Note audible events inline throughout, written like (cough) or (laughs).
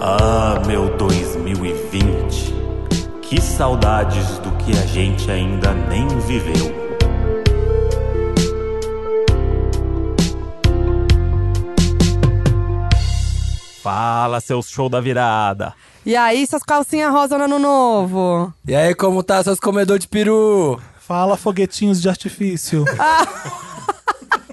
Ah, meu 2020, que saudades do que a gente ainda nem viveu. Fala, seus show da virada. E aí, suas calcinhas rosa no ano novo? E aí, como tá seus comedor de peru? Fala, foguetinhos (laughs) de artifício. Ah,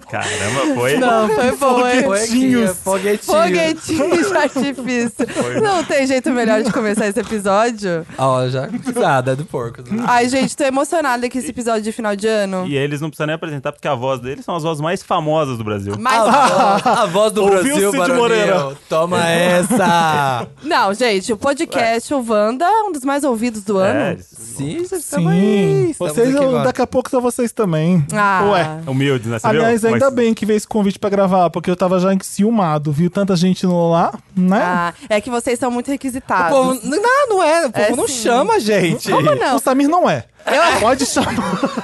Caramba, foi. Não, (laughs) foi bom, hein? Foguetinhos. Foguetinhos. Foguetinho (laughs) de artifício. Não tem jeito melhor de começar esse episódio? Ó, já pisada do porco. né? (laughs) Ai, gente, tô emocionada com esse episódio de final de ano. E eles não precisam nem apresentar, porque a voz deles são as vozes mais famosas do Brasil. Mas, Ah. A voz do Ouviu Brasil, Cid Baronil. Moreira. Toma essa. não, gente, o podcast, o Wanda, é um dos mais ouvidos do É, ano. eles- Sim, vocês estão aí. Sim. estamos Vocês, aqui agora. daqui a pouco são vocês também. É. Ah, Ué. humildes, né? Você Aliás, viu? ainda Mas- bem que veio esse convite pra gravar, porque eu tava já enciumado, viu tanta gente no lá, né? ah, é que vocês são muito O requisitados. povo, não, não é. O povo É não sim. chama a gente. Como não? O Samir não é. Pode chamar.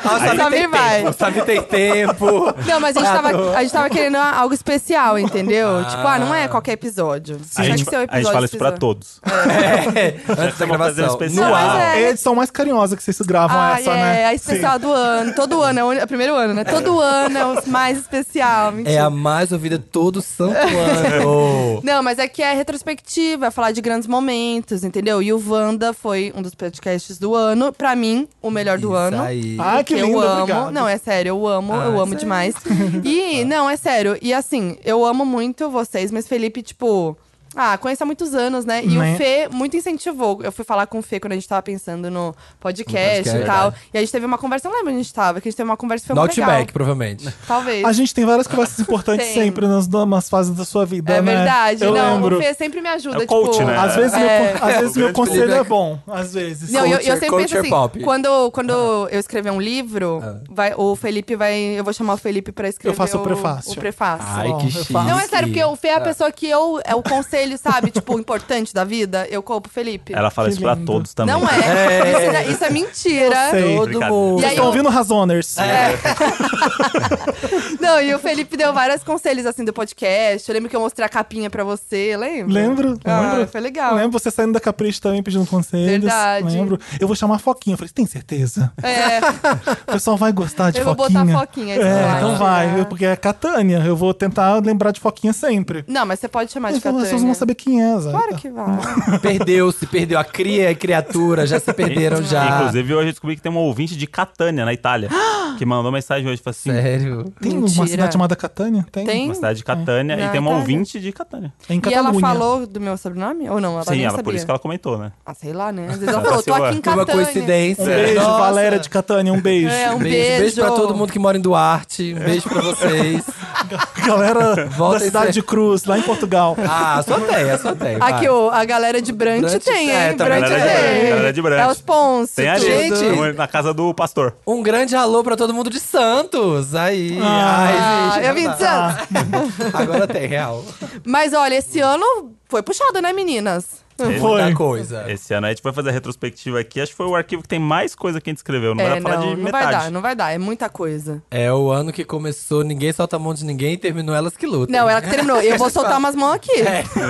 Ah, o Samir Samir tem vai. tempo, O Samir tem (laughs) tempo. Não, mas a Ah, gente, tava, a gente tava querendo algo especial, entendeu? Tipo, ah, não é qualquer episódio. A Tinha gente, que ser um a gente episódio fala isso pra especial. todos. É, antes um da estamos fazendo gravação. especial. No Não, mas ar. é. Edição mais carinhosa que vocês gravam Ah, essa, é, né? a especial do ano. Todo ano, é o, uni- é o primeiro ano, né? Todo ano é o mais especial. É Mentira. a mais ouvida todo É. santo (laughs) ano. Não, mas é que é retrospectiva, é falar de grandes momentos, entendeu? E o Wanda foi um dos podcasts do ano. Pra mim, o melhor do Isso ano. aí. Ah, que eu lindo, amo. obrigado. Não, é sério, eu amo, Ah, eu amo sério? demais. (laughs) E, não, é sério. E assim, eu amo muito vocês, mas Felipe, tipo. Ah, conheço há muitos anos, né? E Né? o Fê muito incentivou. Eu fui falar com o Fê quando a gente tava pensando no No podcast podcast, e tal. verdade. E a gente teve uma conversa, eu não lembro onde a gente tava, que a gente teve uma conversa que foi No muito é legal. Outback, provavelmente. Talvez. A gente tem várias (laughs) conversas importantes Tem. sempre nas, nas fases da sua vida, É né? verdade. Eu não, lembro. o Fê sempre me ajuda. É o coach, tipo, né? Às vezes, É. meu, con- às vezes é O meu grande conselho feedback. é bom. Às vezes. Não, eu, eu Culture- sempre penso culture assim, pop. quando, quando Ah. eu escrever um livro, vai, o Felipe vai. Eu vou chamar o Felipe pra escrever. Eu faço o o prefácio. o prefácio. Ai, que que chique. chique. Não, é sério, porque o Fê é a pessoa que eu. É o conselho, sabe? tipo, importante da vida. Eu colo pro Felipe. Ela fala Que isso pra lindo. todos também. Não é. Isso, é- isso é mentira. Eu sei. Todo Brincadeira. E mundo. Vocês aí estão eu- ouvindo Razoners? Não, e o Felipe deu vários conselhos assim do podcast. Eu lembro que eu mostrei a capinha pra você, lembra? Lembro, Ah, lembro. foi legal. Lembro você saindo da Capricho também pedindo conselhos. Verdade. Lembro. Eu vou chamar a Foquinha. Eu falei, tem certeza? É, O pessoal vai gostar (laughs) de eu vou Foquinha. botar a foquinha. isso É, vai. então vai. Eu- porque é Catânia. Eu vou tentar lembrar de Foquinha sempre. Não, mas você pode chamar de Mas As pessoas Catânia. vão saber quem é, Zé. Claro que vai. Perdeu-se, perdeu. A cria e a criatura já se perderam já. Inclusive, hoje eu descobri que tem um ouvinte de Catânia, na (gasps) Itália, que mandou mensagem hoje, falou assim... Sério. Tem Mentira. uma cidade chamada Catânia? Tem. Tem? Uma cidade de Catânia É, Na e tem uma Itália. ouvinte de Catânia. É em E ela Catalunha. falou do meu sobrenome? Ou não? Ela Sim, nem ela, sabia. por isso que ela comentou, né? Ah, sei lá, né? Às vezes Ela ela falou, tô pensou, aqui "Ué, em Foi uma Catânia. coincidência. Um É. beijo, Nossa. Valéria de Catânia. Um beijo. É, um Beijo, beijo. beijo, pra todo mundo que mora em Duarte. Um beijo pra vocês. um (laughs) Galera Volta da cidade esse- de Cruz, lá em Portugal. (laughs) Ah, só tem, é só tem. vai. Aqui, ó, a galera de Brant Brant, tem, é, hein? também Brant tem. tem. Galera de Brant. É os Ponce. Tem ali, tudo. Gente. na casa do (laughs) pastor. Um grande alô pra todo mundo de Santos. Aí. Ah. Ai, gente. né? Ah, eu vim de Santos. Agora tem, real. Mas olha, esse ano foi puxado, né, meninas? Esse- Foi. Muita coisa. Esse ano a gente foi fazer a retrospectiva aqui. Acho que foi o arquivo que tem mais coisa que a gente escreveu. Não vai é, falar não, de não vai dar, metade. não vai dar. É muita coisa. É o ano que começou, ninguém solta a mão de ninguém e terminou elas que lutam. Não, ela que terminou. Eu vou soltar umas mãos aqui.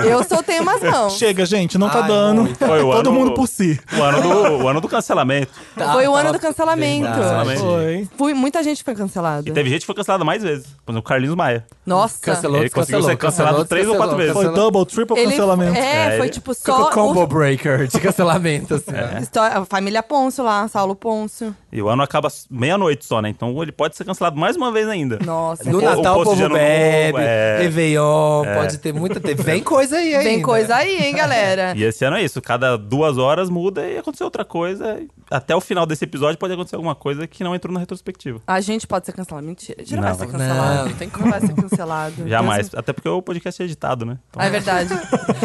Eu soltei umas mãos. Chega, gente, não tá Ai, dando. muito. Foi o Todo ano- mundo por si. O ano do, o ano do cancelamento. (laughs) Tá, Foi o ano tá. do cancelamento. Verdade. Foi. Fui, muita gente foi E cancelada. teve gente que foi cancelada mais vezes. Por exemplo, o Carlinhos Maia. Nossa. Cancelou, Ele conseguiu cancelou, ser cancelado cancelou, três ou quatro cancelou, Foi cancelou. double, triple Ele- cancelamento. É, É, foi ele- tipo só. combo o- breaker de cancelamento, assim. ó. Histó- a família Pôncio lá, Saulo Pôncio. E o ano acaba meia-noite só, né? Então ele pode ser cancelado mais uma vez (laughs) ainda. Nossa, No O- o Natal o posto de ano povo novo, bebe, é. Réveillon, pode ter muita. (laughs) Tem, vem coisa aí, ainda. Tem coisa aí, hein, galera? (laughs) E esse ano é isso. Cada duas horas muda e aconteceu outra coisa. Até o final desse episódio pode acontecer alguma coisa que não entrou na retrospectiva. A gente pode ser cancelado. Mentira, a gente não, vai Não. ser cancelado. Não, não tem vai ser (laughs) cancelado. Jamais. Até porque o podcast é editado, né? Então, É (laughs) verdade.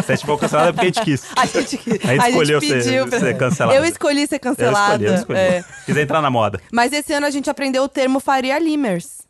se a gente for cancelado é porque a gente quis. A gente, Aí (laughs) a gente escolheu ser- pediu pra... ser cancelado. Eu escolhi ser Eu cancelada. escolhi, eu escolhi. é. Quis entrar na moda. Mas esse ano a gente aprendeu o termo Faria Limers.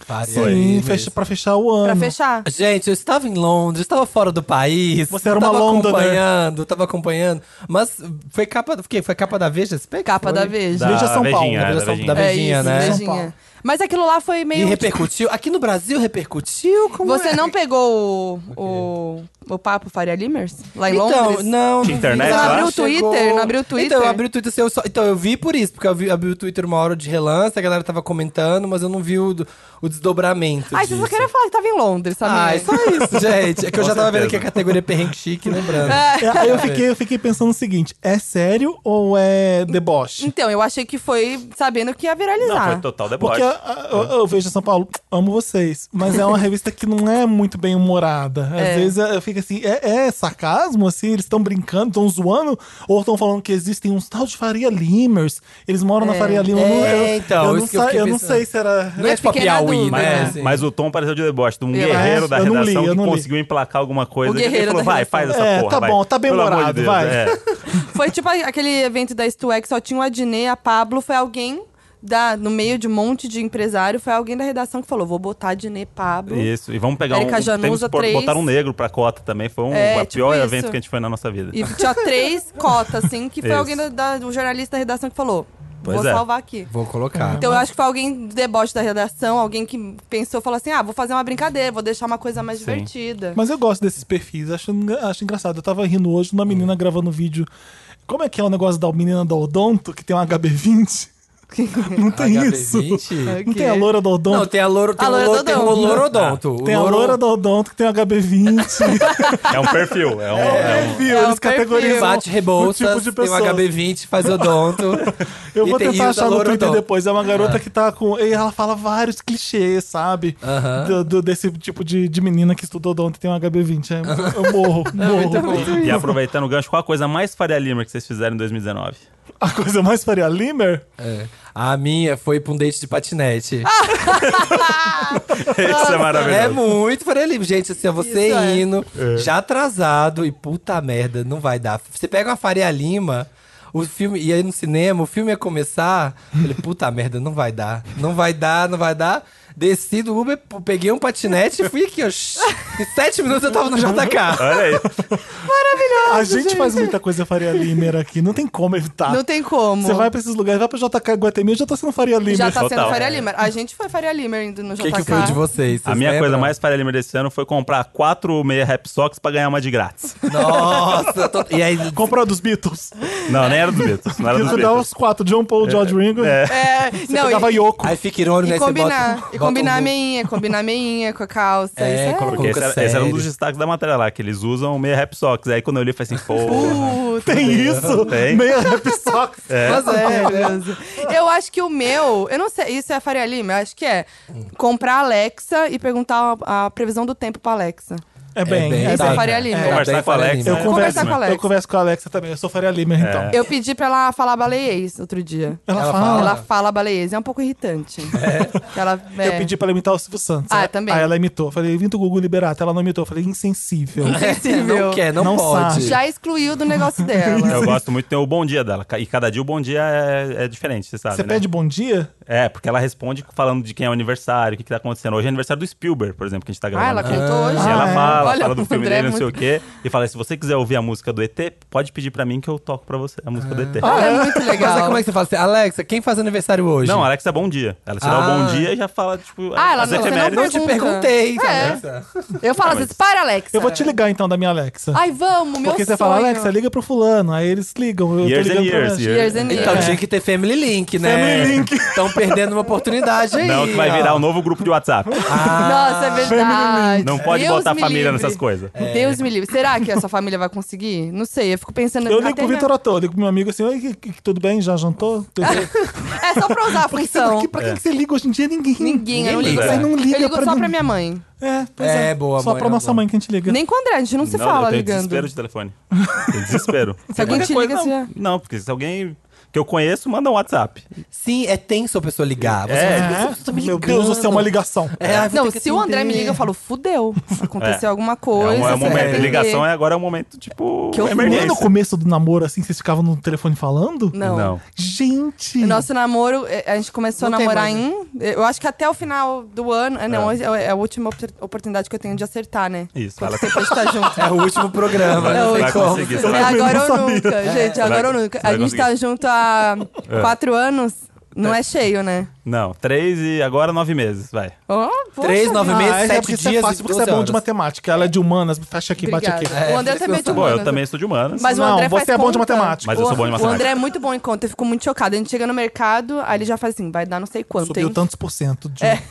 Faria Sim, aí fecha, mesmo. pra fechar o Pra ano. fechar. Gente, eu estava em Londres, estava fora do país. Você era uma tava Londoner. acompanhando, tava acompanhando. Mas foi capa, do quê? Foi capa da Veja? esse peixe? Capa Foi? da Veja. Veja São Paulo. Vejinha, Da Veja São- Vejinha. da Veja. Beijinha, é isso, né? beijinha. São Paulo. Mas aquilo lá foi E meio. tipo, repercutiu. Aqui no Brasil repercutiu? Como Você é? não pegou o, o, o papo Faria Limers? Lá em então, Londres? não. Tinha não internet vi. lá? Não abriu Então, o Twitter? Não abriu o Twitter? Então, eu abri o Twitter. assim, Eu só- Então, eu vi por isso, porque eu vi- abri o Twitter uma hora de relance, a galera tava comentando, mas eu não vi o, o desdobramento. Ai, você disso. só queria falar que tava em Londres, sabe? Ah, é só (laughs) isso, gente. É que eu Com já certeza. tava vendo aqui a categoria é perrengue chique, lembrando. Ah, É, Aí eu fiquei, eu fiquei pensando o seguinte: é sério ou é deboche? Então, eu achei que foi sabendo que ia Não, viralizar. foi total Porque deboche. a- a- eu, eu vejo São Paulo, amo vocês, mas é uma revista que não é muito bem humorada. Às É. vezes eu fico assim, é, é sarcasmo? Assim, eles estão brincando, estão zoando, ou estão falando que existem uns tal de Faria Limers. Eles moram na Faria Lima. eu não- É, eu, então, isso eu, não, que eu sa- fiquei eu não pensando. sei se era. Não é tipo a fiquei na Piauí, dúvida. Mas, né? É, assim. mas o tom pareceu de deboche, de um Eu guerreiro acho, da eu não li, redação eu que não li. conseguiu emplacar alguma coisa. O guerreiro ele falou, da vai, redação. faz essa É, porra, tá vai. bom, tá bem Pelo amor de morado, Deus, vai. é. Foi tipo a- aquele evento da Isto É, que só tinha o Adnet, a Pablo, foi alguém da, no meio de um monte de empresário, foi alguém da redação que falou, vou botar Adnet, Pablo. Isso, e vamos pegar Erika um... Januza, temos que pôr- três. Botar um negro pra cota também, foi um, É, a tipo pior isso. evento que a gente foi na nossa vida. E (laughs) tinha três cotas, assim, que foi Isso. alguém da, da- do jornalista da redação que falou, vou Pois é. salvar aqui. Vou colocar. Então eu acho que foi alguém do deboche da redação, alguém que pensou, falou assim, ah, vou fazer uma brincadeira, vou deixar uma coisa mais Sim. divertida. Mas eu gosto desses perfis, acho, engra- acho engraçado. Eu tava rindo hoje de uma menina gravando um vídeo. Como é que é o negócio da menina do Odonto, que tem um HB20? Não tem isso. HB20? Não tem Ok. a loura do Odonto? é? Não, tem a louro, tem Então, A o loura do louro, tem o odonto. lourodonto. tem a louro- loura do Odonto que tem um HB20. É um perfil, é um... é um- (laughs) (laughs) Viu? É um Eles perfil. categorizam Bate Rebouças, o tipo de tem o pessoa. HB20, (laughs) faz odonto. Eu E vou tem- e tentar o achar no louro Twitter odonto. depois. É uma garota que tá com. E ela fala vários clichês, sabe? Aham. Do- do- desse tipo de, de menina que estudou odonto e tem um HB20. É, (laughs) eu morro, morro. um. E aproveitando o gancho, qual a coisa mais Faria Lima que vocês fizeram em (laughs) 2019? A coisa mais faria Limer? É. A minha foi pra um date de patinete. Isso é é maravilhoso. muito Faria Lima. Gente, assim, ó, você Isso é. indo, já atrasado, e puta merda, não vai dar. Você pega uma Faria Lima, o filme, e aí no cinema, o filme ia começar, eu falei, puta merda, não vai dar. Não vai dar, não vai dar. Desci do Uber, p- peguei um patinete e fui aqui, ó. (laughs) Em sete minutos eu tava no JK. Olha aí. A gente faz muita coisa faria Limer aqui. Não tem como evitar. Não tem como. Você vai pra esses lugares, vai pra JK Guatemi, eu já tô sendo faria Limer. Já tá sendo Total. É. Faria Limer. A gente foi Faria Limer indo no O JK. que, que foi de vocês? A Vocês minha coisa lembram? mais Faria Lima desse ano foi comprar quatro meia Rap Socks pra ganhar uma de grátis. Nossa, tô- e aí. Comprar dos Beatles. Não, nem era dos Beatles. Não era dos Isso dá um Beatles. os quatro: John Paul, George Ringo. É. É, Você não, pegava e, Yoko. Aí fica irônico, e né? Você combinar. bota- e bota combinar a um- meinha, combinar a meinha com a calça. É, isso é... coloca- Porque esse Nunca era, esse era um dos sério. destaques da matéria lá, que eles usam meia rap socks. Aí quando eu li, eu falei assim, pô. Puta. Tem isso? Tem. Meia (laughs) rap socks. Mas É, (laughs) Deus. eu acho que o meu, eu não sei, isso é Faria Lima? Eu acho que é comprar a Alexa e perguntar a, a previsão do tempo pra Alexa. É bem, bem, é Isso tá. é bem. Faria Lima. Conversar bem com a Alexa. Faria Eu É. converso, Conversar com a Alexa. eu converso com a Alexa também. Eu sou Faria Lima, então. Eu pedi pra ela falar baleiês outro dia. Ela, Ela fala. Ah. Ela fala baleiês, é um pouco irritante. É. Ela, é. Eu pedi pra ela imitar o Silvio Santos. Ah, Ela- também. Aí ela imitou. Falei, vim do Gugu Liberato. Ela não imitou. Eu Falei, insensível. É, Não quer, não, Não pode. sabe. é Já excluiu do negócio dela. Eu gosto muito de ter o bom dia dela. E cada dia o bom dia é, é diferente, você sabe, Você né? pede bom dia? É, porque ela responde falando de quem é o aniversário, o que, que tá acontecendo. Hoje é aniversário do Spielberg, por exemplo, que a gente tá Ah, gravando. ela aqui. contou hoje. E ela Ah, é. fala, Olha, fala do o filme André dele, é não sei o muito- quê. E fala, se você quiser ouvir a música do ET, pode pedir pra mim que eu toco pra você a música do ET. Ela é muito Mas aí legal. como é que você fala assim, Alexa, quem faz aniversário hoje? Não, Alexa, bom dia. Ela te dá o bom Ah. dia e já fala, tipo, é? Ah, ela as não- você não efemérides. eu te pergunta. perguntei, É. Alexa. Eu falo assim, para, Alexa. Eu vou te ligar então da minha Alexa. Ai, vamos, meu Porque sonho. você fala, Alexa, liga pro fulano. Aí eles ligam. Eu Years tô and ligando pra years, ela. years. Years and Então years. tinha que ter Family Link, né? Family Link. Estão perdendo uma oportunidade aí. Não, que vai ó. virar um novo grupo de WhatsApp. Nossa, é verdade. Não pode Deus botar a me família livre. nessas coisas. É. Deus me livre. Será que essa família vai conseguir? Não sei, eu fico pensando... Eu até ligo pro minha- Vitor Atô, ligo pro meu amigo assim, oi, que- que- tudo bem? Já jantou? Tudo bem? É só pra usar a Porque você- função. que- pra É. quem que você liga hoje em dia? Ninguém. Ninguém, eu não ligo. liga. Você não liga eu ligo pra só nin- pra minha mãe. É, pois é. É, boa, Só mãe, pra é nossa boa. mãe que a gente liga. Nem com o André, a gente não se não, fala eu tenho ligando. desespero de telefone. Eu desespero. (laughs) Se alguém te liga, você é. já... Não, porque se alguém que eu conheço, manda um WhatsApp. Sim, é tenso a pessoa ligar. Você É. fala, É? "Você tá me Meu ligando." Deus do céu, uma ligação. É, ai, vou Não, ter que se o André me atender. liga, eu falo, (laughs) fudeu. Aconteceu É. É alguma um- coisa. é um você vai momento. atender. Ligação é agora é um momento, tipo, Que eu- Nem emergência. no começo do namoro, assim, vocês ficavam no telefone falando? Não. Não. Gente! O Nosso namoro, eh, a gente começou Não a tem namorar mais, em. né? Eu acho que até o final do ano. É, não, hoje é a última opor- oportunidade que eu tenho de acertar, né? Isso, fala- Quanto tempo (laughs) a gente tá junto. (laughs) É o último programa, Vai- não vai tem como. conseguir, É Vai, agora ou sabia. nunca, gente. É, Vai- É. Agora ou nunca. você A vai gente tá junto há quatro anos. Não é cheio, né? Não, três e agora nove meses, vai. Ó, poxa, Três, nove não. meses. Ah, é sete porque você é dias e fácil porque você é 12 bom de horas. matemática. Ela é de humanas, fecha aqui, bate aqui. Obrigada. O André É, também é de Bom, Bom, humanas. eu também sou de humanas. Mas o Não, André você faz é bom de conta. matemática. Mas eu sou bom de O matemática. André é muito bom em conta, eu fico muito chocada. A gente chega no mercado, aí ele já faz assim, vai dar não sei quanto. Subiu hein? tantos por cento de. um. É.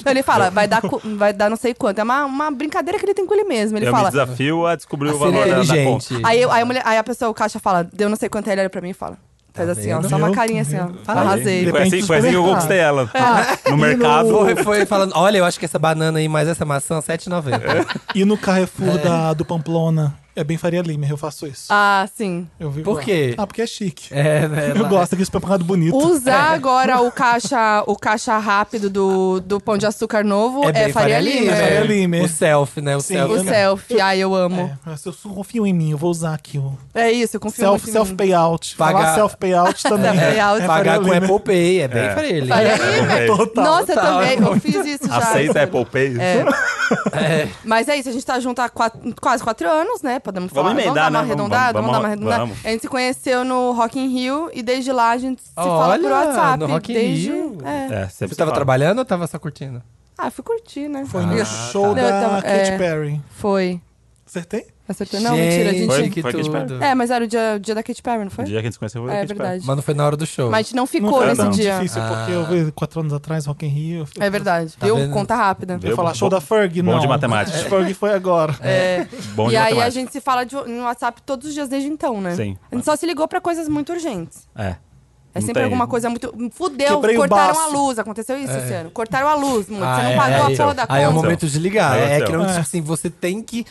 Então ele fala, vai dar, cu- vai dar não sei quanto. É uma, uma brincadeira que ele tem com ele mesmo. Ele eu me fala. é desafio a descobrir A o ser valor da, da é inteligente. conta. Aí, eu- aí, a mulher- aí a pessoa, o caixa fala, deu não sei quanto, aí ele olha pra mim e fala. Tá Faz assim, ó, vendo? só uma Viu? carinha assim, Tá ó. Falei. Arrasei. Foi assim, foi assim que eu conquistei ela. Ah. No é mercado. Foi, foi falando, olha, eu acho que essa banana aí, mais essa maçã, 7,90. E no Carrefour É. da, do Pamplona. É bem Faria Lima, eu faço isso. Ah, sim. Eu vi Por lá. quê? Ah, porque é chique. É, né? Eu gosto aqui de supermercado bonito. Usar agora o caixa, o caixa rápido do, do Pão de Açúcar novo é, bem Faria Lima. né? Faria é. Lima. O self, né? O Sim. self. O selfie, ai, eu amo. É, se eu sou- confio em mim, eu vou usar aqui o É, isso, eu confio self, muito em self mim. payout. Falar Pagar- self payout também. Self-payout. É, É Pagar com Faria Lima. Apple Pay, é bem pra ele. Faria Lima. (laughs) É, eu comprei. Nossa, eu total. também, eu fiz isso já. Aceita sabe? Apple Pay? É. Mas é isso, a gente tá junto há quatro- quase quatro anos, né? Podemos falar. Vamos emendar, dar uma né? Vamos- arredondada? vamos- Vamos, dar uma vamos- arredondada? vamos. A gente se conheceu no Rock in Rio e desde lá a gente se fala Olha, por WhatsApp. no Rock in desde... Rio. É. É, sempre Você se tava fala. trabalhando ou tava só curtindo? Ah, fui curtir, né? Foi no tá. show da Não, eu tava- Katy é. Perry. Foi. Acertei? Acertou? Tá Não, mentira, a gente... Foi? que Foi que tudo. É, mas era o dia, o dia da Katy Perry, não foi? O dia que a gente se conheceu foi É aqui de perto. verdade. Mas não foi na hora do show. Mas a gente não Não ficou foi nesse tão dia. difícil, Ah. porque eu vi quatro anos atrás, Rock in Rio. eu fui- É verdade. Tá Viu? vendo? Conta rápida. Eu ia falar show da Ferg, bom não. de matemática. Ferg foi agora. É. Bom de e aí a matemática. gente se fala de- um, no WhatsApp todos os dias desde então, né? Sim. A gente só se ligou pra coisas muito urgentes. É. É Não sempre tem. alguma coisa muito. Fudeu, Quebrei o cortaram baço. a luz. Aconteceu isso, Luciano. Cortaram a luz, muito. você não é, pagou aí- a porra da Aí é o Então. conta. momento de ligar. Aí é É, o aquele seu. momento É. tipo assim, você tem que.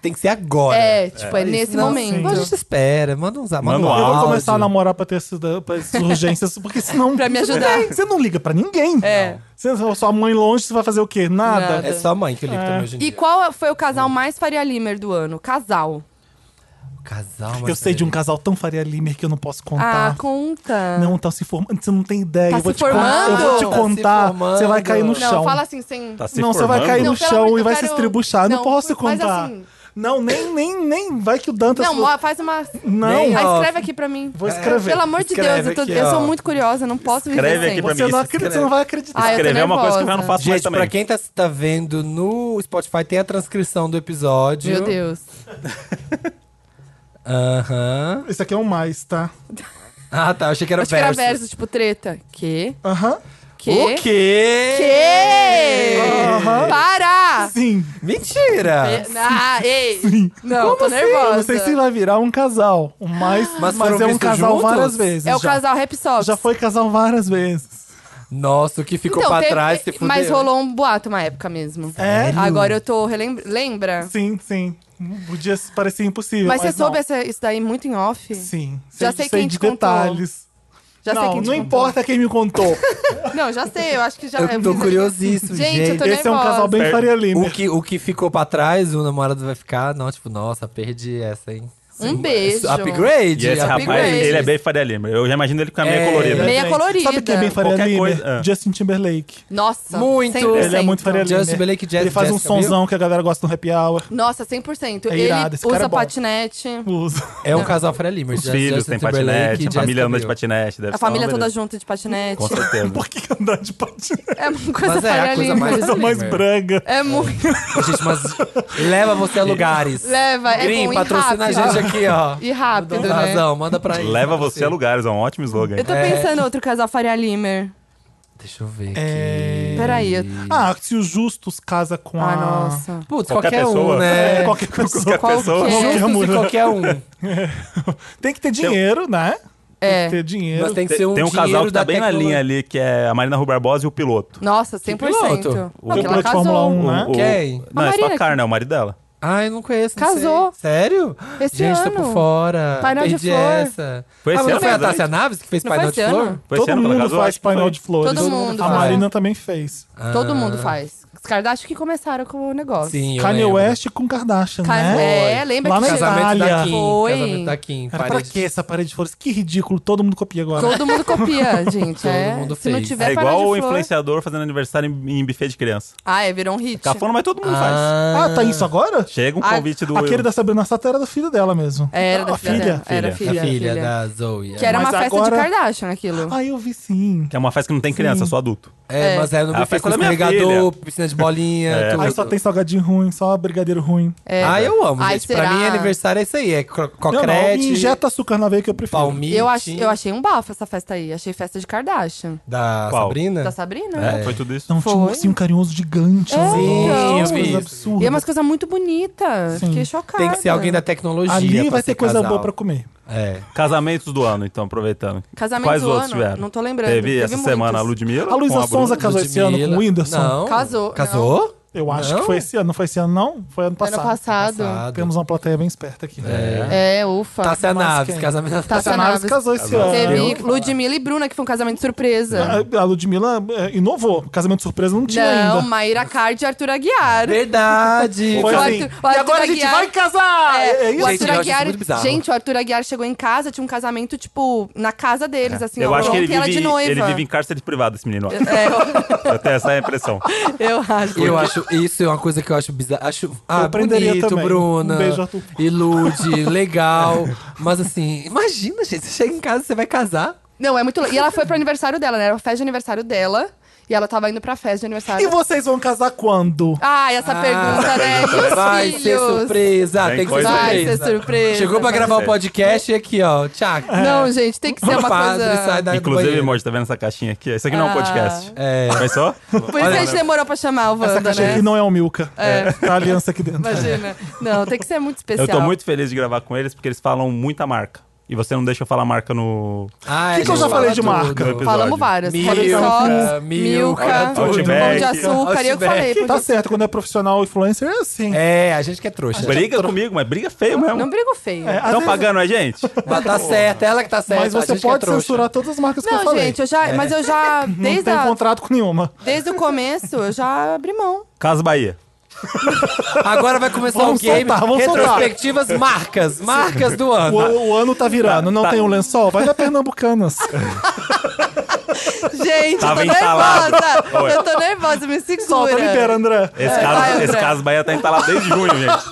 Tem que ser agora. É, tipo, é, nesse Não, momento. Sim. A gente espera, manda uns Manda um Eu vou começar a áudio. namorar pra ter essas, pra essas urgências, porque senão. Pra me Você ajudar. tem- Você não liga pra ninguém. É. Você, sua mãe longe, você vai fazer o quê? Nada. Nada. É só a mãe que liga também hoje em E dia. qual foi o casal mais Faria Limer do ano? Casal. O Casal, é. Eu sei de um casal tão Faria Limer que eu não posso contar. Ah, conta. Não, tá se formando. Você não tem ideia. Tá eu vou se te contar. formando? Eu Tá vou te se contar. formando. Você vai cair no Não, Não, chão. fala assim, sem. Tá se não, você vai formando? cair Não, no pelo chão amor de e vai Deus, se eu quero- estribuchar. Não, Não, posso faz contar. assim. Não, nem, nem, nem. Vai que o Dantas. Não, mo- faz uma. Não. Ah, ó. escreve aqui pra mim. Vou escrever. Pelo amor de Escreve Deus, eu, tô- aqui, eu ó. sou muito curiosa, não posso viver Escreve sem. aqui pra você, mim, não se acredita, você escreve. não vai acreditar. Ah, eu tô Escrever é uma coisa que eu já não nervosa. faço mais Gente, também. pra quem tá, tá vendo no Spotify, tem a transcrição do episódio. Meu Deus. Aham. Esse aqui é um mais, tá? Ah, tá. Eu achei que era Acho que era verso. verso, tipo treta. Que? Aham. Que? O quê? Que? Para! Sim. Mentira! E- Ah, ei! Não, tô nervosa. assim? Eu não sei se vai virar um casal. Um mais, Mas mas, foram é um vistos casal juntos? várias vezes. É o já. casal Rap Sox. Já foi casal várias vezes. Nossa, o que ficou pra Então, teve- trás se fudeu. Mas rolou um boato uma época mesmo. É? Agora eu tô. relembra- Lembra? Sim, sim. Podia parecer impossível. Mas, você soube não. essa- isso daí muito em off? Sim. Já sei quem de te contou. detalhes. Já não, sei quem te não contou. importa quem me contou. Não, já sei, eu acho que já. é Eu tô vi- curiosíssimo, Gente, gente. eu (laughs) tô Esse é um nervosa. casal bem Perde. Faria O Lima. que, o que ficou pra trás, o namorado vai ficar. Não, tipo, nossa, perdi essa, hein? Um beijo. Upgrade. E esse upgrade. rapaz, ele é bem Faria Lima. Eu já imagino ele com a meia É. colorida. Meia Gente, colorida. Sabe quem é bem Faria né, Qualquer Lima? coisa, é. Justin Timberlake. Nossa. Muito. 100%. Ele é muito Faria né? Lima. Justin Timberlake, Jess- Ele faz um Jessica Biel? sonzão que a galera gosta no happy hour. Nossa, 100%. É ele irado, esse cara usa é bom. patinete. Usa. (laughs) É um casal Faria Lima. Os filhos têm patinete, a família anda de patinete. deve A ser uma família toda beleza. junta de patinete. Com certeza. Por que andar de patinete? É uma coisa Mas é a coisa faria-lima. mais- Coisa mais Lima. branga. É muito. Gente, mas leva você a lugares. Leva, é Green, bom e patrocina a rápido. gente aqui, ó. E rápido, Tem né? razão, manda pra ele. Leva você a lugares, é um ótimo slogan. Eu tô É. pensando em outro casal Faria Limer. Deixa eu ver aqui. É. Peraí. eu- Ah, se o Justus casa com a. Ah, nossa. Putz, Qualquer qualquer, pessoa. um, né? É, qualquer pessoa. Qual que pessoa- é? Justos e mulher. qualquer um. Tem que ter dinheiro, né? Tem que É. ter dinheiro. Mas tem que Tem ser um tem um casal dinheiro que tá da bem na tecno- linha ali, que é a Marina Rui Barbosa e o piloto. Nossa, 100%. piloto? Não, O que ela piloto de Fórmula casou. um. Não é? O- o- Quem? Não, A é só Marina a Carne, é o marido dela. Ah, eu não conheço. não Casou. sei. Sério? Esse gente, tô tá ano. por fora. Painel de Perdi flor. essa. Foi esse ah, mas ano, não é foi a verdade? Tacia Naves que fez Não painel foi de esse flor? ano? Foi esse Todo ano que ela mundo casou? faz Acho que foi. painel de flores. Todo mundo A faz. Marina também fez. Ah. Todo mundo faz. Os Kardashian que começaram com o negócio. Sim, eu Kanye lembro. West com Kardashian, Kanye- né? é, lembra Lá que na casamento Casamento da Itália. Kim. Foi. Casamento da Kim. Cara, pra parede- que essa parede de flores? Que ridículo, todo mundo copia agora. Todo mundo (laughs) copia, gente. Todo é. mundo Se fez. não tiver é parada igual o de flor- influenciador fazendo aniversário em, em buffet de criança. Ah, é, virou um hit. Cafona, mas todo mundo faz. Ah, tá isso agora? Chega um Ah, convite do. Aquele da Sabrina Sato era da filha dela mesmo. É, Era Ah, da a filha, filha? dela. Era Filha. filha, A filha, filha. da Zoe. Que era Mas uma festa agora- de Kardashian, aquilo. Ah, eu vi sim. Que é uma festa que não tem criança, só adulto. É, mas era no A buffet festa com da minha escorregador, piscina de bolinha, É. tudo. Aí só tem salgadinho ruim, só brigadeiro ruim. É. Ah, eu amo, Ai, gente. Pra mim, será? aniversário é isso aí. É cro- Não, não, cocrete, injeta açúcar na veia que eu prefiro. palmite. Eu, ach- eu achei um bafo essa festa aí. Achei festa de Kardashian. Da Qual? Sabrina? Da Sabrina. É, foi tudo isso. Não, tinha um Foi. ursinho carinhoso gigante. um É, Sim, então. eu umas vi coisas isso. absurdas. E é umas coisas muito bonitas. Sim. Fiquei chocada. Tem que ser alguém da tecnologia. Ali pra vai ser ter coisa casal. boa pra comer. É. Casamentos do ano, então, aproveitando. Casamento Quais do outros ano? vieram? Não tô lembrando. Teve, essa muitos. semana a Ludmilla. A Luísa com Bruna. Sonza casou esse ano com o Whindersson? Não. Casou, Casou? Eu acho Não? que foi esse ano. Não foi esse ano, não? Foi ano passado. Ano passado. Passado. Tá Temos uma plateia bem esperta aqui. É. É, ufa. Tássia Mas Naves, quem? Tá casamento da Tássia A Naves Naves. casou esse ano. Teve Ludmilla e Bruna, que foi um casamento surpresa. A- A Ludmilla é, inovou. Casamento surpresa não tinha Não, ainda. Mayra Card e Arthur Aguiar. Verdade. Foi O assim. Arthur- o e Arthur agora a gente Aguiar- vai casar! É, o É, Tipo isso. Gente, eu Arthur acho Aguiar, isso muito bizarro. gente, o Arthur Aguiar chegou em casa, tinha um casamento, tipo, na casa É. deles, assim, Eu ó, acho que pronto, ele e ela vive, de noiva. ele vive em cárcere privado, esse menino. (laughs) (laughs) É, eu, Eu tenho essa impressão. Tá eu acho. Eu acho, isso é uma coisa que eu acho bizarro. Acho, ah, prenderia bonito, também. Bruna. Um beijo, Arthur. (laughs) Ilude, legal. Mas assim, imagina, gente, você chega em casa, você vai casar. Não, é muito. le- E ela foi pro aniversário dela, né? Era a festa de aniversário dela. E ela tava indo pra festa de E aniversário. vocês vão casar quando? Ai, essa Ah, pergunta, né? E os Vai ser filhos? surpresa, Ah, Tem tem que ser coisa Vai surpresa. ser surpresa. Chegou pra Vai gravar ser. o podcast e aqui, ó, tchau. ser- É. Não, gente, tem que ser O É uma padre coisa. sai da Inclusive, banheira. Morte, tá vendo essa caixinha aqui? Isso aqui não é um Ah. podcast. (laughs) É. Começou? Por isso que a gente demorou pra chamar o Essa Wanda, caixa né? aqui não é o Milka. É. Tá a aliança aqui dentro. (laughs) Imagina. Não, tem que ser muito especial. Eu tô muito feliz de gravar com eles, porque eles falam muita marca. E você não deixa eu falar marca no... Ah, Que que eu já falei de marca? no episódio. Falamos várias. Milka, Milka, Milka, Milka, Pão de Outback, Açúcar. E eu que falei. Pão de Tá Açúcar. certo, quando é profissional influencer é assim. É, a gente que é trouxa. Briga comigo, mas briga feio mesmo. Não brigo feio. É, às Estão vezes- pagando a gente? Mas tá certa, ela que tá certa. Mas a você gente que é pode trouxa. censurar todas as marcas que eu Não, falei. gente, eu já. Mas eu já. É. (laughs) Não Desde, tem a- contrato (laughs) com nenhuma. desde o começo, eu já abri mão. Casa Bahia. Agora vai começar Vamos o game. soltar, vamos soltar. retrospectivas marcas. Marcas do O, ano. o ano tá virando, não Tá. tem um lençol? Vai dar (laughs) Pernambucanas. Gente, Tava eu tô entalado. nervosa. Oi. Eu tô nervosa, me segura. Solta, libera, André. Esse, vai, caso, André. esse caso Bahia tá entalado desde junho, gente.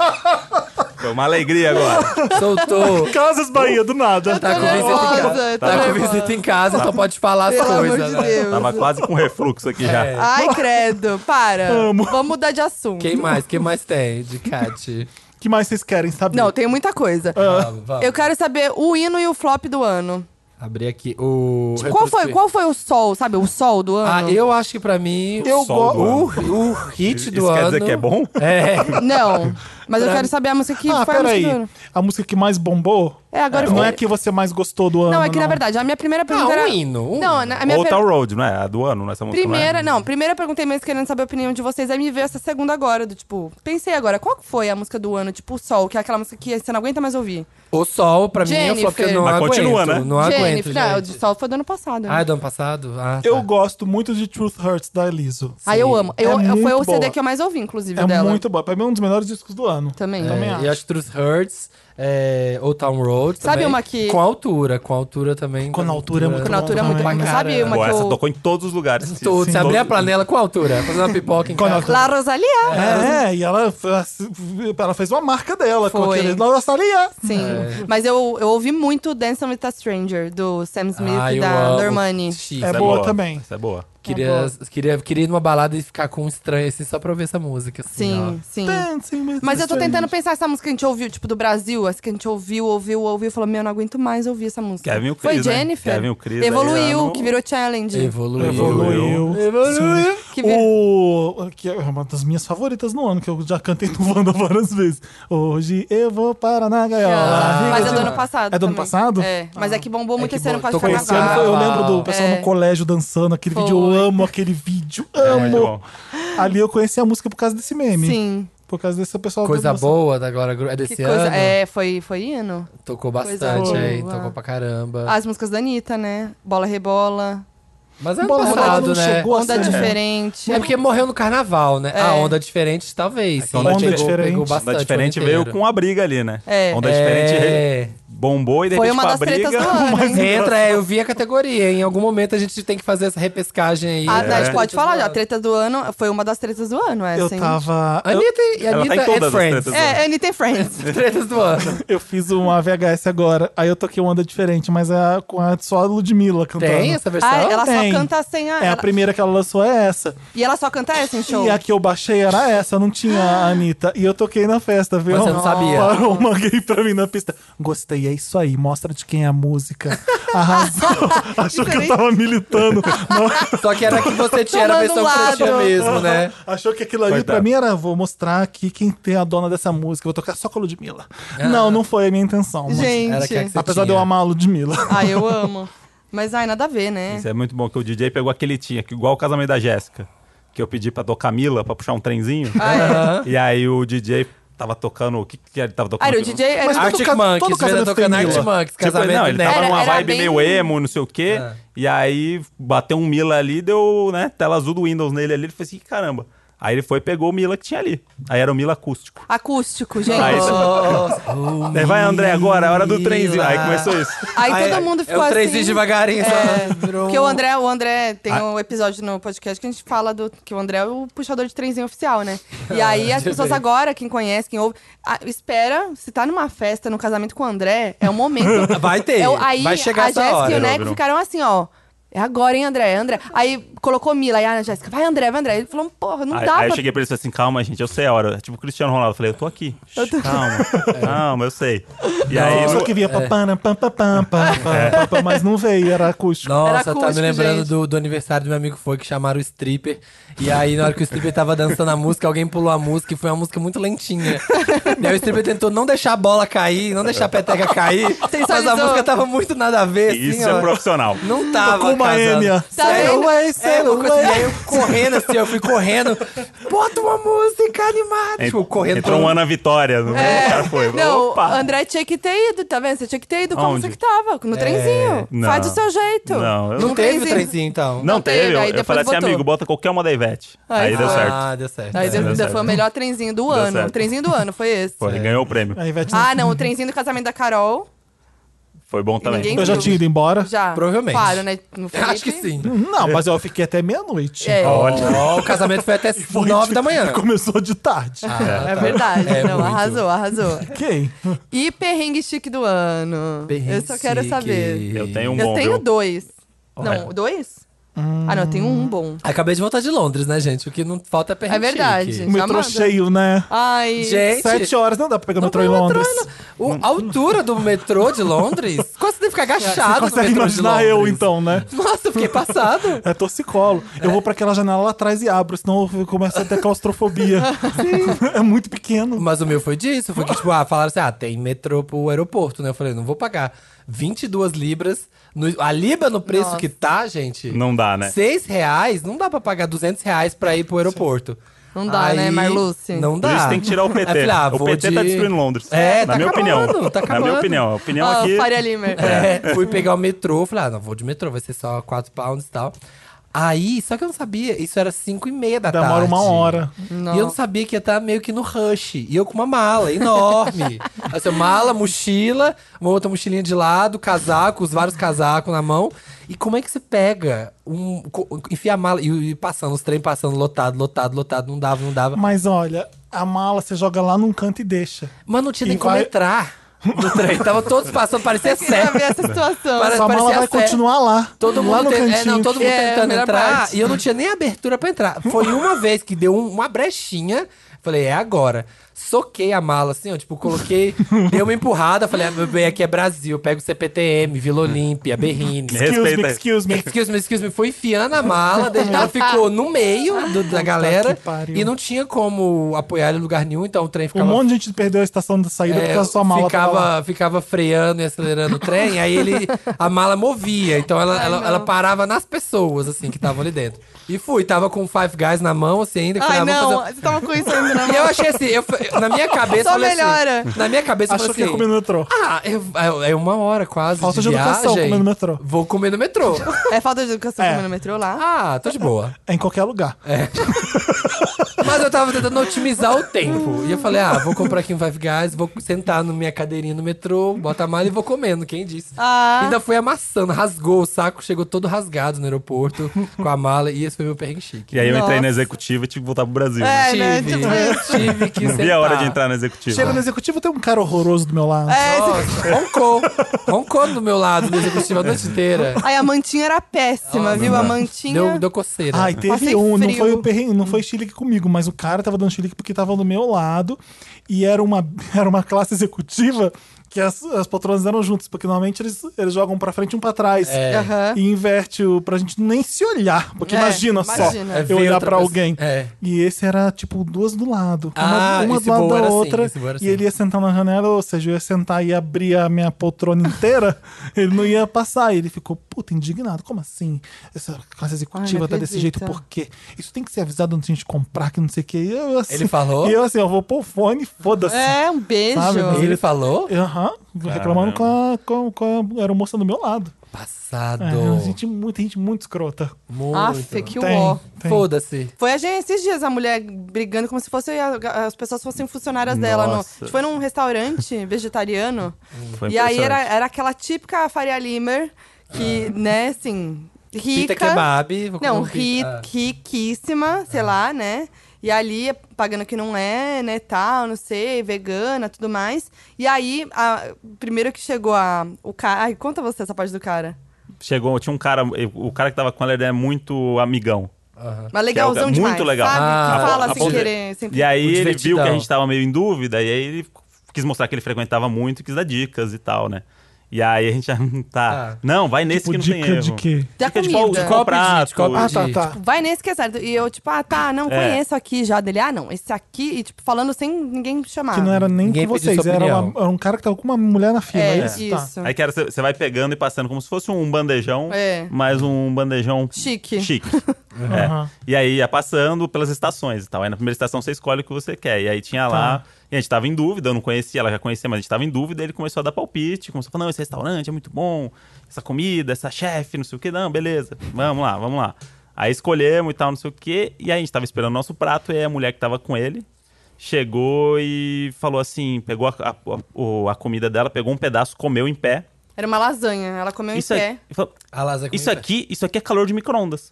Foi uma alegria agora. É. Soltou. (laughs) Casas Bahia, do nada. Tá com visita em nervosa, casa. eu tô Tá com nervosa. visita em casa, só pode falar as Pelo amor coisas. de né? Deus. Tava quase com refluxo aqui já. É. Ai, credo, para. Amo. Vamos mudar de assunto. Quem mais? Quem mais tem de Cat? O que mais vocês querem saber? Não, tem muita coisa. Ah. Vamos, vamos. Eu quero saber o hino e o flop do ano. Abri aqui o. Qual foi, qual foi o sol, sabe? O sol do Ah, ano? eu acho que pra mim. Eu Sol do gosto. ano. O, o hit Isso do ano. quer dizer que é bom? É. Não. Mas eu quero saber a música que Ah, foi a música peraí. do ano. A música que mais bombou? É, um agora eu Não fiquei- é a que você mais gostou do ano. Não, é que na verdade, a minha primeira pergunta Ah, era. um hino, um não, hino. Então, a minha Ou per- Tal Road, não é? A do ano, nessa música, primeira. né? não é? Não, primeira eu perguntei mesmo querendo saber a opinião de vocês. Aí me veio essa segunda agora, do tipo, pensei agora, qual que foi a música do ano? Tipo, o sol, que é aquela música que você não aguenta mais ouvir. O sol, pra mim, é o Jennifer. flop que eu não Mas aguento. continua, né? Não aguento. Jennifer, não, gente. o sol foi do ano passado. né? Ah, é do ano passado? Ah, tá. Eu gosto muito de Truth Hurts, da Eliso. Aí Ah, eu amo. Eu, É eu- foi muito o CD boa. que eu mais ouvi, inclusive, É dela. muito boa. Pra mim é um dos melhores discos do ano. Também. É, Também acho. eu acho Truth Hurts, é, Old Town Road. Sabe também, uma que- Com altura, com altura também. Com altura é muito Porque na altura é muito Também. bom. Sabe uma Pô, que essa eu... tocou em todos os lugares. Tudo, Sim. se abrir a Todo- panela com altura, fazer uma pipoca em Com casa. altura. La Rosalia. É, e ela, ela fez uma marca dela com Foi. aquele Laura Salia. Sim. É. Mas eu, eu ouvi muito Dance with a Stranger, do Sam Smith Ah, e eu da amo. Normani. Chique. É Essa boa também. Essa é boa. Queria, queria, queria ir numa balada e ficar com um estranho assim, só pra ouvir essa música. Assim, Sim, sim. Dancing with Mas the eu tô é Strangers. tentando pensar essa música que a gente ouviu, tipo, do Brasil. Essa que a gente ouviu, ouviu, ouviu. Falou, meu, eu não aguento mais ouvir essa música. Kevin e o Foi Chris, né? Jennifer. Kevin e o Chris, aí né? já Evoluiu, não- que virou challenge. ó. Evoluiu. Evoluiu. Evoluiu. Que vir- O. Que é uma das minhas favoritas no ano, que eu já cantei no Wanda várias vezes. Hoje eu vou para na gaiola. Mas é do ano passado. É do ano também. passado? É, mas Ah. é que bombou muito que esse ano bom- para tô Foi esse ano, Carnaval. foi- eu lembro do pessoal É. no colégio dançando aquele Foi. vídeo. Eu amo aquele vídeo. Muito Amo. Tá bom. Ali eu conheci a música por causa desse meme. Sim. Por causa desse pessoal Coisa dançando. boa da Glória Groove. É desse Que coisa. ano? É, foi, foi hino. Tocou Coisa bastante aí. boa. Tocou pra caramba. As músicas da Anitta, né? Bola Rebola. Mas é ano Bola de Neve passado, não né? chegou a Onda ser- diferente. É porque morreu no carnaval, né? A onda diferente, talvez. que sim. onda Pegou- diferente- Pegou onda Onda bastante o Diferente ano veio inteiro. com a briga ali, né? É. Onda Diferente né? É. bombou e de Foi repente uma com a das tretas briga... assim? do ano, hein? Entra, é, eu vi a categoria. Em algum momento a gente tem que fazer essa repescagem aí. É. Ah, tá, a das É. gente pode tretas falar, do já, a ano. treta do ano foi uma das tretas do ano, essa, Eu hein? tava. Eu, Anitta e Ela tá em Anitta todas and as Friends. tretas. É, Anitta e Friends. Tretas do ano. eu fiz um uma VHS agora, aí eu toquei uma onda diferente, mas é com a, só a Ludmilla cantando. Tem essa versão? Ah, ela Tem. só canta sem a. É, a ela- primeira que ela lançou é essa. E ela só canta essa em show. E a que eu baixei era essa, não tinha a Anitta. E eu toquei na festa, viu? Ah. Mas você não sabia. Parou uma gay pra mim na pista. Gostei, é isso aí, mostra de quem é a música. (laughs) Arrasou. Achou que eu Diferente. tava militando. Não, Só que era que você tinha, era a Tomando versão que você lado. tinha mesmo, né? Achou que aquilo ali Coitado. pra mim era, vou mostrar aqui quem tem a dona dessa música, vou tocar só com a Ludmilla. Ah. Não, não foi a minha intenção. mas- Era que Gente. você Apesar de eu tinha. amar a Ludmilla. Ai, Ah, eu amo. Mas ai, nada a ver, (laughs) né? Isso é muito bom que o DJ pegou aquele tinha, que igual o casamento da Jéssica, que eu pedi pra tocar Mila pra puxar um trenzinho. Aham. E aí o DJ tava tocando. O que, que ele tava tocando? Ah, era o DJ era Mas tipo- Arctic Todo Monkeys, casamento Vera tocando Arctic feminino. Monkeys, Tipo, casamento não, ele né? tava Era- numa era vibe bem- meio emo, não sei o quê. Ah. E aí bateu um Mila ali, deu, né, tela azul do Windows nele ali. Ele fez assim, caramba. Aí ele foi e pegou o Mila que tinha ali. Aí era o Mila acústico. acústico, gente. Aí, Oh, Daí vai, André, agora, é hora do trenzinho. Aí Mila. começou isso. Aí Ah, é- todo mundo ficou é o assim. trenzinho devagarinho, só. É, Virou porque um- o André, o André tem Ah. um episódio no podcast que a gente fala do que o André é o puxador de trenzinho oficial, né? E aí as (laughs) Meu pessoas Deus. agora, quem conhece, quem ouve, a- espera, se tá numa festa, no casamento com o André, é o momento. (laughs) Vai ter, É o- aí vai chegar a essa Jéssica hora. e o Neco Virou, virou. ficaram assim, ó. É agora, hein, André? André. Aí colocou Mila, aí a Jéssica, vai, André, vai, André. Ele falou, porra, não Aí, dá aí eu pra cheguei pra ele e falei assim, calma, gente, eu sei a hora. Tipo o Cristiano Ronaldo. Eu falei, eu tô aqui. (laughs) Calma, É. calma, eu sei. E aí... É Só no- que vinha papana, pam, pam, pam, pam, pam, pam, pam, mas não veio, era acústico. Era Nossa, tá me acústico, lembrando gente. do, do aniversário do meu amigo foi que chamaram o stripper. E aí, na hora que o stripper tava dançando a música, alguém pulou a música e foi uma música muito lentinha. e aí o stripper tentou não deixar a bola cair, não deixar a peteca cair. Mas a Sensualizou. música tava muito nada a ver, assim, Isso ó. é profissional. Não tava, Tocou uma casando. Enya. Tá Sério? vendo? É, uma coisa- e aí eu correndo assim, eu fui correndo. Bota uma música animada. Ent- tipo, correndo. Entrou um ano a vitória. Não O cara foi. É. Não, Opa. André tinha que ter ido, tá vendo? Você tinha que ter ido como Aonde? você que tava, no trenzinho. não. Faz do seu jeito. Não, eu- É, Não No teve o trenzinho. trenzinho, então. Não, Não teve. teve, eu- aí eu depois falei assim, botou. amigo, bota qualquer uma da Ivete. Aí Aí, deu foi. certo. Ah, deu certo. Aí É. deu- deu certo. foi Tá, o melhor trenzinho do Deu ano. certo. O trenzinho do ano foi esse. Pô, ele ganhou o prêmio. A Ivete Ah, não, o trenzinho do casamento da Carol. Foi bom também. Ninguém- Eu já tinha ido embora? Já. Provavelmente. Claro, né? No Felipe. Acho que sim. Não, mas eu fiquei até meia-noite. É. Ó, o casamento (laughs) foi até Foi 9 de- tipo, da manhã. Ah, Começou de tarde. É verdade, É não, muito. arrasou, arrasou. Quem? E perrengue chique do ano? eu só quero Perrengue saber. chique. Eu tenho um Eu bom, tenho viu? dois. Olha. Não, dois? Hum. Ah, não, eu tenho um bom. Acabei de voltar de Londres, né, gente? O que não falta é perrengue É verdade. chique. O metrô Amanda. cheio, né? Ai. Gente, Sete horas não dá pra pegar não metrô em tem metrô, né? Londres. Um não. O- a altura do metrô de Londres? (laughs) Quase tem que ficar agachado no metrô Consegue de imaginar eu, Londres. então, né? Nossa, eu fiquei passado. É torcicolo. Eu vou pra aquela janela lá atrás e abro, senão eu começo a ter claustrofobia. (laughs) é muito pequeno. Mas o meu foi disso. Foi que, tipo, ah, falaram assim: ah, tem metrô pro aeroporto, né? Eu falei, não vou pagar 22 libras. no- a libra no preço Nossa. que tá, gente. Não dá, né? 6 reais, não dá pra pagar 200 reais pra ir pro aeroporto. Não dá, né, Marluce? Não Por dá. isso tem que tirar (laughs) o PT. Aí eu falei, ah, o vou PT de- tá destruindo Londres. É, Na tá minha acabando, opinião. tá Na minha acabando. opinião. A opinião Ah, aqui. Faria Limer. É, fui pegar o metrô, falei, ah, não, vou de metrô, vai ser só 4 pounds e tal. Aí, só que eu não sabia, isso era 5 e meia da Demora tarde. uma hora. E eu não Nossa. sabia que ia estar meio que no rush. E eu com uma mala enorme. assim, mala, mochila, uma outra mochilinha de lado, casacos, vários casacos na mão. E como é que se pega um. co- Enfia a mala e, e passando, os trem passando, lotado, lotado, lotado, não dava, não dava. Mas olha, a mala você joga lá num canto e deixa. Mas não tinha nem E vai- como entrar no trem. Tava todos (laughs) passando, parecia Queria ver sério. essa situação. Parece- Sua mala parecia sério. vai continuar lá. Todo lá mundo, no te- cantinho. é, não, todo mundo É, tentando melhor entrar parte. e eu não tinha nem abertura pra entrar. Foi uma vez que deu um- uma brechinha. Falei, é agora. Soquei a mala assim, ó, tipo, (laughs) coloquei, dei uma empurrada, falei, ah, meu bem, aqui é Brasil, pego o CPTM, Vila (laughs) Olímpia, Berrini. Me Excuse Respeita me, aí. (laughs) excuse me. Excuse me, excuse me. Foi enfiando a (laughs) mala, daí ela ficou no meio do- da galera Ah, que pariu. e não tinha como apoiar ela em lugar nenhum, então o trem Um ficava monte de gente perdeu a estação de saída é, porque a sua mala tava lá. ficava, ficava freando e acelerando o trem, aí ele a mala movia, então ela, ela, não. ela parava nas pessoas, assim, que estavam ali dentro. E fui, tava com o Five Guys na mão, assim, ainda. falei, Ai, ah, vou não, fazer- você tava com isso ainda né, na mão. (laughs) E eu achei assim, eu, na (laughs) minha cabeça. Só eu falei melhora. Assim, na minha cabeça, eu Achou que falei ia assim, comer no metrô. Ah, é- é, é uma hora quase. Falta de viagem. educação comer no metrô. Vou comer no metrô. É falta de educação É. comer no metrô lá. Ah, tô de boa. É em qualquer lugar. (laughs) Mas eu tava tentando otimizar o tempo. E eu falei, ah, vou comprar aqui um Five Guys, vou sentar na minha cadeirinha no metrô, bota a mala e vou comendo, quem disse? Ah. Ainda foi amassando, rasgou o saco, chegou todo rasgado no aeroporto com a mala e esse foi meu perrengue chique. E aí eu entrei Nossa. na executiva e tive que voltar pro Brasil. É. né? né? Tive, Tipo isso. tive que Não vi a hora de entrar na executiva. Chega no executivo, tem um cara horroroso do meu lado. É, esse- Nossa, roncou. Roncou do meu lado no executivo a noite inteira. Aí a mantinha era péssima, viu? A mantinha. Deu, deu coceira. Ai, teve Passei um, não frio. foi, o perrengue, não foi chilique comigo, mas o cara tava dando chilique porque tava do meu lado e era uma, (laughs) era uma classe executiva que as, as patronas eram juntas, porque normalmente eles, eles jogam pra frente e um pra trás. É. Aham. E inverte o pra gente nem se olhar, porque É, imagina, imagina. só É ver eu olhar outra pra pessoa. alguém. É. E esse era tipo duas do lado, Ah, uma, uma esse do lado voo da era assim, outra, esse voo era e assim. ele ia sentar na janela, ou seja, eu ia sentar e abrir a minha poltrona inteira, (laughs) ele não ia passar. E ele ficou, puta, indignado. Como assim? Essa classe executiva Ai, não tá desse jeito, acredito. por quê? Isso tem que ser avisado antes de a gente comprar, que não sei o quê. E eu, assim, Ele falou? (laughs) E eu assim, eu vou pôr o fone, foda-se. É, um beijo. Sabe, E Ele falou? Aham, reclamando com a, com, com a. Era a moça do meu lado. Passado. É, gente, muito, gente muito escrota. Muito. Aff, que Tem, uó. tem. Foda-se. Foi a gente, esses dias a mulher brigando como se fosse a- as pessoas fossem funcionárias dela. No, a Nossa. gente foi num restaurante vegetariano. Foi e aí era, impressionante. era aquela típica Faria Limer, que, né, assim, rica. Pita kebab. Vou comer Não, um ri, pita. Ah. riquíssima, sei lá, né? E ali, pagando que não é, né, tal, não sei, vegana, tudo mais. E aí, a- primeiro que chegou a, o cara... Ai, conta você essa parte do cara. Chegou, tinha um cara, o cara que tava com ela, ele é muito amigão. Mas legalzão muito demais, legal. sabe? Ah, que fala a sem ponto- querer, sem E aí ele viu divertidão. que a gente tava meio em dúvida, e aí ele quis mostrar que ele frequentava muito e quis dar dicas e tal, né? E aí a gente já tá. Ah. Não, vai nesse Tipo, que não tem dica erro. de quê? Da Dica de qual, comida. de qual prato. De qual Ah, tá, De- tá. Vai nesse que é certo. E eu, tipo, ah, tá, não, conheço aqui já. Dele, ah, não, esse aqui. E, tipo, falando sem ninguém chamar. Que não é era nem Ninguém com pediu vocês, sua era, opinião. uma- era um cara que tava com uma mulher na fila. É, É, isso? Tá. isso. Aí que era, você você vai pegando e passando como se fosse um bandejão, É. mas um bandejão Chique. chique. É. Aham. E aí ia passando pelas estações e tal. Aí na primeira estação você escolhe o que você quer. E aí tinha lá. E a gente tava em dúvida, eu não conhecia, ela já conhecia, mas a gente tava em dúvida. e Ele começou a dar palpite, começou a falar: não, esse restaurante é muito bom, essa comida, essa chefe, não sei o que. Não, beleza, vamos lá, vamos lá. Aí escolhemos e tal, não sei o que. E aí a gente tava esperando o nosso prato e aí a mulher que tava com ele chegou e falou assim: pegou a, a- a- o- a comida dela, pegou um pedaço, comeu em pé. Era uma lasanha. Ela comeu Isso, em aqui- pé. e falou, A Lasa isso aqui, isso aqui é calor de micro-ondas.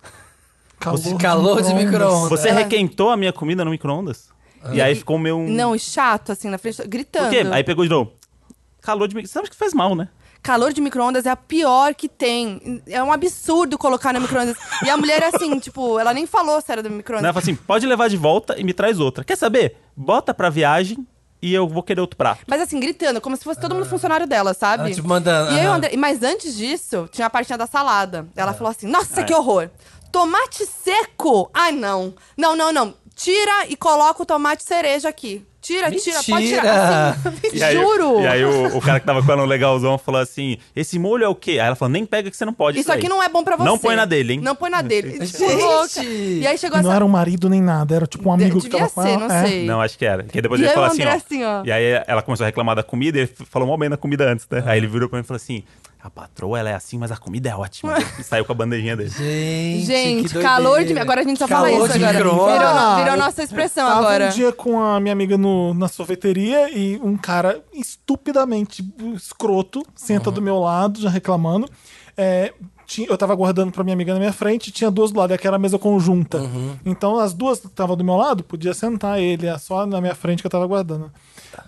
De calor de micro-ondas. Você Ela- requentou a minha comida no micro-ondas? E aí ficou meio um. Não, e chato, assim, na frente, Por gritando. quê? Aí pegou de novo. Calor de micro. Sabe que faz mal, né? Calor de micro-ondas é a pior que tem. É um absurdo colocar no micro-ondas. e a mulher, assim, (laughs) tipo, ela nem falou se era do Ela micro-ondas. fala assim: pode levar de volta e me traz outra. Quer saber? Bota pra viagem e eu vou querer outro prato. Mas assim, gritando, como se fosse todo Ah. mundo funcionário dela, sabe? Ela, tipo, mandando, E aí, o aham. André... Mas antes disso, tinha a partinha da salada. Ela É. falou assim: Nossa, que horror! Tomate seco! Ah, não! Não, não, não. Tira e coloca o tomate cereja aqui. Tira, tira, pode tirar. Mentira! (laughs) Assim, E aí, juro! E aí o, o cara que tava com ela no legalzão falou assim: esse molho é o quê? Aí ela falou: nem pega que você não pode. Isso aqui não é bom pra você. Não põe na dele, hein? Não põe (laughs) na dele. Tipo, Gente! louca. E aí chegou E não essa. era um marido nem nada, era tipo um amigo que Devia tava com ser, ela. não É. sei. Não, acho que era. Porque depois E ele aí falou o assim, ó, André assim, ó. E aí ela começou a reclamar da comida e ele f- falou mal bem da comida antes, né? Aí ele virou pra mim e falou assim: a patroa ela é assim, mas a comida é (laughs) ótima. e saiu com a bandejinha dele. Gente, Gente, que calor de. doideira. Agora a gente só calor fala isso de agora. Virou, micro-ondas. no- Ah, virou eu nossa expressão Tava Então agora. um dia com a minha amiga no- na sorveteria e um cara estupidamente escroto senta do meu lado, já reclamando. É, tinha- eu tava guardando pra minha amiga na minha frente, tinha duas do lado, é e aquela mesa conjunta. Uhum. Então as duas que estavam do meu lado, podia sentar ele, é só na minha frente que eu tava guardando.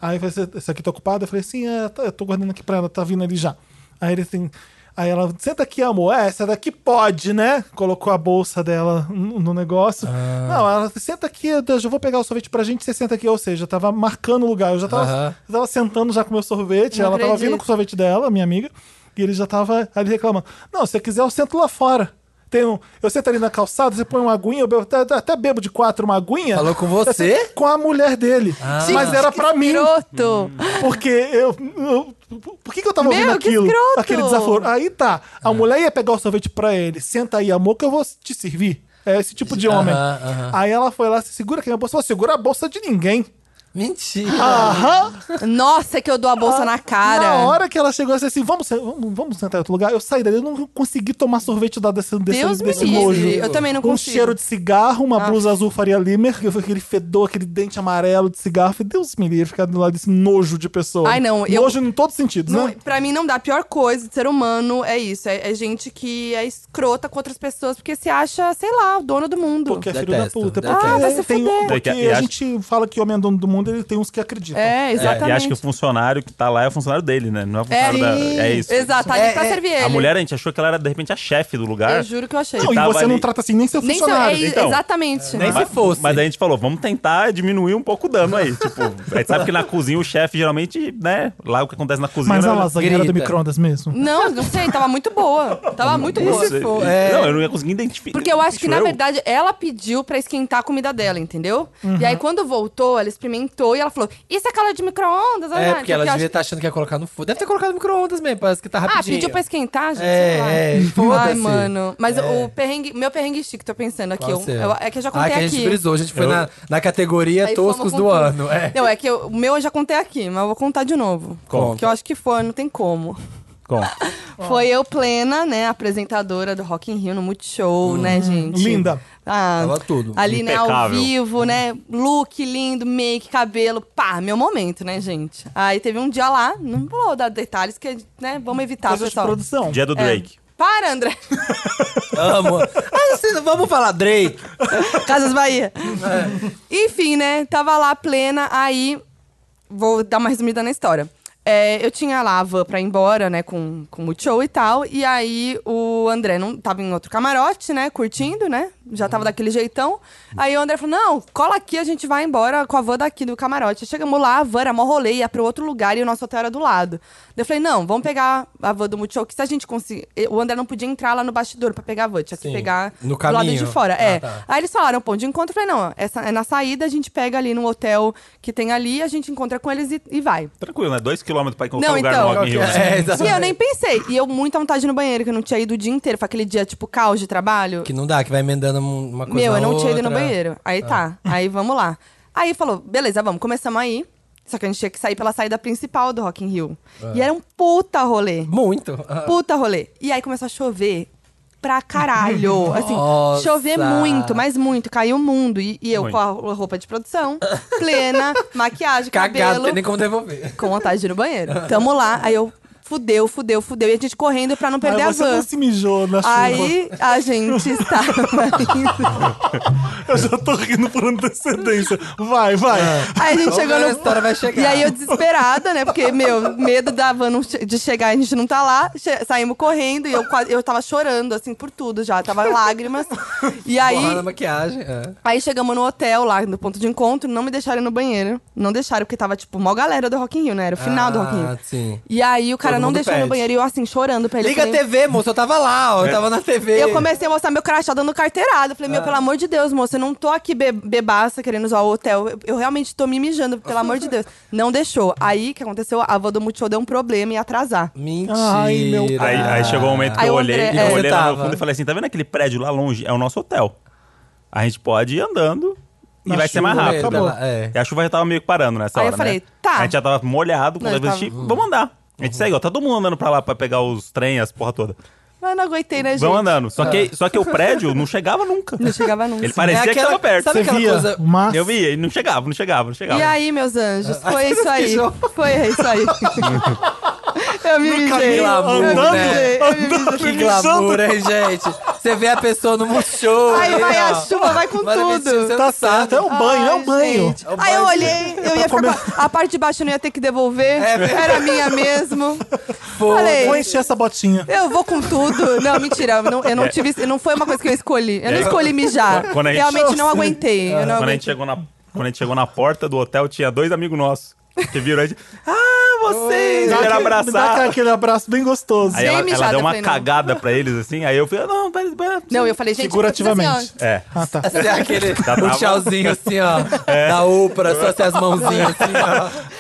Aí eu falei, essa aqui tá ocupada? Eu falei, sim, é, tá, eu tô guardando aqui pra ela, tá vindo ali já. Aí ele assim. Aí ela, senta aqui, amor. É, essa daqui pode, né? Colocou a bolsa dela no no negócio. Ah. Não, ela, senta aqui, eu já vou pegar o sorvete pra gente, você senta aqui. Ou seja, eu tava marcando o lugar. Eu já tava, Aham. eu tava sentando já com o meu sorvete. Não ela tava acredito. vindo com o sorvete dela, minha amiga. E ele já tava ali reclamando. Não, se você quiser, eu sento lá fora. Tem um, eu sento ali na calçada, você põe uma aguinha, eu bebo, até, até bebo de quatro uma aguinha. Falou com você? Ah. Eu sento Com a mulher dele. Mas era pra mim. Piroto. Porque eu. eu- por que, que eu tava Meu, ouvindo que aquilo? escroto! Aquele desaforo. Aí tá. É. A mulher ia pegar o sorvete pra ele. Senta aí, amor, que eu vou te servir. É esse tipo de Aham, homem. aham. Aí ela foi lá, se segura aqui minha bolsa. Falou, segura a bolsa de ninguém. Mentira. Aham! Nossa, é que eu dou a bolsa na cara. Ah, Na hora que ela chegou assim, assim vamos, sen- vamos, vamos sentar em outro lugar, eu saí dali, eu não consegui tomar sorvete da desse, desse, Deus me desse livre. nojo. Eu também não um consigo. Ah. cheiro de cigarro, uma blusa azul Faria Limer, que eu vi aquele fedor, aquele dente amarelo de cigarro. Eu Falei, Deus me livre ficar do lado desse nojo de pessoa. Ai, não, eu- Nojo em todos os sentidos, Não, né? pra mim não dá. A pior coisa de ser humano é isso. É, é gente que é escrota com outras pessoas porque se acha, sei lá, o dono do mundo. Porque é filho da Detesto, puta. detesto. Porque, Ah, vai se tem, fuder. porque É que- e a acho- gente fala que homem é dono do mundo, ele tem uns que acreditam. É, exatamente. E acho que o funcionário que tá lá é o funcionário dele, né? Não é o funcionário sim. da. É isso. Exato, tá É, ali pra é. servir ele. A mulher, a gente achou que ela era, de repente, a chefe do lugar. Eu juro que eu achei. Não, e tava você não ali- trata assim nem seu Nem se é, funcionário. então. Exatamente. Nem se Mas- fosse. Mas daí a gente falou, vamos tentar diminuir um pouco o dano aí. tipo, a gente sabe que na cozinha o chefe geralmente, né? Lá o que acontece na cozinha. Mas é né, a lasanha era do Grita. micro-ondas mesmo? Não, não sei, tava muito boa. Tava muito não boa. sei. for, é- Não, eu não ia conseguir identificar. Porque eu acho que, Tipo, na eu- verdade, ela pediu pra esquentar a comida dela, entendeu? E Uhum. aí, quando voltou, ela experimentou e ela falou: Isso é calor de micro-ondas? É, Ana?" porque ela Ah, eu devia acho- estar achando que ia colocar no fogo. Deve ter colocado no micro-ondas mesmo, parece que tá Ah, rapidinho. pediu pra esquentar, gente? É, Sei lá. é, Ai, foda-se. mano. Mas É. o perrengue, meu perrengue chique, tô pensando aqui. Qual eu- o seu? eu- é que eu já contei ah, que a gente aqui. brisou, a gente foi Eu- na, na categoria Aí toscos fomos do com tudo. ano. É. Não, é que eu- o meu eu já contei aqui, mas eu vou contar de novo. Conta. Porque eu acho que foi, não tem como. Com. Foi eu plena, né, apresentadora do Rock in Rio no Multishow, Uhum. né, gente? Linda. Ah, Tava tudo. Ali, né, ao Impecável. vivo, né? Look lindo, make, cabelo. Pá, meu momento, né, gente? Aí teve um dia lá, não vou dar detalhes, que, né, vamos evitar, Coisas de pessoal. produção. Dia do É. Drake. Para, André! Amo. Ah, vocês- vamos falar Drake. Casas Bahia. É. Enfim, né? Tava lá plena, aí. Vou dar uma resumida na história. É, eu tinha lá a van pra ir embora, né, com, com o Multishow e tal. E aí o André não tava em outro camarote, né, curtindo, né? Já Uhum. tava daquele jeitão. Aí o André falou: não, cola aqui, a gente vai embora com a van daqui do camarote. Chegamos lá, a van era mó rolê, ia pro outro lugar e o nosso hotel era do lado. Daí Eu falei: não, vamos pegar a van do Multishow, que se a gente conseguir. O André não podia entrar lá no bastidor pra pegar a van, tinha Sim. que pegar No do lado de caminho. fora. é. Ah, tá. Aí eles falaram, ponto de encontro, eu falei, não, essa, é na saída, a gente pega ali no hotel que tem ali, a gente encontra com eles e, e vai. Tranquilo, né? Dois quilômetros pra ir em qualquer Não, lugar então. no Rock in Rio. né? É, E eu exatamente. nem pensei. E eu muita vontade de ir no banheiro, que eu não tinha ido o dia inteiro. Foi aquele dia, tipo, caos de trabalho. Que não dá, que vai emendando um- uma coisa Meu, eu não tinha ido outra. no Ah. banheiro. Aí tá, aí vamos lá. Aí falou, beleza, vamos, começamos aí. Só que a gente tinha que sair pela saída principal do Rock in Rio. É. E era um puta rolê. Muito. Ah. Puta rolê. E aí começou a chover pra (laughs) caralho. Assim, Nossa. chover muito, mas muito. Caiu o mundo. E, e eu com a roupa de produção, (laughs) plena, maquiagem, Cagado, não tem cabelo, nem como devolver. com vontade de ir no banheiro. Tamo lá, aí eu fudeu, fudeu, fudeu. E a gente correndo pra não perder Aí a você van. não se mijou na chuva. Aí a gente (laughs) estava indo. Eu já tô rindo por um antecedência. É Vai, vai. Aí a gente Vamos chegou ver, no. a história vai chegar. (laughs) E aí eu desesperada, né? Porque, meu, medo da van não che- de chegar e a gente não tá lá. Che- Saímos correndo e eu, quase- eu tava chorando, assim, por tudo já. Tava lágrimas. E aí. Borrar na maquiagem. é. Aí chegamos no hotel lá, no ponto de encontro, não me deixaram ir no banheiro. Não deixaram, porque tava, tipo, mó galera do Rock in Rio, né? Era o final do Rock in Ah, Rio. sim. E aí o cara Todo não mundo deixou ir no pede. banheiro e eu, assim, chorando pra ele. Liga a falei, TV, moço. Eu tava lá, É. ó. Eu tava na TV. eu comecei a mostrar meu crachá dando carteirada. Eu Falei, Ah. meu, pelo amor de Deus, moça, eu não tô aqui be bebaça querendo usar o hotel. Eu, eu realmente tô me mijando, pelo amor de Deus. Não deixou. Aí, o que aconteceu? A avó do Multishow deu um problema e atrasar. Mentira. Ai, meu- Aí, Ah. aí chegou um momento que Aí eu o olhei, André- eu é. olhei lá no Você fundo tava. e falei assim: tá vendo aquele prédio lá longe? É o nosso hotel. A gente pode ir andando e Na vai ser mais chuva, rápido. acabou. É. E a chuva já tava meio que parando nessa Aí eu hora. falei, né? tá. A gente já tava molhado, com Não, a eu tava- gente, vamos andar. A Uhum. gente segue, ó, tá todo mundo andando pra lá pra pegar os trens, as porra toda. Mas não aguentei, né, gente? Vão andando. Só que, só que o prédio não chegava nunca. Não chegava nunca. Ele parecia É aquela- que tava perto. sabe Você aquela via coisa- mas... Eu (laughs) via, e não chegava, não chegava, não chegava. E aí, meus anjos, Ah. foi Ai, isso aí. beijou. Foi isso aí. eu me mijei. Camila, Eu me andando, mijei, eu me mijei. né? Que glamour, hein, gente? Você vê a pessoa no show. Aí vai a chuva, vai com Mano, tudo. é mentira, você não Tá sabe. certo, é o banho, é Ai, o banho. gente. É o Aí eu banho. olhei, eu ia ficar com a, a parte de baixo eu não ia ter que devolver. É era minha mesmo. Foda. Falei, Vou encher essa botinha. eu vou com tudo. Não, mentira, eu não, eu não tive, não foi uma coisa que eu escolhi. Eu não É. escolhi mijar. Quando a gente- Realmente não aguentei. Eu não Quando a, gente aguentei. chegou na, quando a gente chegou na porta do hotel, tinha dois amigos nossos que viram a gente. Ah, vocês! Dá Queram aquele- abraçar. Dá aquele abraço bem gostoso. Aí Bem ela, ela mijada, deu eu uma falei, não. cagada pra eles, assim. Aí eu falei, não, pera, pera. Não, eu falei, gente, eu preciso assim, ó. Figurativamente. É. Ah, tá. É. Você é aquele Já um tava. tchauzinho assim, ó. Da Oprah, só assim, as mãozinhas assim, ó.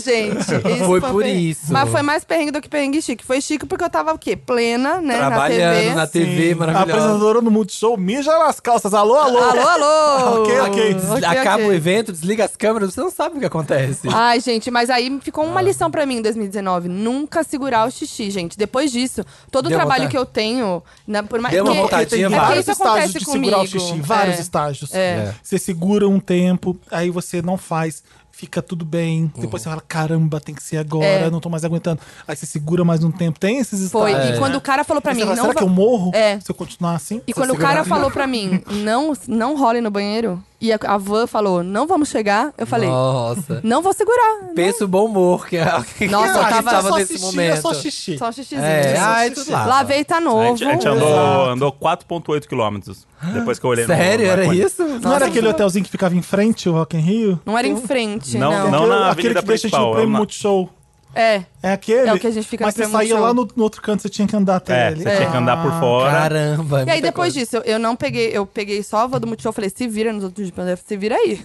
(laughs) gente. Isso Foi um por perrengue. isso. Mas foi mais perrengue do que perrengue chique. Foi chique porque eu tava o quê? Plena, né? Trabalhando na na TV. TV, A maravilhosa. apresentadora do Multishow mija nas calças. Alô, alô. (laughs) Alô, alô! Ok, ok. Ok, Acaba ok. o evento, desliga as câmeras, você não sabe o que acontece. Ai, gente, mas aí ficou Ah. uma lição pra mim em 2019. Nunca segurar o xixi, gente. Depois disso, todo o Deu trabalho vontade? que eu tenho... Na, por mais Deu uma É que- vontade. Tem Tadinha, vários vai. estágios Isso de acontece segurar o comigo. xixi. Vários É. estágios. É. Você segura um tempo, aí você não faz, fica tudo bem. Depois você fala, caramba, tem que ser agora, Uhum. É. não tô mais aguentando. Aí você segura mais um tempo. Tem esses Foi. estágios. É. E quando o cara falou pra Aí mim... você fala, não será vai- que eu morro É. se eu continuar assim? E quando o cara falou pra mim, não, não role no banheiro, e a, a van falou, não vamos chegar, eu falei, Nossa. não vou segurar. Pensa o bom humor que a que a Nossa, eu gente tava- tava Ah, só nesse xixi, momento. É só xixi. Só um xixizinho. É, ai, xixi. tudo lá. Lavei, tá A novo. gente, a gente andou, andou 4,8 quilômetros depois que eu olhei no- Sério? no Era iPhone. isso? Não era então aquele hotelzinho que ficava em frente, o Rock in Rio? Não era em frente, Não, não. não. Aquele- na Aquele Avenida que deixa a gente Principal, no Prêmio é uma- Multishow. É. É aquele? É o que a gente fica no Mas você Prêmio saía Multishow. Ah. lá no, no outro canto, você tinha que andar até É, ele. você tinha que andar Ah, por fora. Caramba. E é aí, muita depois coisa. disso, eu, eu não peguei, eu peguei só a van do Multishow, falei, se vira nos outros dias, se vira (laughs) aí.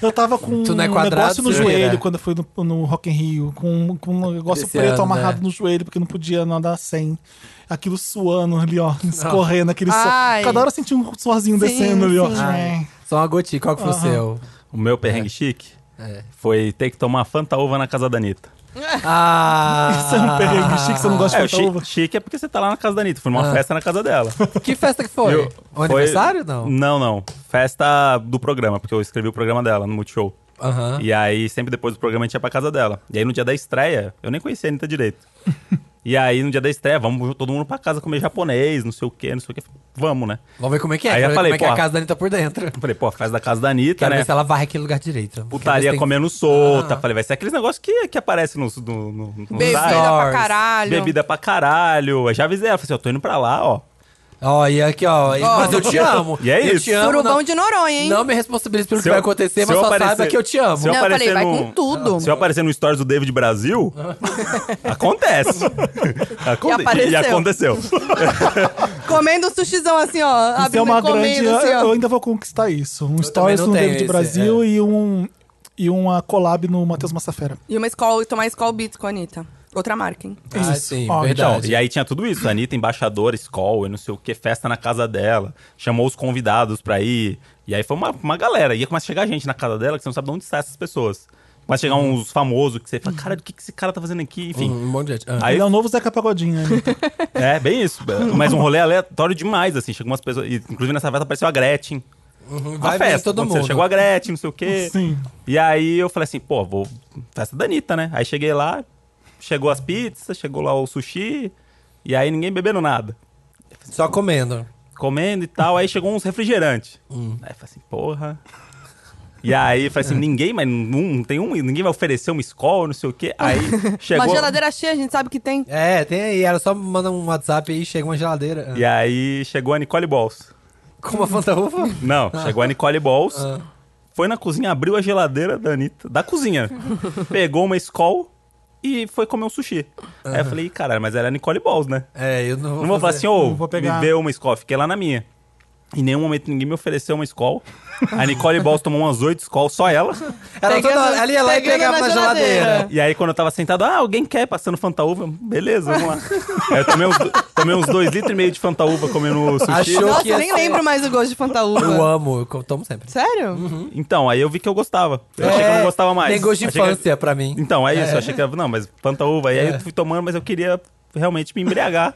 Eu tava com Tu não é um quadrado, negócio no você joelho vira. quando eu fui no, no Rock in Rio, com, com um negócio Desse preto ano, amarrado né? no joelho, porque não podia andar sem. Aquilo suando ali, ó, escorrendo aquele suor. Ai. Cada hora eu sentia um suorzinho Sim, descendo ali, ó. sim. É. Só uma gotinha. Qual que foi o seu? É. O meu perrengue chique foi ter que tomar Fanta Uva na casa da Anitta. Ah! Isso é um perrengue chique, você não gosta É, de o faltar uva. chi- chique é porque você tá lá na casa da Anitta. Foi numa festa na casa dela. Que festa que foi? Eu- O aniversário, não? Não, não. Festa do programa, porque eu escrevi o programa dela no Multishow. Aham. E aí, sempre depois do programa, a gente ia pra casa dela. E aí, no dia da estreia, eu nem conhecia a Anitta (laughs) direito. e aí, no dia da estreia, vamos todo mundo pra casa comer japonês, não sei o quê, não sei o quê. Vamos, né? Vamos ver como é que é. Aí eu pra ver falei, como é que é a pô, casa da Anitta por dentro. Eu falei, pô, festa da casa da Anitta, Quero né? ver se ela varre aquele lugar direito. Putaria comendo. comendo solta. Falei, vai ser aqueles negócios que, que aparece nos, no, no, nos Ah. Bebida sites. pra Stars. caralho. Bebida pra caralho. Eu já avisei ela, falei assim, eu tô indo pra lá, ó. Ó, e aqui, ó. Mas eu te amo. (laughs) E é eu isso. Te amo, Surubão não, de Noronha, hein? não me responsabilize Se pelo que eu- vai se acontecer, mas eu só saiba aparecer- que eu te amo. se eu Não, eu aparecer falei, vai no- com tudo. Se eu aparecer no Stories do David (laughs) Brasil, acontece. Aconte- E apareceu. E aconteceu. Comendo um sushizão assim, ó. Isso é Abrindo uma e comendo grande. assim, ó. Eu ainda vou conquistar isso. Um também stories não no tenho é. David esse, Brasil e um. E uma collab no Matheus Massafera. E uma escola, tomar escola Beats com a Anitta. Outra marca, hein? Ah, Isso. sim, Ó, Então, verdade. e aí tinha tudo isso. A Anitta, embaixadora, escola, não sei o que, festa na casa dela. Chamou os convidados pra ir. E aí foi uma, uma galera. Ia começar a chegar gente na casa dela que você não sabe de onde está essas pessoas. Começa a chegar Uhum. uns famosos que você fala, cara, o que, que esse cara tá fazendo aqui? Enfim. um monte de gente. Ah. Aí Ele é o novo Zeca Pagodinho, (laughs) né? É, bem isso. Mas um rolê aleatório demais, assim. Chegou umas pessoas. e, Inclusive nessa festa apareceu a Gretchen. Uhum, Uma vai ver festa. todo aconteceu. mundo. Chegou a Gretchen, não sei o quê. Sim. E aí eu falei assim, pô, vou. Festa da Anitta, né? Aí cheguei lá, chegou as pizzas, chegou lá o sushi. E aí ninguém bebendo nada. Só comendo. Comendo e tal. Aí chegou uns refrigerantes. Aí eu falei assim, porra. E aí, eu falei assim, ninguém, mas não, não tem um, ninguém vai oferecer uma escola, não sei o quê. Aí chegou. Uma geladeira cheia, a gente sabe que tem. É, tem aí. Ela só manda um WhatsApp e chega uma geladeira. E aí chegou a Nicole Balls. (laughs) Com uma fanta (laughs) uva? Não, chegou a Nicole Balls. Ah. Foi na cozinha, abriu a geladeira da Anitta, da cozinha. pegou uma escol e foi comer um sushi. Aí eu falei, "Ih, caralho, mas ela é a Nicole Balls, né? É, eu não vou. Não vou falar assim, fazer. ô, Não vou me pegar. deu uma escola, fiquei lá na minha. Em nenhum momento ninguém me ofereceu uma escola. A Nicole Balls tomou umas oito escolas, só ela. Ela toda hora- ela ia lá e pegando pegava na na geladeira. geladeira. E aí, quando eu tava sentado, ah, alguém quer passando fantaúva? Beleza, vamos lá. Aí (laughs) eu tomei uns, do- tomei uns dois litros e meio de fantaúva comendo sushi. Achou Nossa, que ia eu nem assim, ser- lembro mais o gosto de Fantaúva. Eu amo, eu tomo sempre. Sério? Então, aí eu vi que eu gostava. Eu achei que eu não gostava mais. Tem gosto É, de Achei que- infância É. pra mim. Então, é isso. Eu achei que era, não, mas planta uva. E aí eu fui tomando, mas eu queria realmente me embriagar.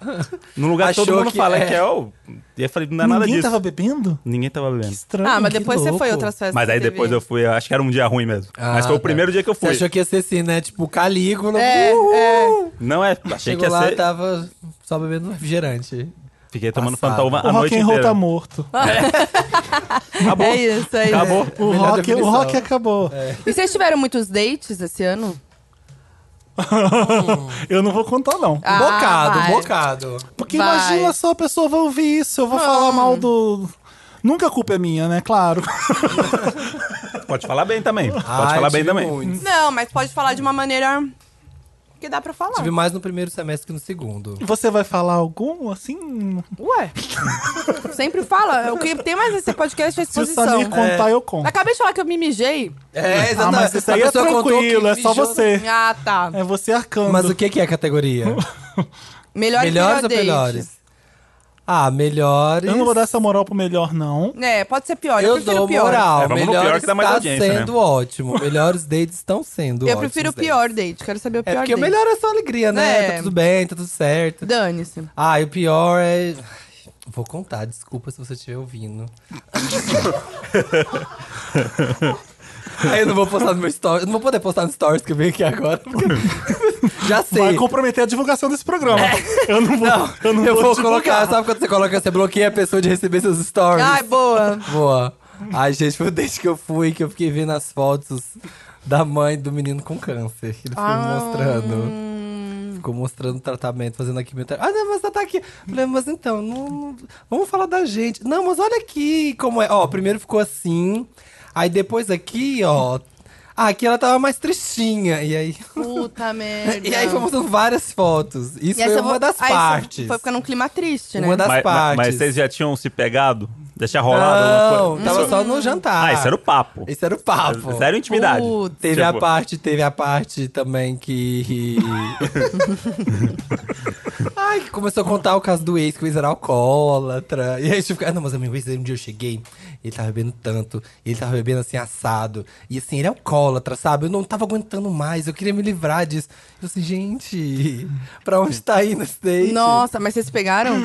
Num lugar que todo Achou mundo que fala é. que é o... E eu falei, não é nada Ninguém disso. tava bebendo? Ninguém tava bebendo. Estranho. Ah, mas que depois você louco. foi outras festas. Mas aí que teve. depois eu fui, eu acho que era um dia ruim mesmo. mas Ah, foi o tá. primeiro dia que eu fui. Você achou que ia ser assim, né? Tipo, Calígula. É, Uhul! é. Não é, achei que Chegou ia lá, tá. ser... tava só bebendo refrigerante. Fiquei tomando Passado. planta uva o a rock noite and roll inteira. tá morto. Acabou. É isso, é isso. Acabou. O Melhor rock, o definição. É. rock acabou. E vocês tiveram muitos dates esse ano? Eu não vou contar, não. Ah, bocado, vai. bocado. Porque vai. Ah. imagina só, a pessoa vai ouvir isso. Eu vou falar mal do. Nunca a culpa é minha, né? Claro. (laughs) Pode falar bem também. Pode Ai, falar bem tive também. muitos. Não, mas pode falar de uma maneira que dá pra falar. Tive mais no primeiro semestre que no segundo. Você vai falar algum, assim? Ué, (laughs) sempre fala. O que tem mais nesse podcast é a Se o exposição. É. Samir contar, eu conto. Acabei de falar que eu me mijei. É, Ah, mas isso aí é tranquilo, é só você. Ah, tá. É você arcando. Mas o que que é a categoria? (laughs) Melhores, melhores e pior ou date. piores? Ah, melhores. Eu não vou dar essa moral pro melhor, não. É, pode ser pior. Eu, Eu prefiro dou pior. moral. É, vamos no pior melhores que dá mais tá audiência, né? sendo ótimo. Melhores dates estão sendo Eu ótimos prefiro o dates. pior date. Quero saber o É pior porque date. o melhor é só alegria, né? É. Tá tudo bem, tá tudo certo. Dane-se. Ah, e o pior é. Ai, Vou contar, desculpa se você (laughs) estiver ouvindo. Aí eu não vou postar no meu story. Eu não vou poder postar no stories que eu venho aqui agora. porque- (laughs) Já sei. Vai comprometer a divulgação desse programa. É, Eu não vou. Não, eu não eu vou, divulgar. colocar. Sabe quando você coloca, você bloqueia a pessoa de receber seus stories? Ai, boa. Boa. Ai, gente, foi desde que eu fui que eu fiquei vendo as fotos da mãe do menino com câncer. que Ele foi Ah, mostrando. hum. Ficou mostrando o tratamento, fazendo a quimioterapia. Ah, não, mas ela tá aqui. Falei, mas então, não, não- vamos falar da gente. Não, mas olha aqui como é. Ó, primeiro ficou assim. Aí depois aqui, ó. Ah, aqui ela tava mais tristinha. E aí. (laughs) Puta merda. E aí foi mostrando várias fotos. Isso E aí foi você uma vo- das aí você partes. Foi ficando um clima triste, né? Uma das Mas, mas, partes. mas vocês já tinham se pegado? Já tinha rolado alguma Não, coisa? tava só no jantar. Ah, isso era o papo. Esse era o papo. Isso era intimidade. Putz. Teve a Tipo, parte, teve a parte (laughs) também que. Ai, que começou a contar o caso do ex, que o ex era alcoólatra. E aí a gente fica, ah, não, mas amigo, esse um dia eu cheguei, ele tava bebendo tanto, ele tava bebendo assim, assado. E assim, ele é alcoólatra, sabe? Eu não tava aguentando mais, eu queria me livrar disso. Eu assim, gente, pra onde tá indo esse date? Nossa, mas vocês pegaram?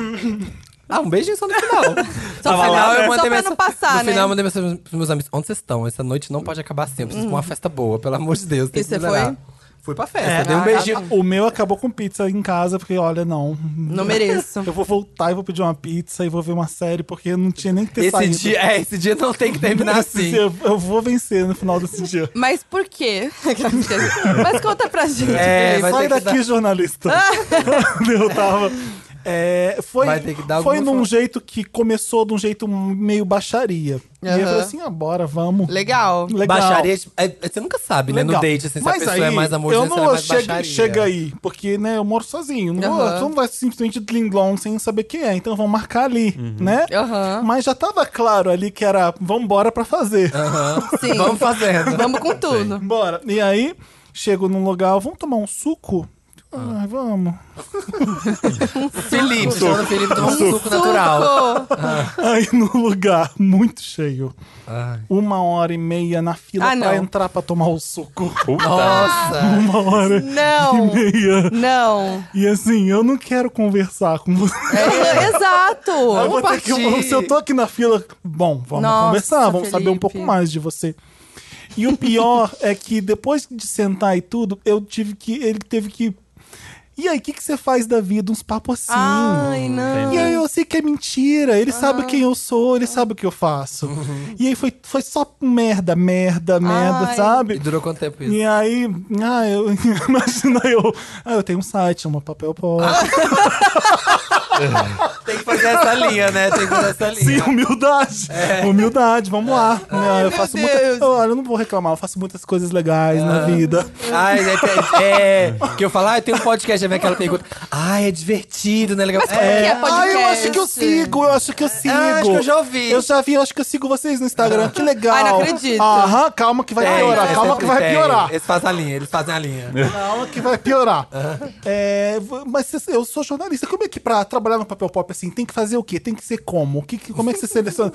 Ah, um beijinho (laughs) só no final. Só no pra final não- eu só mandei pra mensagem- não passar, No né? final eu mandei mensagem pros meus amigos. Onde vocês estão? Essa noite não pode acabar assim. Eu preciso de uma festa boa, pelo amor de Deus. tem E que você melhorar." foi? Fui pra festa. É, dei um Ah, beijinho. O meu acabou com pizza em casa, porque olha, não. (laughs) Não mereço. Eu vou voltar e vou pedir uma pizza e vou ver uma série, porque não tinha nem que ter Esse saído. é dia, é, esse dia não tem que terminar (laughs) assim. Eu, eu vou vencer no final desse dia. Mas por quê? (laughs) mas conta pra gente. É, vai Sai ter que daqui, dar- (laughs) jornalista. eu tava. É, foi Vai ter que dar foi alguma forma. num jeito que começou de um jeito meio baixaria. E aí Aham. eu falei assim: ah, bora, vamos. Legal. Legal. Baixaria. tipo, é, é, você nunca sabe, né? No date, assim, se a pessoa é mais eu amorosa, se não ela é mais chega, baixaria. chega aí, porque, né, eu moro sozinho. Não, vou- Aham. tu não vai simplesmente linglong sem saber quem é. Então vamos marcar ali, Uhum. né? Aham. Mas já tava claro ali que era vambora pra fazer. Aham. Sim. Vamos fazendo. (laughs) Vamos com tudo. Bora. E aí, chego num lugar, vamos tomar um suco? Ah. Ai, vamos. Felipe, chama o Felipe toma um suco natural. Suco. Aí (laughs) no lugar, muito cheio. Ai. Uma hora e meia na fila Ah, pra não. entrar pra tomar o suco. puta. Nossa. Uma (laughs) hora Não. (laughs) e meia. Não. E assim, eu não quero conversar (laughs) com você. É, exato. Eu vou ter que- partir. se eu tô aqui na fila, bom, vamos Nossa, conversar, vamos saber um Felipe. pouco mais de você. E o pior é que depois de sentar e tudo, eu tive que. Ele teve que. E aí, o que, que você faz da vida? Uns papos assim. Ai, não. Entendi. E aí eu sei que é mentira. Ele sabe quem eu sou, ele sabe o que eu faço. Uhum. E aí foi, foi só merda, merda, merda, Ai. E sabe? durou quanto tempo isso? E aí, ah, eu (laughs) imagina eu. Ah, eu tenho um site, chama Papel Pop. Ah, Tem que fazer essa linha, né? Tem que fazer essa linha. Sim, (laughs) humildade. É. Humildade, vamos lá. Né, eu meu faço muita- Deus. eu, olha, eu não vou reclamar, eu faço muitas coisas legais na vida. Ai, é, é, que eu falo, ah, tem um podcast, aí vem aquela pergunta. Ai, é divertido, né? Legal. como que é podcast? Ah, eu acho que eu sigo, eu acho que eu sigo. Ah, acho que eu já ouvi. Eu já vi, eu acho que eu sigo vocês no Instagram. Que legal. Ai, não acredito. Aham, calma que vai Tem, piorar, tem, calma tem, que vai tem. piorar. É. Eles fazem a linha, eles fazem a linha. Calma que vai piorar. É, v- mas cê- eu sou jornalista. Como é que pra trabalhar no papel pop assim, tem que fazer o quê? Tem que ser como? O que, que- como é que você seleciona?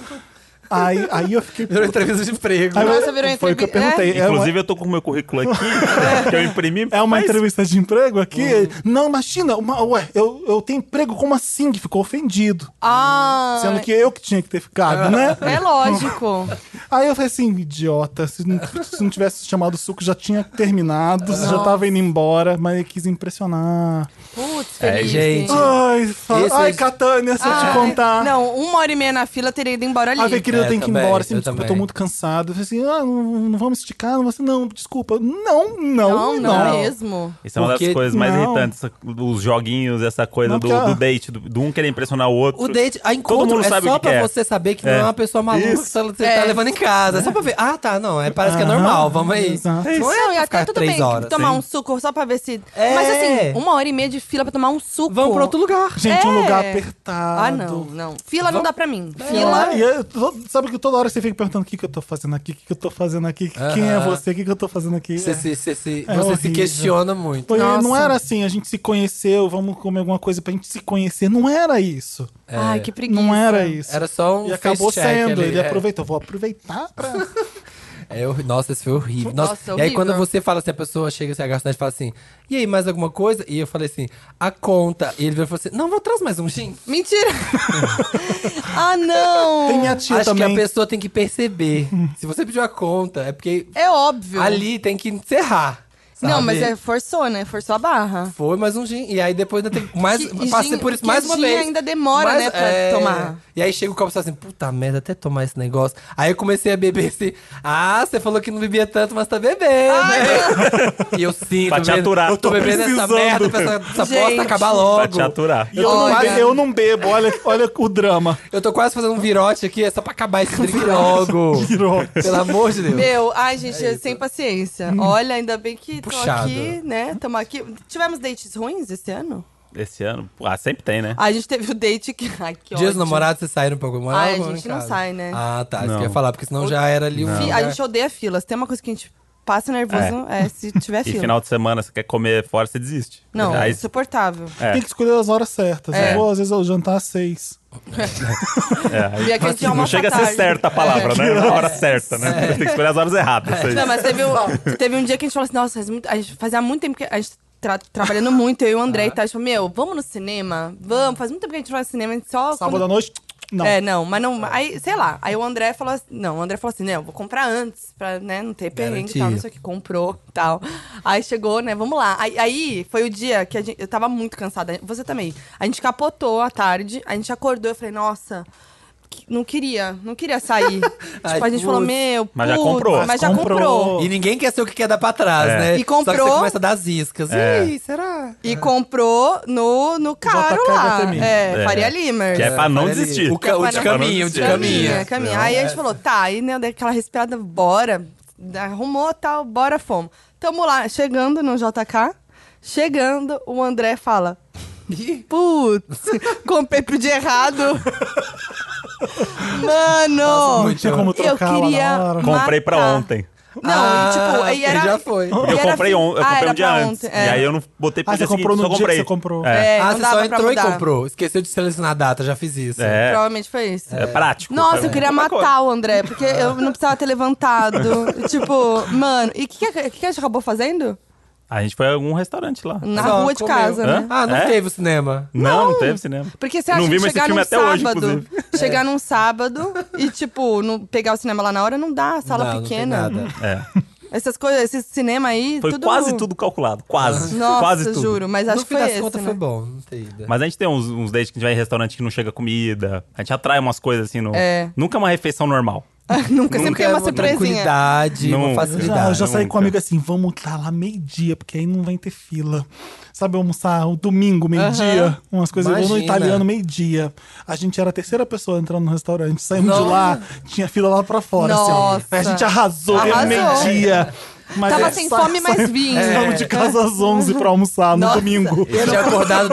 Aí, aí (laughs) eu fiquei. Virou entrevista de emprego. Aí eu- Nossa, virou Foi o que eu entrevi- é? perguntei. É uma- Inclusive, eu tô com o meu currículo aqui, (laughs) que eu imprimi. É uma faz entrevista de emprego aqui? Não, imagina, uma, ué, eu, eu tenho emprego, como assim? Que ficou ofendido. Ah. Sendo que eu que tinha que ter ficado, né? (laughs) (laughs) É lógico. Aí eu falei assim, idiota, se não, se não tivesse chamado o suco, já tinha terminado, já tava indo embora, mas eu quis impressionar. Putz, É, Felipe. gente. Ai, fa- Esse Ai é- Catânia, se eu te Ai, contar. Não, uma hora e meia na fila teria ido embora Ah, ali. Ave querido, É, eu tenho que ir também, embora, assim, eu desculpa, eu tô também. muito cansado. Eu falei assim, ah, não, não vamos esticar, não, você, não, desculpa. Não, não, Não, não, não. mesmo. Isso é uma um Porque- das coisas mais não. irritantes. essa- Os joguinhos, essa coisa Não, do, porque, ó, do date, do, do um querer impressionar o outro. O date, a encontro mundo é sabe o só que pra que é. você saber que não é É. uma pessoa maluca que Isso. você tá É. levando em casa. É só pra ver. Ah, tá, não. É, parece que é Aham, normal, vamos aí. exato. Não é Não, e pra até ficar tudo bem três horas. tomar hein? um suco só pra ver se. É. Mas assim, uma hora e meia de fila pra tomar um suco. Vamos pra outro lugar. Gente, um É. lugar apertado. Ah, não, não. Fila não dá pra mim. É. Fila. Fila. E eu tô- sabe que toda hora você fica perguntando o que, que eu tô fazendo aqui, o que, que eu tô fazendo aqui, que- quem é Aham. você, o que, que eu tô fazendo aqui. Você, É. se, você, se, É você se horrível. questiona muito. Foi- não Nossa. era assim, a gente se conheceu, vamos comer alguma coisa pra gente se conhecer. Não era isso. Ai, que preguiça. Não era isso. Era só um E acabou face check sendo. ali, Ele é. aproveitou. Vou aproveitar (laughs) pra. É hor- Nossa, isso foi horrível. Nossa, Nossa, e aí horrível. quando você fala assim, a pessoa chega assim, a garçonete fala assim, e aí, mais alguma coisa? E eu falei assim, a conta. E ele veio e falou assim, não, vou trazer mais um gin. (laughs) Mentira! ah, não! Tem minha tia Acho que também. a pessoa tem que perceber. Se você pediu a conta, é porque É óbvio. ali tem que encerrar. sabe? Não, mas é, forçou, né? Forçou a barra. Foi mais um gin. E aí depois ainda (laughs) tem mais. Que- e passei gin- por isso que mais uma gin vez. é. ainda demora, né, pra tomar. E aí chega o copo e fala assim, puta merda, até tomar esse negócio. Aí eu comecei a beber assim. Ah, você falou que não bebia tanto, mas tá bebendo. (laughs) né? e eu sinto. Pra te mesmo. aturar. Eu tô, Tô bebendo essa precisando. merda pra essa, essa Gente. bosta acabar logo. Pra te aturar. Eu não, Olha. be- eu não bebo, olha, olha o drama. Eu tô quase fazendo um virote aqui, é só pra acabar esse drink (laughs) logo. Virou. Pelo amor de Deus. Meu, ai, gente, eu sem paciência. Olha, ainda bem que tô Hum. Puxado. aqui, né? Tamo aqui. Tivemos dates ruins esse ano? Esse ano. Ah, sempre tem, né? A gente teve o date que. (laughs) Ai, que Dias ótimo. namorados, vocês saíram pra algum Ai, a algum gente em não casa? sai, né? Ah, tá. Isso Não. que eu ia falar, porque senão já era ali um. Fi- A lugar- gente odeia filas. Tem uma coisa que a gente passa nervoso é, se (laughs) tiver E fila. final de semana, você quer comer fora, você desiste. Não, é Aí, insuportável. É. Tem que escolher as horas certas. É. Eu vou, às vezes, ao jantar às seis. é, aí E aqui a gente não almoça chega a ser tarde. É. certa a palavra, (laughs) né? Na hora certa, né? é. Tem que escolher as horas erradas. isso aí. Não, mas (laughs) teve um, teve um dia que a gente falou assim, nossa, faz muito- a gente fazia muito tempo que a gente tra- trabalhando muito, eu e o André e tal, a gente falou, meu, vamos no cinema? Vamos, faz muito tempo que a gente não vai no cinema, a gente só... Sábado quando- à noite, não. É, não, mas não, aí, sei lá, aí o André falou assim, não, o André falou assim, não, eu vou comprar antes, pra, né, não ter perrengue e tal, não Garantia. sei o que, comprou e tal. Aí chegou, né, vamos lá. Aí, aí foi o dia que a gente, eu tava muito cansada, você também. A gente capotou à tarde, a gente acordou, eu falei, nossa... que- Não queria, não queria sair. tipo, Ai, a gente falou, putz. meu, Mas já putz, comprou. Mas já Comprou. comprou. E ninguém quer ser o que quer dar pra trás, É. né? E Só que comprou- você começa a dar as iscas. É. Ih, será? E comprou no, no caro JK lá. Guatemi. É, É. Faria Limer. Que é pra não Olha ali. desistir. O, ca- o de É pra não É. caminho, o de desistir. caminho. caminha, caminha. Aí a é. gente falou, tá, aí né, deu aquela respirada, bora. Arrumou tal, bora, fomos. Tamo lá, chegando no JK, chegando, o André fala, Ih, putz, (laughs) comprei pro de errado. Mano! Não tinha como eu trocar lá na queria. hora. (laughs) Comprei pra matar. ontem. Não, Ah, e, tipo, aí ok, era. já foi. Porque eu era comprei, fim- on- eu Ah, comprei era um dia pra antes. ontem, é. E aí eu não botei pro Ah, dia você comprou seguinte, no só dia comprei. que você comprou. É. É, ah, não você dava só pra entrou e mudar. comprou. Esqueceu de selecionar a data, já fiz isso. É. Provavelmente foi isso. É prático. Nossa, sabe? eu queria Uma coisa. matar o André, porque eu não precisava ter levantado. (laughs) tipo, mano, e o que, que, que a gente acabou fazendo? A gente foi a algum restaurante lá. Na Só rua de comeu. casa, Hã? né? Ah, não É? teve o cinema. Não, não teve cinema. Porque você Eu acha não que vi mais esse chegar num filme até hoje, sábado. inclusive. É. chegar num sábado e, tipo, não pegar o cinema lá na hora não dá, sala Não, não tem pequena. nada. É. Essas coisas, esse cinema aí. Foi tudo... quase tudo calculado. Quase. Nossa, quase tudo. juro, mas acho no que fim foi das esse, contas né? (laughs) foi bom, não ter ido. Mas a gente tem uns, uns dates que a gente vai em restaurante que não chega comida. A gente atrai umas coisas assim no. É. Nunca é uma refeição normal. Nunca, sempre tem é uma surpresinha. tranquilidade, Não. uma Eu já, eu facilidade. já saí nunca. com um amigo assim, vamos tá lá meio-dia, porque aí não vai ter fila. Sabe, almoçar o domingo, meio-dia, umas coisas. Eu vou no Imagina. italiano, meio-dia. A gente era a terceira pessoa entrando no restaurante. Saímos de Nossa. lá, tinha fila lá pra fora. assim, ó. Nossa. Aí a gente arrasou, deu Arrasou. meio-dia. Mas Tava é, sem sai- fome, mas vinha. É. Saímos de casa às 11 pra almoçar no Nossa. domingo. Eu tinha acordado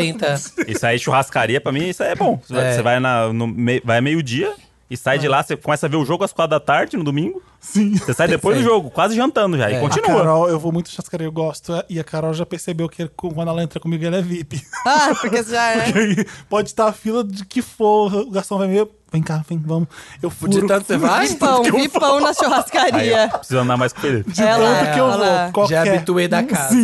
10h40. Isso aí, churrascaria, pra mim, isso aí é bom. Você vai- É. Você vai, na, no mei- vai meio-dia e sai É. de lá, você começa a ver o jogo às quatro da tarde no domingo. Sim. Ah, Você sai depois do jogo, quase jantando já. É. E A continua. Carol, eu vou muito chascaria, eu gosto. E a Carol já percebeu que quando ela entra comigo, ela é (laughs) VIP. Ah, porque já é. Porque aí pode estar a fila de que for. O garçom vai ver. Vem cá, vem, vamos. Eu furo. De tanto você (laughs) vai? Vipão, vipão na Aí eu churrascaria. preciso andar mais com ele. De Ela, tanto que eu ela. vou. Qualquer. Já habituei da casa.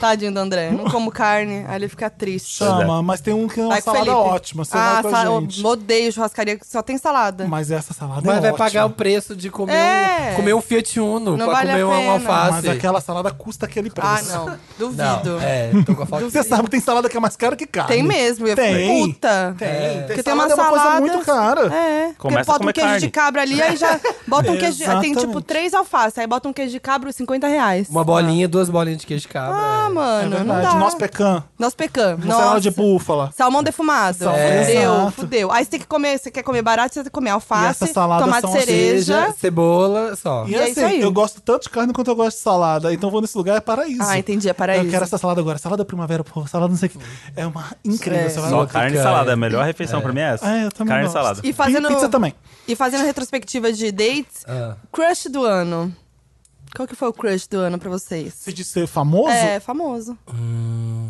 Tadinho do André. Não como carne, aí ele fica triste. Chama, mas tem um que é uma Vai com o salada Felipe. ótima. Você ah, vai com sa- a eu gente. odeio churrascaria que só tem salada. Mas essa salada é Mas vai ótima. pagar o preço de comer, É. um, comer um Fiat Uno, Não pra vale a comer um pena. Mas alface. aquela salada custa aquele preço. Ah, não. Duvido. Não, é, tô com a falta (laughs) Você sabe que tem salada que é mais cara que carne. Tem mesmo, eu Tem. fico puta. Tem. Porque tem uma é uma coisa salada- muito cara. cara. É, porque Começa a bota um comer queijo carne. de cabra ali, aí (laughs) já bota um queijo. de- Tem tipo Exatamente. três alfaces, aí bota um queijo de cabra, 50 reais. Uma bolinha, duas bolinhas de queijo de cabra. Ah, é. É mano, não verdade. dá. Nós pecan. Nós pecamos. Mussarela de búfala. Salmão defumado. Salmão É. defumado. Fudeu, fudeu. Aí você tem que comer, você quer comer barato, você tem que comer E alface, essas saladas tomate são cereja. cebola, só. E, E é assim, isso aí. eu gosto tanto de carne quanto eu gosto de salada. Então vou nesse lugar, é paraíso. Ah, entendi, é paraíso. Eu quero essa salada agora. Salada primavera, pô, salada não sei o que. É uma incrível. É. Você vai Só lá. carne e cara. salada. A melhor refeição pra mim é essa. É, eu também carne e gosto. salada. E fazendo, Pizza também. e fazendo a retrospectiva de dates, Ah. crush do ano. Qual que foi o crush do ano pra vocês? Se de ser famoso, É, famoso.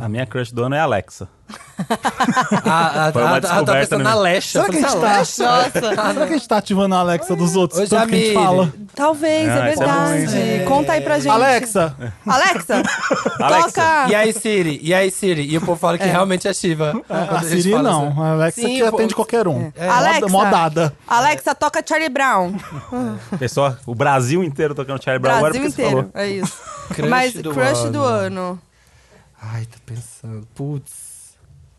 A minha crush do ano é a Alexa. Ah, ah, (laughs) Foi uma ah, ah, tava descoberta né? pensando minha. na Leste. Será Eu que a gente falei, tá- "Leste?" é, (laughs) Nossa. será que a gente tá ativando a Alexa dos outros? Oi, tanto que a gente Jamile. fala. Talvez, é Ah, isso é verdade. Conta aí pra gente. Alexa, (laughs) Alexa! Alexa. Toca! E aí, Siri? E aí, Siri? E o povo fala que realmente é Shiva. a, a Ah, Siri não. A Alexa Sim, que pô. atende qualquer um. É. Alexa. Mó, dada. Alexa, toca Charlie Brown. Pessoal, o Brasil inteiro tocando Charlie Brown agora Brasil porque você inteiro. falou. É isso. (laughs) Crush Mas do crush ano. do ano. Ai, tô pensando. Putz.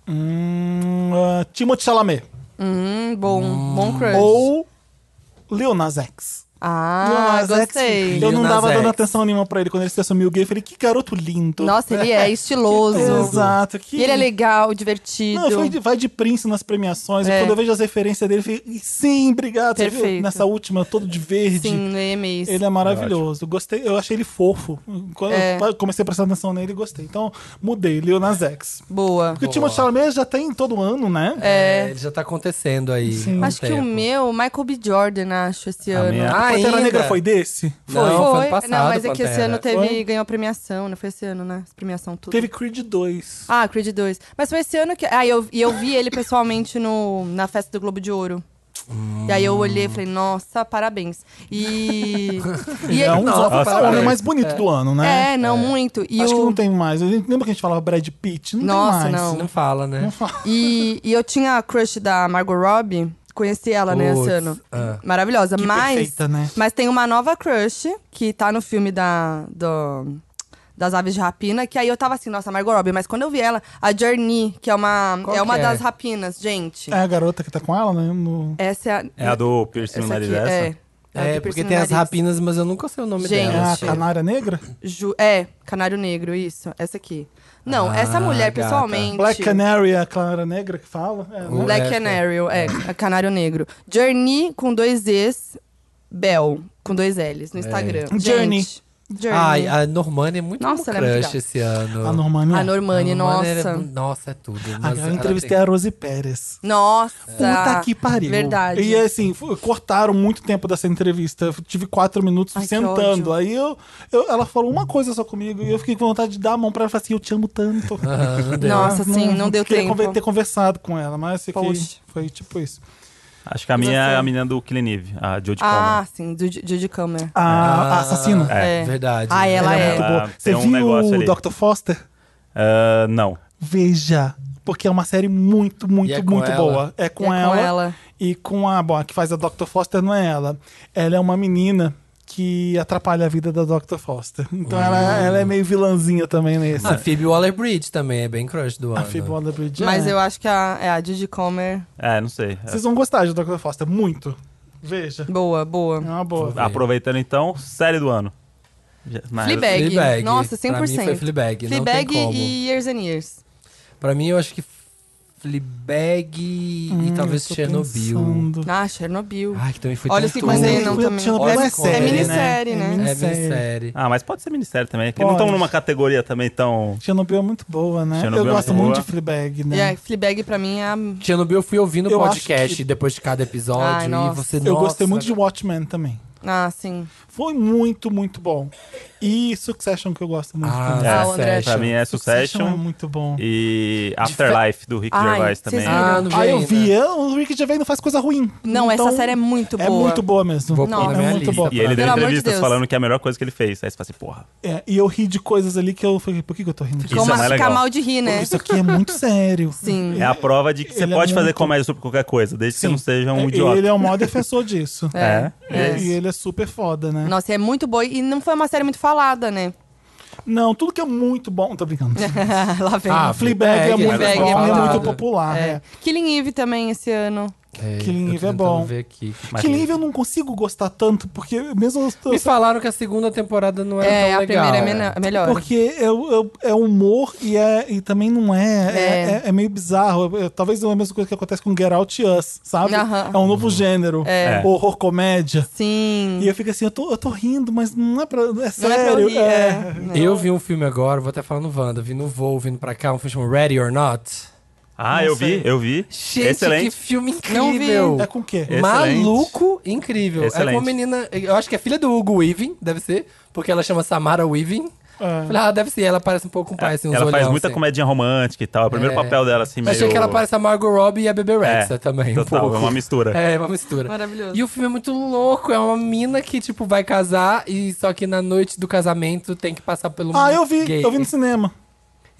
Hum, ah, Timothée Chalamet. Hum, bom. Bom crush. Ou Lil Nas X. Lil Ah, Nas X, gostei. Eu Lil não Nas dava X. dando atenção nenhuma pra ele quando ele se assumiu gay. Eu falei, que garoto lindo. Nossa, ele (laughs) é estiloso. Exato. Que... E Ele é legal, divertido. Não, eu fui de- vai de Prince nas premiações. e É. Quando eu vejo as referências dele, eu falei, "Ih, sim, obrigado. Você viu? Perfeito. Nessa última, todo de verde. Sim, no EMAs. Ele é maravilhoso. Gostei, eu achei ele fofo. Quando É. eu comecei a prestar atenção nele, gostei. Então, mudei, Lil Nas X. Boa. Porque o Timothée Chalamet já tem todo ano, né? É. Ele já tá acontecendo aí. há um Acho que tempo. o meu, Michael B. Jordan, acho, esse A ano. é? minha- Ah, Pantera ainda? Negra foi desse? Não, foi, ano passado, não, mas é que esse Pantera. ano teve, Foi? ganhou a premiação, não foi esse ano, né? Essa Premiação tudo. Teve Creed 2. Ah, Creed 2. Mas foi esse ano que. Ah, eu, e eu vi ele pessoalmente no, na festa do Globo de Ouro. E aí eu olhei e falei, nossa, parabéns. (laughs) E. e é ele- um dos Nossa, homens- parabéns. homem mais bonito do ano, né? Ah, É, não, muito. E Acho o- que não tem mais. Eu lembro que a gente falava Brad Pitt. Não Nossa, tem mais. não. Não fala, né? E, e eu tinha a crush da Margot Robbie. Conheci ela, né, esse Puts, ano. é. ah. Maravilhosa. Que mas, perfeita, né? mas tem uma nova crush que tá no filme da, do- das aves de rapina. Que aí eu tava assim, nossa, Margot Robbie. Mas quando eu vi ela, a Journey, que é uma, Qual é uma que é? das rapinas, gente. É a garota que tá com ela, né? No... Essa é a... É a do piercing no essa nariz aqui, essa? é. a do É, piercing porque no tem as nariz. rapinas, mas eu nunca sei o nome Gente. É a delas. Sim. Canária Negra? Ju- É, Canário Negro, isso. Essa aqui. Não, Ah, essa mulher, gata. pessoalmente... Black Canary é a Canária Negra que fala? É, né? Black É, Canary, é, é, Canário Negro. Journey com dois E's, Bell com dois L's no Instagram. Gente, Journey. Journey. É. Ai, a Normani é muito Nossa, meu ela é muito crush gata. esse ano. A Normani. a Norm... Normani, A Normani era- nossa. nossa, é tudo. Ah, mas eu ela entrevistei tem- a Rose Pérez. Nossa. Puta que pariu. Tá. Verdade. E assim, f- cortaram muito tempo dessa entrevista. Eu tive quatro minutos Ai, que sentando. ódio. Aí eu, eu- ela falou uma coisa só comigo e eu fiquei com vontade de dar a mão pra ela e falar assim: Eu te amo tanto. (laughs) Ah, não deu. Nossa, sim, não deu queria tempo. conver- ter conversado com ela, mas sei que Poxa. foi tipo isso. Acho que a minha é você? a menina do Killing Eve, a Jodie Ah, Comer. sim, do Judy Comer. A, a assassina. É. Verdade. Ah, ela Ela é. muito Ela boa. tem Você um viu negócio ali. o Dr. Foster? Ah, não. Veja. Porque é uma série muito, muito, é com muito ela? boa. É E é com, ela, ela. E com a. Bom, a que faz a Dr. Foster não é ela. Ela é uma menina que atrapalha a vida da Dr. Foster. Então ela, ela é meio vilãzinha também nesse. A Ah, Phoebe Waller-Bridge também é bem crush do a ano. Phoebe Waller-Bridge. Mas é. eu acho que a, é a Judy Comer. É, não sei. Vocês vão gostar de Dr. Foster, muito. Veja. Boa, É boa. uma boa. Ah, ver. Aproveitando então, série do ano. Já- na- Fleabag. Fleabag. Nossa, Pra mim 100%. foi Fleabag, não Fleabag tem como. e Years and Years. Pra mim, eu acho que Fleabag Hum, e talvez Hum, Eu tô Chernobyl. pensando. Ah, Chernobyl. Ai, que também foi Olha, tanto- Mas aí não também. Chernobyl Olha é como é. série, é minissérie, né? né? É É minissérie. minissérie. Ah, mas pode ser minissérie também. Porque não Pode. estão numa categoria também tão. Chernobyl é muito boa, né? Chernobyl eu é gosto muito muito boa. de Fleabag, E né? a Fleabag pra mim é a... Chernobyl eu fui ouvindo o Eu acho podcast que- depois de cada episódio Ai, e nossa. você Eu gostei nossa, muito de Watchmen também. Ah, sim. Foi muito, muito bom. E Succession, que eu gosto muito. Ah, também. É, o André. Pra mim é Succession é muito bom. e Afterlife do Rick Ai, Gervais vocês também. viram? Ah, não vi Ah, eu ainda. vi. Eu- O Rick Gervais não faz coisa ruim. Não, essa série é muito boa. É muito boa mesmo. Vou pôr Nossa. na minha É muito lista bom. E ele pra- deu Pelo amor de entrevistas Deus. falando que é a melhor coisa que ele fez. Aí você fala assim, porra. É, e eu ri de coisas ali que eu falei, por que, que eu tô rindo? Isso Como é mais ficar legal. mal de rir, né? Isso aqui é muito sério. (laughs) Sim. É a prova de que você Ele é pode fazer muito- comédia sobre qualquer coisa, desde que você não seja um É, idiota. Ele é o maior defensor disso. É. (laughs) É. E ele é super foda, né? Nossa, é muito boa e não foi uma série muito falada, né? (laughs) Não, tudo que é muito bom. Tô brincando. Lá vem. Ah, Fleabag é muito Fleabag é bom, é falado. muito popular. é. é. Killing Eve também esse ano. É, sei. Killing Eu tô Eve é tentando bom. ver aqui. Mas- Killing Eve eu não consigo gostar tanto, porque mesmo... as- Me falaram que a segunda temporada não era É, tão a legal. primeira é, mena- é melhor. Porque é, o- é, é humor e, é, e também não é. É, é- é meio bizarro. É- é- talvez não é a mesma coisa que acontece com Get Out e Us, sabe? Aham. É um Uhum. novo gênero. É. Horror comédia. Sim. E eu fico assim, eu tô, eu tô rindo, mas não é pra. É Uhum. Não é pra sério. eu rir, é. Eu vi um filme agora, vou até falar no Wanda, vi no voo, vindo pra cá, um filme chamado Ready or Not. Ah, Não eu sei. vi, eu vi. Gente, que Excelente. filme Não vi. incrível! É com o quê? É. Maluco incrível. É com uma Excelente. menina, eu acho que é filha do Hugo Weaving, deve ser, porque ela chama Samara Weaving. É. Falei, ah, deve ser, ela parece um pouco com o pai, assim, uns ela faz olhão, muita assim. comédia romântica e tal. É o primeiro É. papel dela, assim, Eu meio... Achei que ela parece a Margot Robbie e a Bebê Rexa É, também. um Total, pouco. é uma mistura. (laughs) É, uma mistura. Maravilhoso. E o filme é muito louco, é uma mina que, tipo, vai casar e só que na noite do casamento tem que passar pelo Ah, eu vi. game. Eu vi no cinema.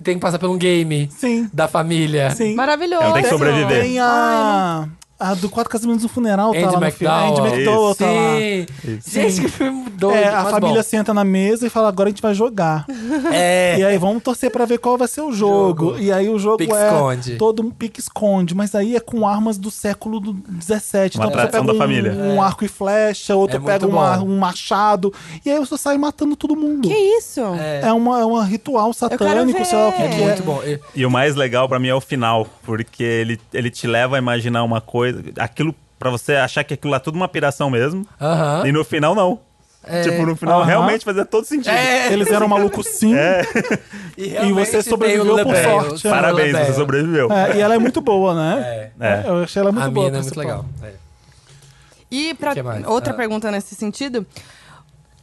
Tem que passar pelo game Sim. da família. Sim. Maravilhoso. Ela tem que sobreviver. Tem a. A do Quatro Casamentos no Funeral tá Andy lá no filme. A Andy McDowell. McDowell tá lá. Sim. Isso. Gente, Sim. que filme doido. É, a mas família bom. senta na mesa e fala, agora a gente vai jogar. É. (laughs) E aí vamos torcer pra ver qual vai ser o jogo. Jogo. E aí o jogo Pique é esconde. todo um pique esconde, mas aí é com armas do século do 17. Uma então você tradição pega da um, família. um arco e flecha, outro É muito pega uma- bom. um machado e aí você sai matando todo mundo. Que isso? É uma, é um ritual satânico, ver. sei lá o que que é. Muito bom. Eu- E o mais legal pra mim é o final, porque ele, ele te leva a imaginar uma coisa, aquilo pra você achar que aquilo lá é tudo uma piração mesmo, Aham. e no final não. É. Tipo, no final Aham. realmente fazia todo sentido. É. Eles eram malucos sim. É. realmente você tem sobreviveu o por Lebel, sorte. né? Sarah Parabéns, Lebel. você sobreviveu. É, e ela é muito boa, né? É. Eu achei ela muito A boa. mina é muito principal. legal. É. E pra é Que mais? outra Ah. pergunta nesse sentido,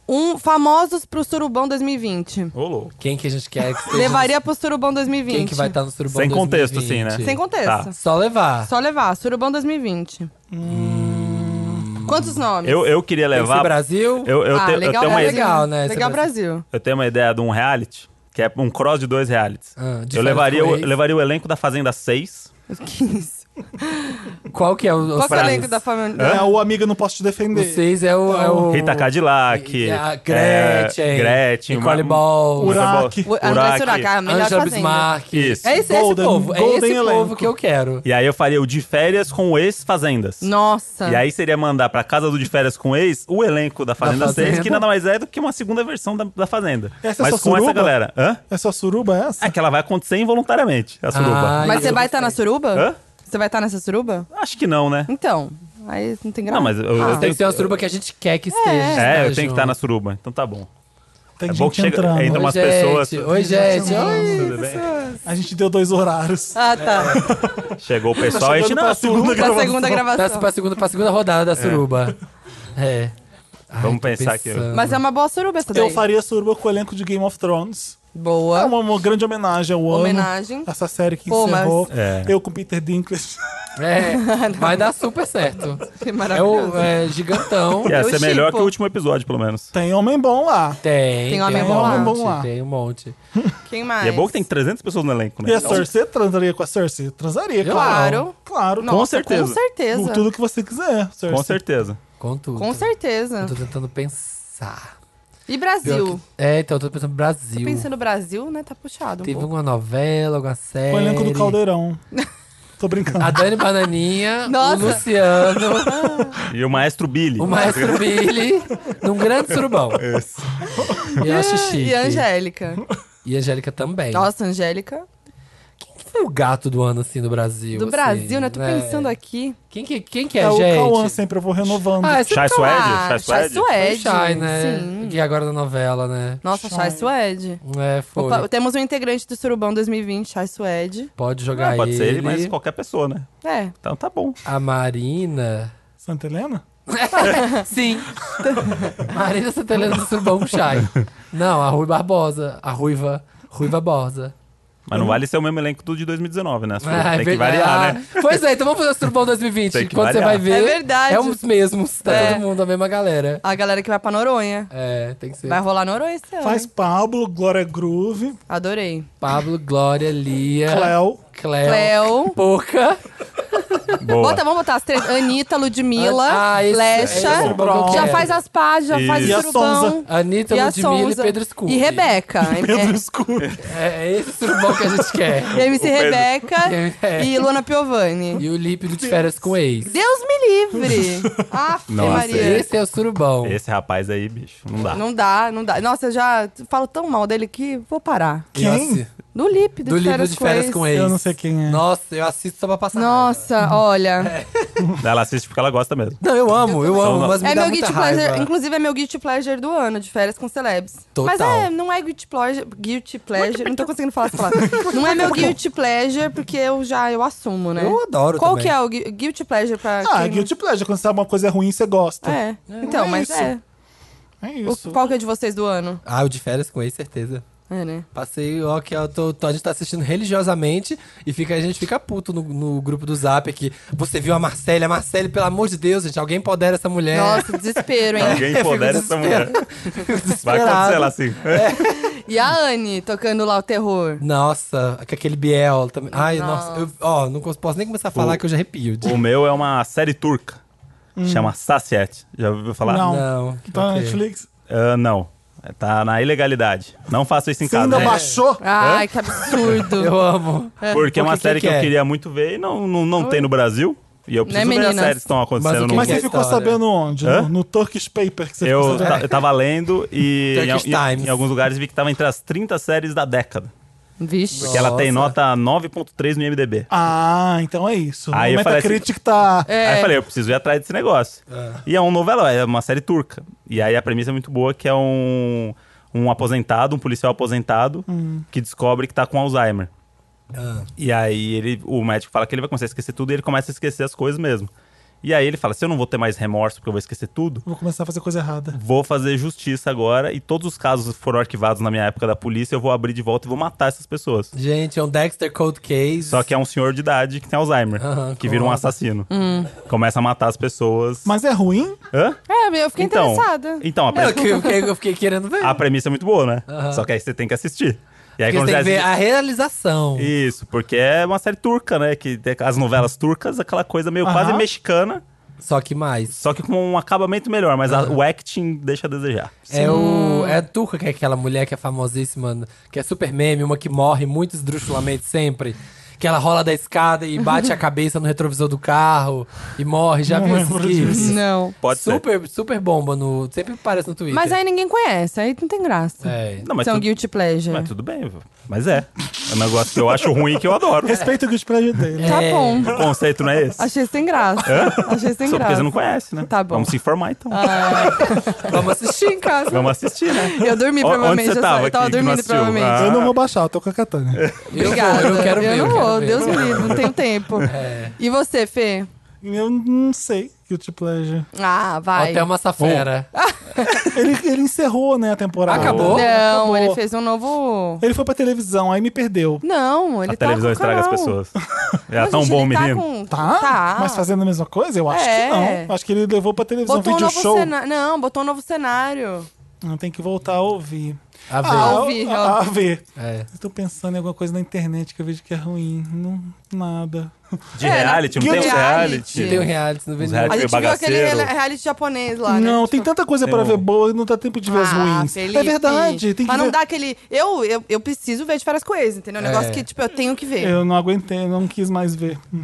um famosos pro Surubão 2020. Ô, louco. Quem que a gente quer que seja? um Levaria pro Surubão 2020. Quem que vai tá estar no Surubão Sem contexto, 2020? assim, né? Sem contexto. Tá. Só levar. Só levar, Surubão 2020. Quantos nomes? Hum. Eu, eu queria Tem que ser levar. Brasil. Eu, eu, ah, te- eu legal tá tenho um. uma, Brasil. ideia- legal, né? Esse Legal Brasil. Brasil. eu tenho uma ideia de um reality, que é um cross de dois realities. Ah, de eu, férias levaria, com o- ex. eu levaria o elenco da Fazenda 6. Que isso? Qual que é o, Qual os que é o frases? elenco da família? É, o Amiga Não Posso Te Defender. Vocês é o... É Então, o... Rita Cadillac. A Gretchen. é, Gretchen. Nicole Ma- Ball. Nicole Ball, Uraki. O André Surak, a melhor Angela fazenda. Bismarck. Isso. É esse, é esse Golden- povo. É Golden esse povo elenco. que eu quero. E aí eu faria o de férias com o ex-fazendas. Nossa. E aí seria mandar pra casa do de férias com o ex o elenco da Fazenda, Fazenda. 6, que nada mais é do que uma segunda versão da, da Fazenda. Essa é Mas sua com essa suruba? galera. Hã? É só suruba essa? É que ela vai acontecer involuntariamente, a suruba. Ah, Mas você vai estar na suruba? Hã? Você vai estar nessa suruba? Acho que não, né? Então, aí não tem graça. Não, mas eu, eu Ah. Tem tenho que ser uma é suruba que a gente quer que esteja. É, né, eu tenho que Ju? estar na suruba. Então tá bom. Tem é bom gente que chega- entrando. entra- Oi, umas gente. pessoas- Oi, gente. Oi. Tudo bem? A gente deu dois horários. (laughs) Ah, tá. Chegou o pessoal, a gente chegando não, é pra a suruba. segunda- pra segunda Pra, gravação. Tá pra, segunda, pra segunda rodada da suruba. É. Ai, Vamos tô pensar aqui. pensando. Mas é uma boa suruba essa daí. Eu faria suruba com o elenco de Game of Thrones. É Boa. uma, uma grande homenagem ao Homenagem. (laughs) ano. Essa série que Pô, mas- encerrou. É. Eu com Peter Dinklage. (laughs) (laughs) É, vai dar super certo. Que É maravilhoso. o é, (laughs) gigantão. Ia Eu ser chipo. melhor que o último episódio, pelo menos. Tem homem bom lá. Tem, Tem homem um bom lá. Bom lá. monte, tem um monte. Quem mais? E é bom que tem 300 pessoas no elenco, né? E a Cersei transaria com a Cersei? Transaria, Eu claro. amo. Claro. Nossa, com certeza. Com certeza. Com tudo que você quiser, Cersei. Com certeza. Com tudo. Com certeza. Eu tô tentando pensar. E Pior Brasil? que- É, então eu tô pensando no Brasil. Tô pensando no Brasil, né? Tá puxado um Teve pouco. uma novela, alguma série. Com é o elenco (laughs) do Caldeirão. Tô brincando. A Dani Bananinha, o Nossa. (laughs) Luciano, E o maestro Billy. (laughs) o Maestro Billy, num grande surubão. Esse. E eu acho chique. E Angélica. E a Angélica também. Nossa, Angélica. Quem que foi o gato do ano, assim, do Brasil? Do assim, Brasil, né? Tô pensando aqui. Quem que, quem que é, É o gente? Cauã assim, sempre, eu vou renovando. Ah, esse Chai Cauã. Suede? Chai Chai Suede? Foi Suede. Chai, né? Sim. E agora da novela, né? Nossa, Chai Suede. É, foi. Opa, temos um integrante do Surubão 2020, Chai Suede. Pode Ah, jogar pode ele. ser ele, mas qualquer pessoa, né? É. Então tá bom. A Marina... (laughs) Santa Helena? Sim. (laughs) Marina Santelena do Surubão Chai. Não, a Rui Barbosa. A Ruiva... Ruiva Barbosa. Mas não vale ser o mesmo elenco do de 2019, né? Uhum. Ah, é Tem que verdade. variar, (laughs) né? Ah, Pois é, então vamos fazer o Surubão 2020. Tem que Quando você variar. vai ver... É verdade. É os mesmos. Tá É. todo mundo, a mesma galera. A galera que vai pra Noronha. É, tem que ser Vai rolar Noronha esse ano. Faz Pablo, Glória Groove, Adorei. Pablo, Glória, Lia, Cléo. Cléo, Cleo. Poca, Boa. Bota, vamos botar as três. Anitta, Ludmilla, Ah, esse- Lecha. esse é bom. já faz as pás, já faz Isso. o E a surubão. Sonza. Anitta, E a Ludmilla e Sonza. Pedro Scooby. E Rebeca. (laughs) Pedro Scooby. É, é esse surubão que a gente quer. É, MC Rebeca (laughs) É. e Luana Piovani. E o lípido de férias com ex. Deus me (laughs) livre! Ah, Nossa, Maria. Esse é o surubão. Esse rapaz aí, bicho, não é dá. Não dá, não dá. Nossa, eu já falo tão mal dele que vou parar. Quem? assi- Do Lípido Do livro de férias com ex. Eu não sei quem é. Nossa, eu assisto só pra passar. raiva. Nossa, olha. Ela assiste porque ela gosta (laughs) mesmo. Não, eu amo, eu amo, também. mas me É dá meu muita guilty raiva. pleasure. Inclusive, é meu guilty pleasure do ano, de férias com celebs. Total. Mas é, não é guilty pleasure. Guilty pleasure. Não tô conseguindo falar essa (laughs) palavra. não é meu guilty pleasure, porque eu já eu assumo, né? Eu adoro Qual também. que é o gui- guilty pleasure pra. Ah, quem não- Guilty Pleasure. Quando você sabe uma coisa é ruim, você gosta. É, É. Então, é mas isso. é. O- isso. qual que é de vocês do ano? Ah, o de férias com ex, certeza. É, né? Passei, ó, que eu tô, tô- a gente tá assistindo religiosamente e fica, a gente fica puto no, no grupo do Zap aqui. Você viu a Marcele? A Marcele, pelo amor de Deus, gente, alguém podera essa mulher. Nossa, desespero, (laughs) hein? Alguém empodera essa mulher. Vai acontecer ela assim. É. E a Anne tocando lá o terror. Nossa, com aquele Biel também. Ai, Nossa. nossa, eu, ó, não cons- posso nem começar a falar O- que eu já arrepio. de- O meu é uma série turca. Chama Saciet. Já ouviu falar? Não. Hum. Não. Que tá na ok. Netflix. Ah, não. Tá na ilegalidade. Não faça isso em Você casa. ainda né? É. baixou? Ai, que absurdo. (laughs) Eu amo. Porque é uma Porque série que que, eu é? queria muito ver e não, não, não tem no Brasil. E eu preciso ver as meninas? séries que estão acontecendo Mas o no Mas que você mundo. é ficou história? sabendo onde? Hã? No, no Turkish Paper que você Eu, É. ficou sabendo. ta- eu tava lendo e em, Turkish em- Times. em alguns lugares vi que tava entre as 30 séries da década. Vixe. Que ela tem Nossa. nota 9.3 no IMDB. Ah, então é isso. Aí o eu falei assim- Metacritic tá... É. Aí eu falei, eu preciso ir atrás desse negócio. E é um novela, é uma série turca. E aí a premissa é muito boa, que é um, um aposentado, um policial aposentado, que descobre que tá com Alzheimer. Ah. E aí ele, o médico fala que ele vai começar a esquecer tudo e ele começa a esquecer as coisas mesmo. E aí ele fala, se eu não vou ter mais remorso porque eu vou esquecer tudo, Vou começar a fazer coisa errada. vou fazer justiça agora e todos os casos foram arquivados na minha época da polícia, eu vou abrir de volta e vou matar essas pessoas. Gente, é um Dexter Cold Case. Só que é um senhor de idade que tem Alzheimer, Aham, que vira um claro. assassino. Hum. Começa a matar as pessoas. Mas é ruim? Hã? É, eu fiquei interessada. Então, a, pre- Eu, É que- eu, que- eu fiquei querendo ver. a é premissa é muito boa, né? Aham. Só que aí você tem que assistir. E aí Porque você quando tem você que ver assiste- a realização. Isso, porque é uma série turca, né? Que tem as novelas turcas, aquela coisa meio Aham. quase mexicana, Só que mais. só que com um acabamento melhor, mas a- o acting deixa a desejar. É, o, é a Turca, que é aquela mulher que é famosíssima, que é super meme, uma que morre muito esdrúxulamente sempre. Que ela rola da escada e (laughs) bate a cabeça no retrovisor do carro e morre. Já viu esses gifs? Não. Pode ser. Super, super bomba no. Sempre aparece no Twitter. Mas aí ninguém conhece, aí não tem graça. É. Não, mas, São tudo, guilty pleasure. mas tudo bem, vô. mas é. É um negócio que eu acho ruim e que eu adoro. Respeita o Good Pleasure dele. Tá É. bom. O conceito não é esse. Achei sem graça. Achei sem Só porque graça. É. você não conhece, né? Tá bom. Ah. Vamos se informar então. Vamos assistir em casa. Vamos assistir, né? Eu dormi, O- onde provavelmente. você eu tava sa- eu tava que- que não dormindo, assistiu? provavelmente. Ah. É. Eu não vou baixar, eu tô com a Catânia. Eu, vou, Obrigada. eu quero ver. Eu eu não quero vou, ver. É. Deus me livre, não tenho tempo. E você, Fê? Eu não sei Guilty Pleasure. Ah, vai. Hotel Massafera. Ele, ele encerrou, né, a temporada. Acabou? Não, Acabou. ele fez um novo. Ele foi pra televisão, aí me perdeu. Não, ele A tá televisão com o estraga as canal. pessoas. (laughs) Mas, É tão gente, bom, ele menino. Tá, com... Tá? tá. Mas fazendo a mesma coisa? Eu acho É. que não. Acho que ele levou pra televisão Botou um vídeo novo show. cenário. Não, botou um novo cenário. Não tem que voltar a ouvir. A ver. Ah, ouvir, a, ó. a ver. É. Eu tô pensando em alguma coisa na internet que eu vejo que é ruim. Não, nada. De É, né? reality, não Que tem uns reality? reality. Tem um reality no reality A Aquele gente viu aquele bagaceiro. reali- reality japonês lá, né? não, tem Tipo, tanta coisa Tem pra um- ver boa e não dá tempo de ver ah, as ruins. Felipe. É verdade, tem que Mas não ver. dá aquele... Eu, eu, eu preciso ver de férias com eles, entendeu? Um É. negócio que, tipo, eu tenho que ver. Eu não aguentei, eu não quis mais ver. Hum,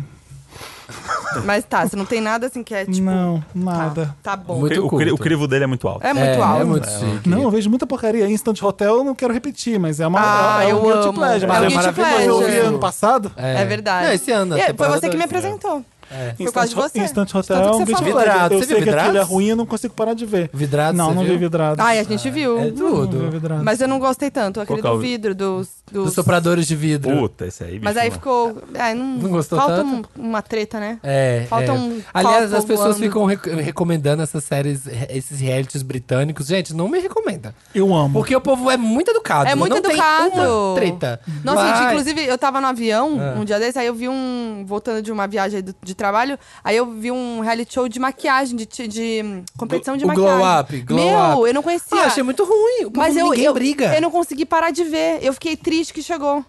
Mas tá, você não tem nada assim que é, tipo... não, nada. Tá bom. Muito O, cri- o culto. crivo dele é muito alto. É muito é, alto. É muito chique. Não, eu vejo muita porcaria. Instant Hotel eu não quero repetir, mas é uma Ah, é, é eu um guilty amo. pleasure. É Mas um é guilty maravilhoso. Eu pleasure. vi ano passado. É verdade. Não, esse ano. E a foi temporada você que me dois. apresentou. É. Por causa de você. tá Instant Tanto Hotel que é você um guilty falou. pleasure. Vidrado, Eu você sei viu que aquilo é Vidrados? ruim e eu não consigo parar de ver. Vidrado, Não, você não vi viu? vidrado. Ai, a gente viu. É tudo. vi vidrado. Mas eu não gostei tanto. Aquele Qual do que é o- vidro, dos... Dos dos... sopradores de vidro. Puta, esse aí, bicho. Mas aí não. ficou... ai, não... Não gostou Falta tanto? um- uma treta, né? É, Falta é. um Aliás, copo as pessoas voando. ficam rec- recomendando essas séries, re- esses realities britânicos. Gente, não me recomenda. Eu amo. Porque o povo é muito educado. É muito não educado. Tem uma treta. Nossa, Vai. Ah, gente, inclusive, eu tava no avião um dia desse, aí eu vi um. Voltando de uma viagem do- de trabalho, aí eu vi um reality show de maquiagem, de, ti- de, hum, competição de O maquiagem. Glow Up, Glow Meu, Up. eu não conhecia. Ah, achei muito ruim. O povo- assim, mas eu, ninguém eu, briga. eu não consegui parar de ver. Eu fiquei triste que chegou.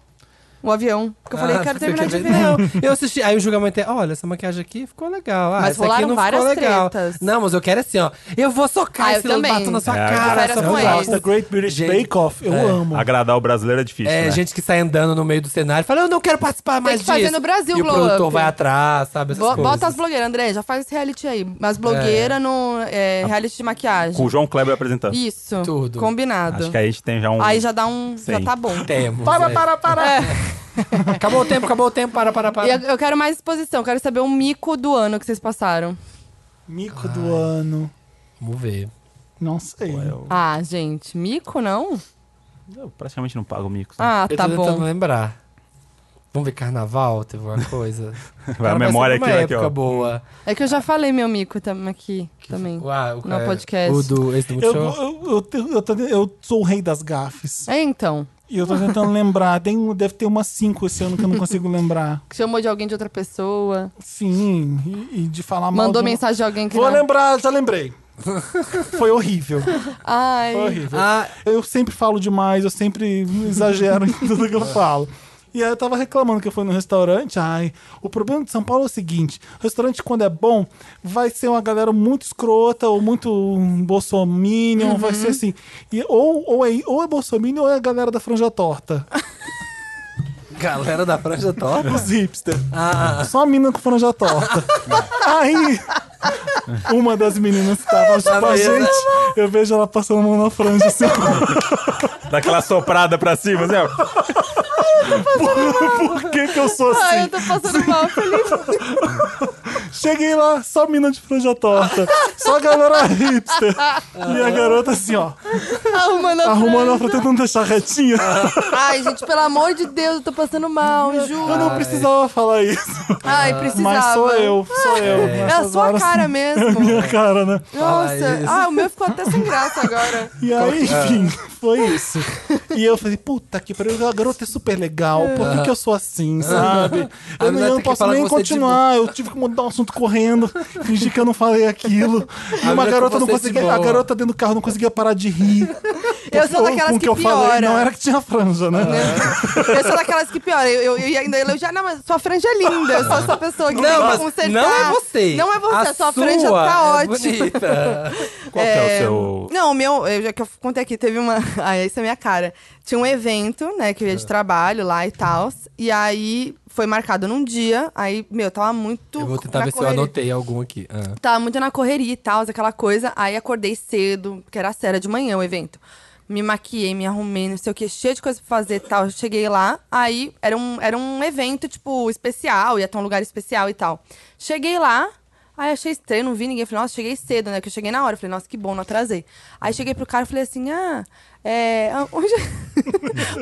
o avião. Porque eu falei, Ah, quero você quer terminar de ver? ver. Não, eu assisti. Aí o julgamento é: olha, essa maquiagem aqui ficou legal. Ah, Mas essa aqui rolaram não ficou várias legal. tretas. Não, mas eu quero assim, ó. Eu vou socar Ah, eu esse lambato também. na sua É, cara. férias essa com Eu um mulher. eles. gosto da Great British Gente, Bake Off. Eu é. amo. Agradar o brasileiro é difícil, É, né? gente que sai andando no meio do cenário e fala, eu não quero participar mais que disso. fazer no Brasil, E o blow produtor up. vai atrás, sabe? (laughs) Essas Bo- coisas. É. Bota as blogueiras, André, já faz esse reality aí. As blogueiras no é, reality de maquiagem. Com o João Kleber apresentando. Isso. Tudo. tá. é Combinado. Acho que aí a gente tem já um... Aí já dá um. Já Sim. tá bom. Temos, Para, é. para, para. Acabou o tempo, acabou o tempo, para, para, para. E eu, eu quero mais exposição, quero saber um mico do ano que vocês passaram. Mico do ano. Vamos ver. Não sei. Eu, Ah, gente, mico não? eu praticamente não pago mico. sabe? Ah, Eu tá tô tentando bom. lembrar. Vamos ver carnaval, teve alguma (laughs) coisa. Vai Cara, a mas memória teve aqui, uma aqui, época ó. boa. É que eu já falei meu mico tam aqui também. Uau, o Hum. No podcast. O do, esse do Eu, Multishow. eu, eu, tenho- eu, tô- eu sou o rei das gafes. É então. E eu tô (laughs) tentando lembrar. Tem, um- deve ter umas cinco esse ano que eu não consigo lembrar. Que chamou de alguém de outra pessoa. Sim, e, e de um- falar mal. mandou do- mensagem de alguém que Vou não. lembrar, já lembrei. Foi horrível. Ai. Foi horrível. Ah, Eu sempre falo demais, eu sempre exagero em tudo que eu falo. E aí eu tava reclamando que eu fui no restaurante. Ai, o problema de São Paulo é o seguinte: restaurante, quando é bom, vai ser uma galera muito escrota ou muito bolsominion, vai ser assim. E, ou, ou, é, ou é bolsominion ou é a galera da franja torta. galera da franja top. Os hipster. Ah, Só a menina com franja torta. Aí, uma das meninas que tava junto com a vendo? gente, eu vejo ela passando a mão na franja assim. (laughs) Dá aquela soprada pra cima, assim, ó. Por que que eu sou assim? Ai, eu tô passando (laughs) mal, Felipe. Cheguei lá, só mina de franja torta. Só galera hipster. E a garota assim, ó, Arrumando a arrumando a franja, tentando deixar retinha. Ai, gente, pelo amor de Deus, eu tô passando mal, juro. Eu não precisava falar isso. Ai, precisava. Mas sou eu, sou eu. É a Nessas sua horas, cara mesmo. (laughs) Minha cara, né? Fala Nossa. isso. Ah, o meu ficou até sem graça agora. E aí, é? enfim, (laughs) foi isso. E eu falei, puta que pariu, a garota é super legal, por que, que eu sou assim, sabe? É. A Eu, não- eu menina não tem que posso falar nem com você é de continuar, eu tive que mudar o assunto correndo, fingir que eu não (laughs) falei aquilo. E menina uma com garota não você é de conseguia, boa. a garota dentro do carro não conseguia parar (laughs) de rir. Eu sou Ou daquelas com o que eu falei, piora. não era que tinha franja, né? É. Eu sou daquelas que piora. Eu, eu, eu ia ainda elogiar. Não, mas sua franja é linda. Eu sou essa pessoa que tem (laughs) Não, que mas consertar. não é você. Não é você. A sua, sua franja tá é ótima. (laughs) bonita. Qual que é o seu... Não, o meu, eu, já que eu contei aqui, teve uma. (laughs) Ai, isso é minha cara. Tinha um evento, né, que eu ia É. de trabalho lá e tal. E aí foi marcado num dia. Aí, meu, tava muito. Eu vou tentar na ver se eu correria. anotei algum aqui. Ah. Tava muito na correria e tal, aquela coisa. Aí acordei cedo, porque era sério, era de manhã o evento. Me maquiei, me arrumei, não sei o que, cheio de coisa pra fazer e tal. Cheguei lá, aí era um, era um evento, tipo, especial, ia ter um lugar especial e tal. Cheguei lá, aí achei estranho, não vi ninguém. Falei, nossa, cheguei cedo, né? Que eu cheguei na hora. Falei, nossa, que bom, não atrasei. Aí cheguei pro cara e falei assim, ah, é, a- onde, (laughs)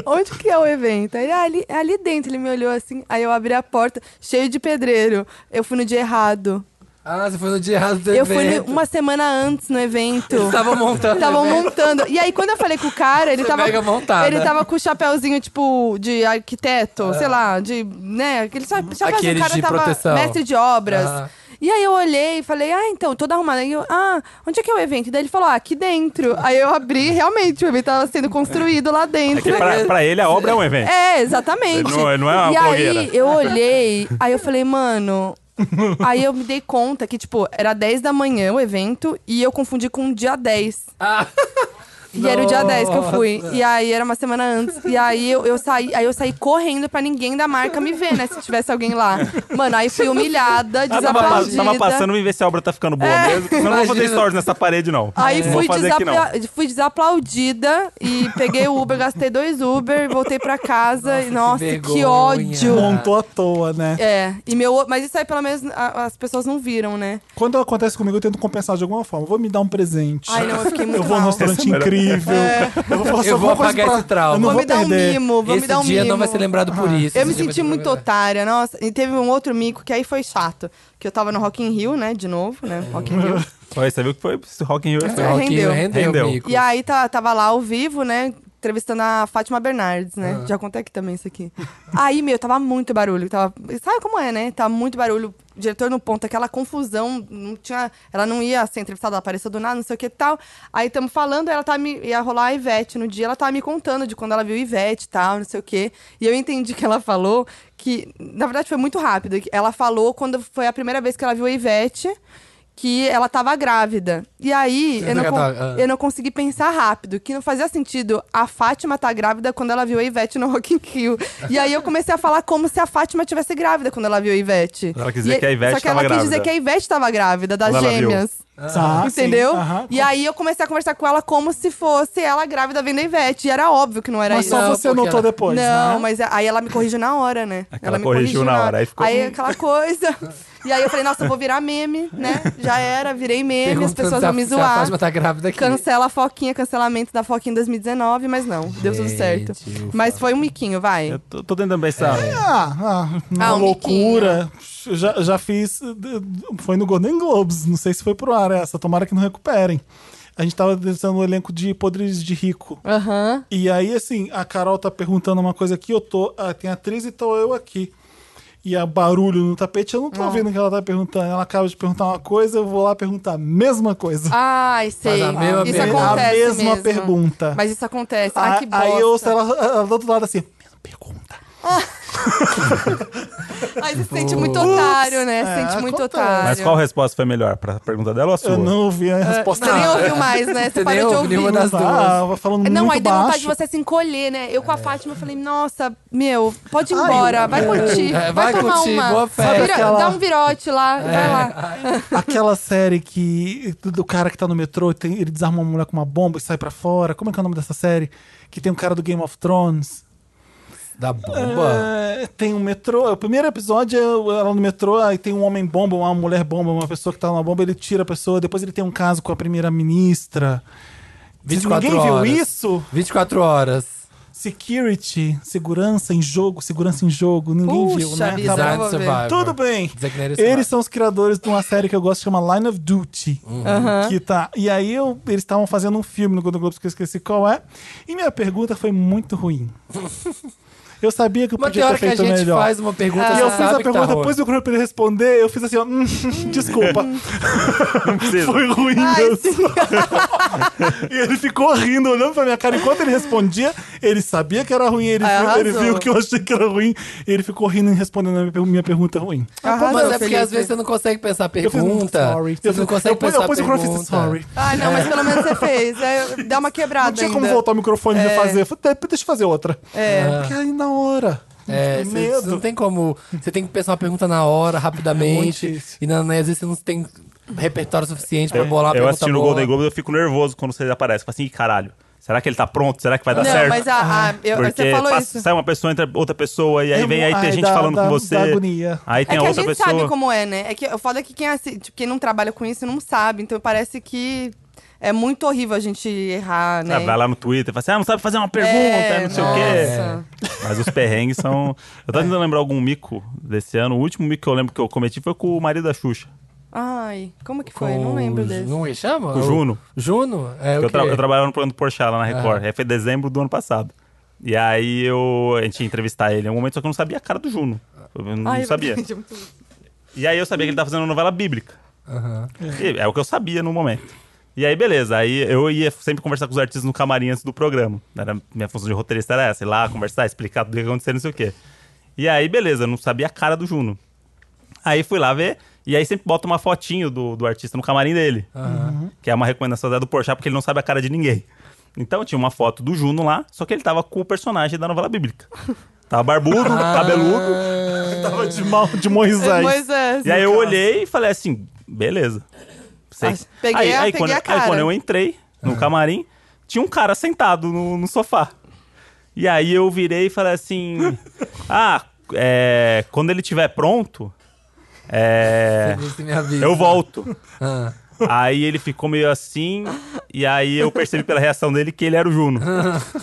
onde que é o evento? Aí, ah, ali, é ali dentro, ele me olhou assim, aí eu abri a porta, cheio de pedreiro. Eu fui no dia errado. Ah, você foi no dia errado do Eu fui no- evento. uma semana antes no evento. Eles estavam montando. Estavam o evento. montando. E aí, quando eu falei com o cara, ele Você tava. pega montada. Ah. Ele tava com o chapéuzinho, tipo, de arquiteto, sei lá, de. né? Aquele cha- chapéuzinho. Aqueles o cara de tava proteção. mestre de obras. Aham. E aí eu olhei e falei, ah, então, toda arrumada. Aí eu, ah, onde é que é o evento? E daí ele falou, ah, aqui dentro. Aí eu abri, realmente, o evento tava sendo construído lá É que dentro. pra, pra ele a obra é um evento. É, exatamente. Ele não- ele não é uma e aí blogueira. eu olhei, aí eu falei, mano. aí eu me dei conta que, tipo, era 10 da manhã o evento e eu confundi com o dia 10. Ah. E era o dia 10 que eu fui. E aí era uma semana antes. E aí eu, eu saí, aí eu saí correndo pra ninguém da marca me ver, né? Se tivesse alguém lá. Mano, aí fui humilhada, Ah, tava, pa- desaplaudida. tava passando pra ver se a obra tá ficando boa É. mesmo. Senão eu não vou fazer Imagina. stories nessa parede, não. Aí Não fui, vou fazer aqui, não. desapla- fui desaplaudida e peguei o Uber, gastei dois Uber, voltei pra casa e nossa, que, vergonha. ódio. (laughs) Montou à toa, né? É, e meu, mas isso aí pelo menos a- as pessoas não viram, né? Quando acontece comigo, eu tento compensar de alguma forma. Vou me dar um presente. Ai, não, eu fiquei muito Eu vou num mal. É, restaurante incrível. Eu vou, fazer é Eu vou alguma coisa apagar pra- esse trauma. Eu não Vou, vou, me dar um perder. mimo, vou Esse me dar um dia mimo. não vai ser lembrado por isso. Eu me esse dia vai senti ser muito lembrado. otária, nossa. E teve um outro mico que aí foi chato. Que eu tava no Rock in Rio, né? De novo, né? Rock in Rio. Olha, Você viu que foi esse Rock in Rio. É. Foi o Rock in Rio, Rendeu, Rendeu. Mico. E aí tá- tava lá ao vivo, né? Entrevistando a Fátima Bernardes, né? Já contei aqui também isso aqui. Aí, meu, tava muito barulho. Tava... Sabe como é, né? Tava muito barulho, diretor no ponto, aquela confusão, não tinha, ela não ia ser entrevistada, ela apareceu do nada, não sei o que e tal. Aí estamos falando, ela tá me ia rolar a Ivete no dia, ela tava me contando de quando ela viu Ivete e tal, não sei o que. E eu entendi que ela falou que, na verdade, foi muito rápido. que Ela falou quando foi a primeira vez que ela viu a Ivete. Que ela tava grávida. E aí, eu não, con- Ah. eu não consegui pensar rápido, que não fazia sentido a Fátima tá grávida quando ela viu a Ivete no Rock in Rio. E aí eu comecei a falar como se a Fátima tivesse grávida quando ela viu a Ivete. Ela quis dizer E- que a Ivete Só que tava ela quis dizer grávida. que a Ivete tava grávida, das Quando ela viu. gêmeas. Ah, Tá, sim, entendeu? aham. E aí eu comecei a conversar com ela como se fosse ela grávida vendo a Ivete. E era óbvio que não era Mas isso. só Não, você porque notou ela- depois, não, né? mas é, aí ela me corrigiu na hora, né? Aquela ela me corrigiu na hora, aí ficou- aquela (laughs) coisa. E aí eu falei, nossa, eu vou virar meme, né? Já era, virei meme, as Perguntando pessoas se a- vão me se a zoar. Fátima tá grávida aqui. Cancela a foquinha, cancelamento da foquinha em 2019, mas não, deu tudo Gente, certo. ufa. Mas foi um miquinho, vai. Eu tô, tô tentando pensar. É. Ah, ah, uma Ah, um loucura. Eu Já, já fiz. Foi no Golden Globes. Não sei se foi pro ar essa. Tomara que não recuperem. A gente tava pensando no elenco de Podres de Rico. Aham. E aí, assim, a Carol tá perguntando uma coisa aqui. Eu tô. ah, tem atriz e tô eu aqui. E a barulho no tapete, eu não tô ouvindo o que ela tá perguntando. Ela acaba de perguntar uma coisa, eu vou lá perguntar a mesma coisa. É Ai, sei. a mesma Ah, isso pergunta. acontece. a mesma mesmo. pergunta. Mas isso acontece. Ai, A- que bosta. Aí eu ouço ela, ela do outro lado assim, mesma pergunta. Ai, você se sente muito otário, né? Se É, sente muito acontece. otário. Mas qual resposta foi melhor? Pra pergunta dela ou a sua? Eu É, não ouvi a resposta. Você nem ouviu mais, né? Você Você nem parou de ouviu nenhuma ouvir. das duas. Ah, eu falando Não, muito aí deu baixo. vontade de você se encolher, né? Eu com a Fátima, eu falei, nossa, meu, pode ir embora, vai curtir, É, vai, vai tomar curtir, uma. boa festa. Vira- Aquela- Dá um virote lá, vai lá. Aquela série que do- do cara que tá no metrô, tem- ele desarma uma mulher com uma bomba e sai pra fora. Como é que é o nome dessa série? Que tem um cara do Game of Thrones. Da bomba. É, tem um metrô. O primeiro episódio é ela no metrô, aí tem um homem bomba, uma mulher bomba, uma pessoa que tá numa bomba, ele tira a pessoa, depois ele tem um caso com a primeira ministra. 24 Ninguém horas. viu isso? 24 horas. Security, segurança em jogo, segurança em jogo, ninguém viu, Puxa né? vida. Tá bom. Design vou ver. Survivor. Tudo bem. Designated Survivor. Eles são os criadores de uma série que eu gosto que chama Line of Duty. Que tá. E aí eu- eles estavam fazendo um filme no Golden Globes que eu esqueci qual é. E minha pergunta foi (laughs) muito ruim. Eu sabia que eu Mas tem podia ter hora que a feito gente melhor. faz uma pergunta, E Ah. você eu fiz sabe a que tá pergunta, ruim. depois do grupo pra ele responder, eu fiz assim, ó. "Hum, (laughs) desculpa. Hum. (laughs) Não precisa. Foi ruim Ai, mesmo. E ele ficou rindo, olhando pra minha cara. Enquanto ele respondia, ele sabia que era ruim. Ele, viu, Arrasou. ele viu que eu achei que era ruim. E ele ficou rindo e respondendo a minha per- minha pergunta ruim. Arrasou, Mas é porque Felipe. às vezes você não consegue pensar a Eu fiz um pergunta. sorry. Você não consegue eu, pus- pensar eu a pus um o microfone e fiz pergunta. sorry. Ah, não, mas pelo menos você fez. É, dá uma quebrada Não tinha como ainda. voltar o microfone e refazer. Eu falei, "Tá, Deixa eu fazer outra. É. Porque aí na hora. É, cê- eu fiquei cê não medo. É tem como. Você tem que pensar uma pergunta na hora, muito rapidamente. difícil. e na, na- às vezes você não tem repertório suficiente pra bolar uma Eu pergunta assisti no boa. Golden Globes, eu fico nervoso quando você aparece. Falo assim, "Ih, caralho, será que ele tá pronto? Será que vai dar não, certo? mas a, a- eu- você Porque falou passa- isso. sai uma pessoa, entra outra pessoa, e aí É, vem, aí tem ai, gente dá- falando dá- com você. dá agonia. Aí tem é a que a outra gente pessoa. sabe como é, né? É que eu falo que quem, assi- tipo, quem não trabalha com isso não sabe. Então parece que é muito horrível a gente errar, né? Ah, vai lá no Twitter e fala assim: ah, não sabe fazer uma pergunta, é, não sei o nossa. quê. Mas os perrengues são. Eu tô tentando lembrar algum mico desse ano. O último mico que eu lembro que eu cometi foi com o marido da Xuxa. Ai, como que Com foi? Não lembro o- desse. Não me chama? Com o Juno. Juno? É, Eu, o quê? tra- eu trabalhava no programa do Porchat lá na Record. Aí Foi dezembro do ano passado. E aí eu... a gente ia entrevistar ele em algum momento, só que eu não sabia a cara do Juno. Eu não Ai, (laughs) sabia. verdade, é muito- E aí eu sabia que ele tava fazendo uma novela bíblica. Aham. E É o que eu sabia no momento. E aí, beleza. Aí eu ia sempre conversar com os artistas no camarim antes do programa. Era, minha função de roteirista era essa, ir lá, conversar, explicar tudo o que aconteceu, não sei o quê. E aí, beleza, eu não sabia a cara do Juno. Aí fui lá ver, e aí sempre bota uma fotinho do, do artista no camarim dele. Que é uma recomendação da do Porchat, porque ele não sabe a cara de ninguém. Então tinha uma foto do Juno lá, só que ele tava com o personagem da novela bíblica. Tava barbudo, cabeludo. Ah, Tava de mal de Moisés. Moisés. E aí eu olhei e falei assim, beleza. Sei. Ah, peguei aí, a- aí peguei quando, a aí cara. quando eu entrei no camarim, tinha um cara sentado no, no sofá. E aí eu virei e falei (laughs) assim, ah, é, quando ele estiver pronto, é, Você me avisa. eu volto. Ah. Aí ele ficou meio assim, e aí eu percebi pela reação dele que ele era o (laughs) Juno.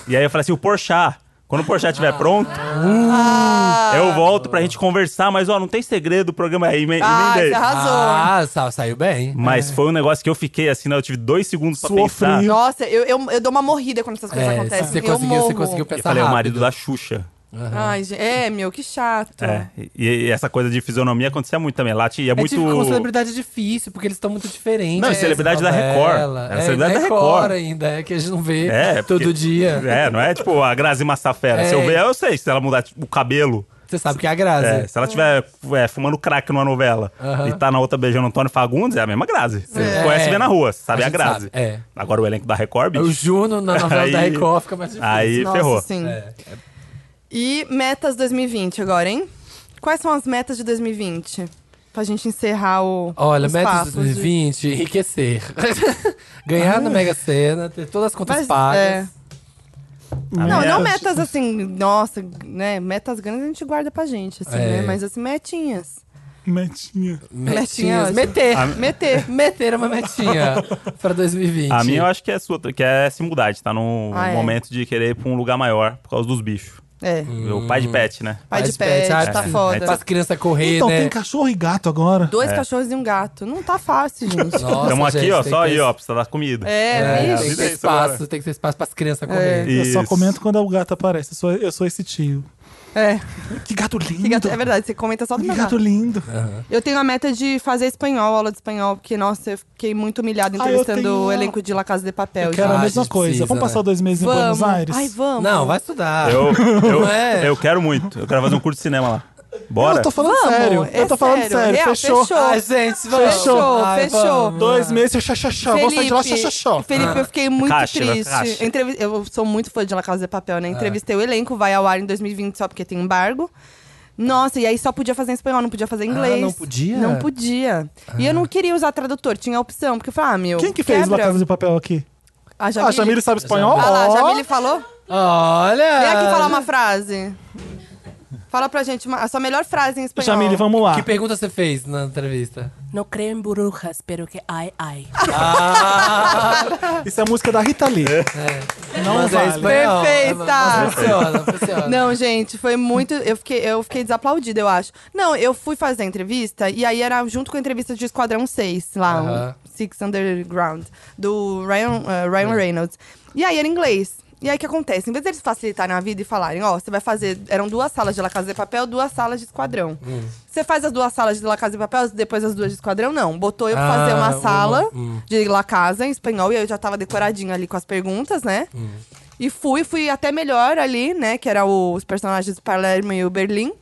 E aí eu falei assim, o Porchat, quando o Porchat estiver pronto, Ah, eu volto pra gente conversar, mas ó, não tem segredo, o programa aí, emendei. ah, você arrasou. Ah, sa- saiu bem. Mas foi um negócio que eu fiquei assim, né? Eu tive dois segundos pra Suou pensar. frio. Eu Nossa, eu, eu, eu dou uma morrida quando essas coisas É, acontecem. você eu conseguiu, morro. você conseguiu pensar falei, é o rápido. marido da Xuxa. Ai, gente, é, meu, que chato. Tá. É, e, e essa coisa de fisionomia acontecia muito também. Lá tinha, e é, É muito. tipo, com celebridade é difícil, porque eles estão muito diferentes. Não, e né, celebridade essa da Record. novela. É, Era celebridade da Record. ainda, é que a gente não vê É, todo porque- dia. É, não é tipo a Grazi Massafera. É. Se eu ver, eu sei. Se ela mudar tipo, o cabelo, Você sabe que é a graça. é, se ela estiver fumando crack numa novela Aham. e tá na outra beijando Antônio Fagundes, é a mesma Grazi. Você É. conhece bem na rua, sabe A a, gente Grazi. sabe, é. Agora o elenco da Record, bicho, O Juno na novela da É. Aí- Ah. Record fica mais difícil. aí Nossa, ferrou. sim. É. E metas 2020 agora, hein? Quais são as metas de 2020? Pra gente encerrar o. Olha, os metas papos de- Ah. 20, enriquecer. (laughs) Ganhar na Mega Sena, ter todas as contas Mas, pagas. é. A Não, não meta, metas assim, nossa, né? Metas grandes a gente guarda pra gente, assim, É. né? Mas assim, metinhas. Metinha. Metinhas. Metinhas. Meter. (laughs) Meter. Meter uma metinha pra 2020. a minha eu acho que é sua, que é se mudar. A gente tá num Ah, é. momento de querer ir pra um lugar maior por causa dos bichos. É. Hum. O pai de pet, né? Pai Faz de pet, pet, tá ah, foda. Pra as crianças correr, Então, né? tem cachorro e gato agora. Dois cachorros e um gato. Não tá fácil, gente. Nossa, Estamos aqui, gente, ó, tem só que ter- aí, ó, precisa dar comida. (laughs) É, É, a vixe. tem que vida ter é isso agora. espaço, tem que ter espaço pras crianças correr. Eu só Isso. comento quando é o gato aparece. Eu sou, eu sou esse tio. É. Que gato lindo. Que gato- É verdade, você comenta só do Que meu gato gato. lindo. Eu tenho a meta de fazer espanhol, aula de espanhol, porque, nossa, eu fiquei muito humilhada Ah, eu entrevistando tenho- o elenco de La Casa de Papel. Eu Ah, quero a gente. a mesma gente coisa. precisa, Vamos passar né? dois meses em Buenos Aires? Ai, Então, vamos. Não, vai estudar. Eu, eu, Não é? eu quero muito. Eu quero fazer um curso de cinema lá. Bora. Eu tô falando Vamos, sério. eu é tô falando sério. sério. Real, fechou. fechou. Ai, gente, vamos. Fechou, Ai, fechou. vamos. Dois meses, eu xaxaxá. Vou sair de lá, xaxaxá. Felipe, eu fiquei muito Caixa, vai, triste. caixa. Entrevi- Eu sou muito fã de La Casa de Papel, É. né? Entrevistei o elenco, vai ao ar em 2020 só porque tem embargo. Nossa, e aí só podia fazer em espanhol, não podia fazer em Ah, inglês. não podia? Ah. Não podia. E eu não queria usar tradutor, tinha a opção, porque eu falei, ah, meu. Quem que fez La quebra. Casa de Papel aqui? A Ah, Jamile. A Jamile sabe espanhol? Ah lá, a Ó. Jamile falou? Olha! Vem aqui falar uma frase. Fala pra gente uma- a sua melhor frase em espanhol. Jamile, vamos lá. Que pergunta você fez na entrevista? No creo en burbujas, pero que hay, hay. Isso é a música da Rita Lee. Não Mas é vale. espanhol. Perfeita! Mas Funciona, funciona. Não, gente, foi muito. Eu fiquei, eu fiquei desaplaudida, eu acho. Não, eu fui fazer a entrevista e aí era junto com a entrevista de Esquadrão 6, lá, Aham. um Six Underground, do Ryan, eh, Ryan Reynolds. E aí era inglês. E aí o que acontece? Em vez deles facilitarem a vida e falarem, ó, você vai fazer. Eram duas salas de La Casa de Papel, duas salas de Esquadrão. Você faz as duas salas de La Casa de Papel, depois as duas de Esquadrão? Não. Botou eu pra fazer Ah, uma uma- sala hum. de La Casa em espanhol e aí eu já tava decoradinha ali com as perguntas, né? Hum. E fui, fui até melhor ali, né? Que era o- os personagens do Palermo e o Berlim.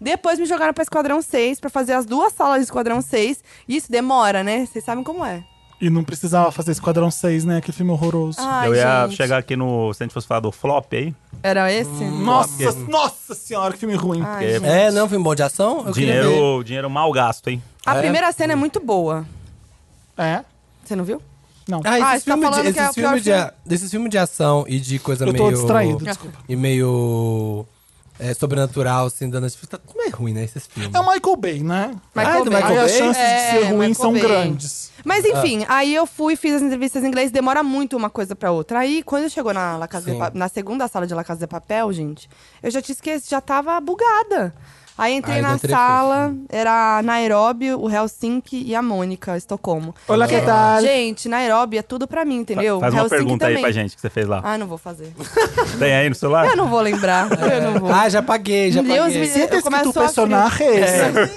Depois me jogaram pra Esquadrão 6 pra fazer as duas salas de Esquadrão 6. E isso demora, né? Vocês sabem como é. E não precisava fazer Esquadrão 6, né? Que filme horroroso. Ai, eu ia gente. chegar Hum. aqui no. Se a gente fosse falar do flop aí, Era esse? Nossa, nossa senhora, que filme ruim. Ai, porque- gente. É, não, foi um bom de ação? Eu queria ver. dinheiro, dinheiro mal gasto, hein? A É. primeira cena é muito boa. É? Você não viu? Não. Ah, esses Ah, você tá filmes de, falando que é esses o pior filmes de, a- desses filmes de ação e de coisa Eu meio... tô distraído, desculpa. E meio... é, sobrenatural, assim, da Netflix. Tá tudo meio ruim, né, esses filmes. É o Michael Bay, né? Michael do Bay. Michael Aí as Bay? chances É, de ser ruim Michael são Bay. grandes. Mas enfim, aí eu fui, fiz as entrevistas em inglês, demora muito uma coisa pra outra. Aí, quando chegou na, La Casa de Sim. Pa- na segunda sala de La Casa de Papel, gente, eu já tinha esquecido, já tava bugada. Aí entrei Ai, na não teria sala, era a Nairobi, o Helsinki e a Mônica, Estocolmo. Olá, que tal? Gente, Nairobi é tudo pra mim, entendeu? Tá, Faz uma Helsinki pergunta é também. aí pra gente que você fez lá. Ah, não vou fazer. Tem aí no celular? Eu não vou lembrar, eu não vou. Ah, já paguei, já Deus paguei. me Tem Eu escrito começo o a personagem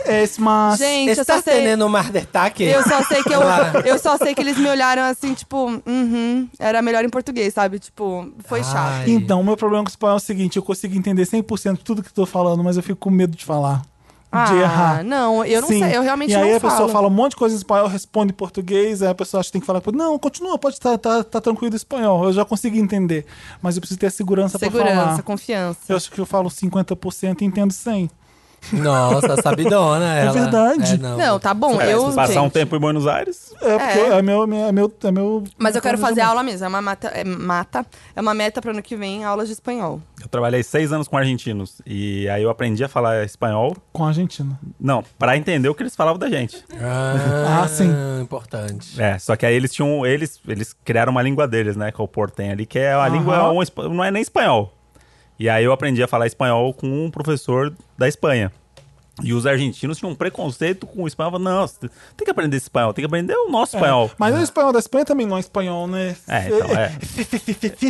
é esse, mas... Gente, eu só Estás sei... tendo mais destaque? Eu só sei que eu, Claro. eu só sei que eles me olharam assim, tipo, uhum, era melhor em português, sabe? Tipo, foi chato. Ai. Então, o meu problema com o espanhol é o seguinte, eu consigo entender 100% tudo que tô falando, mas eu fico com medo de falar. Ah, de errar. não, eu não Sim. sei, eu realmente E aí não a falo. pessoa fala um monte de coisa em espanhol, responde em português, aí a pessoa acha que tem que falar, não, continua, pode estar tá, tá tranquilo em espanhol, eu já consigo entender. Mas eu preciso ter a segurança, pra Segurança, falar. confiança. Eu acho que eu falo 50% e entendo 100. Nossa, sabidona ela. verdade. É, Não, tá bom, É, eu. se passar um gente, tempo em Buenos Aires. É porque é, meu, é meu, é meu... Mas eu quero meu- fazer aula mesmo, é uma mata, é, mata, é uma meta para ano que vem, aulas de espanhol. Eu trabalhei seis anos com argentinos. E aí eu aprendi a falar espanhol. Com a Argentina. Não, pra entender o que eles falavam da gente. Ah, Ah, sim. Importante. É, só que aí eles tinham. Eles, eles criaram uma língua deles, né? Que é o portem ali, que é a Aham. língua. é um espa- não é nem espanhol. E aí eu aprendi a falar espanhol com um professor da Espanha. E os argentinos tinham um preconceito com o espanhol. Falavam, não, você tem que aprender esse espanhol, tem que aprender o nosso É. espanhol. Mas o espanhol da Espanha também não é espanhol, né? (laughs) É, então,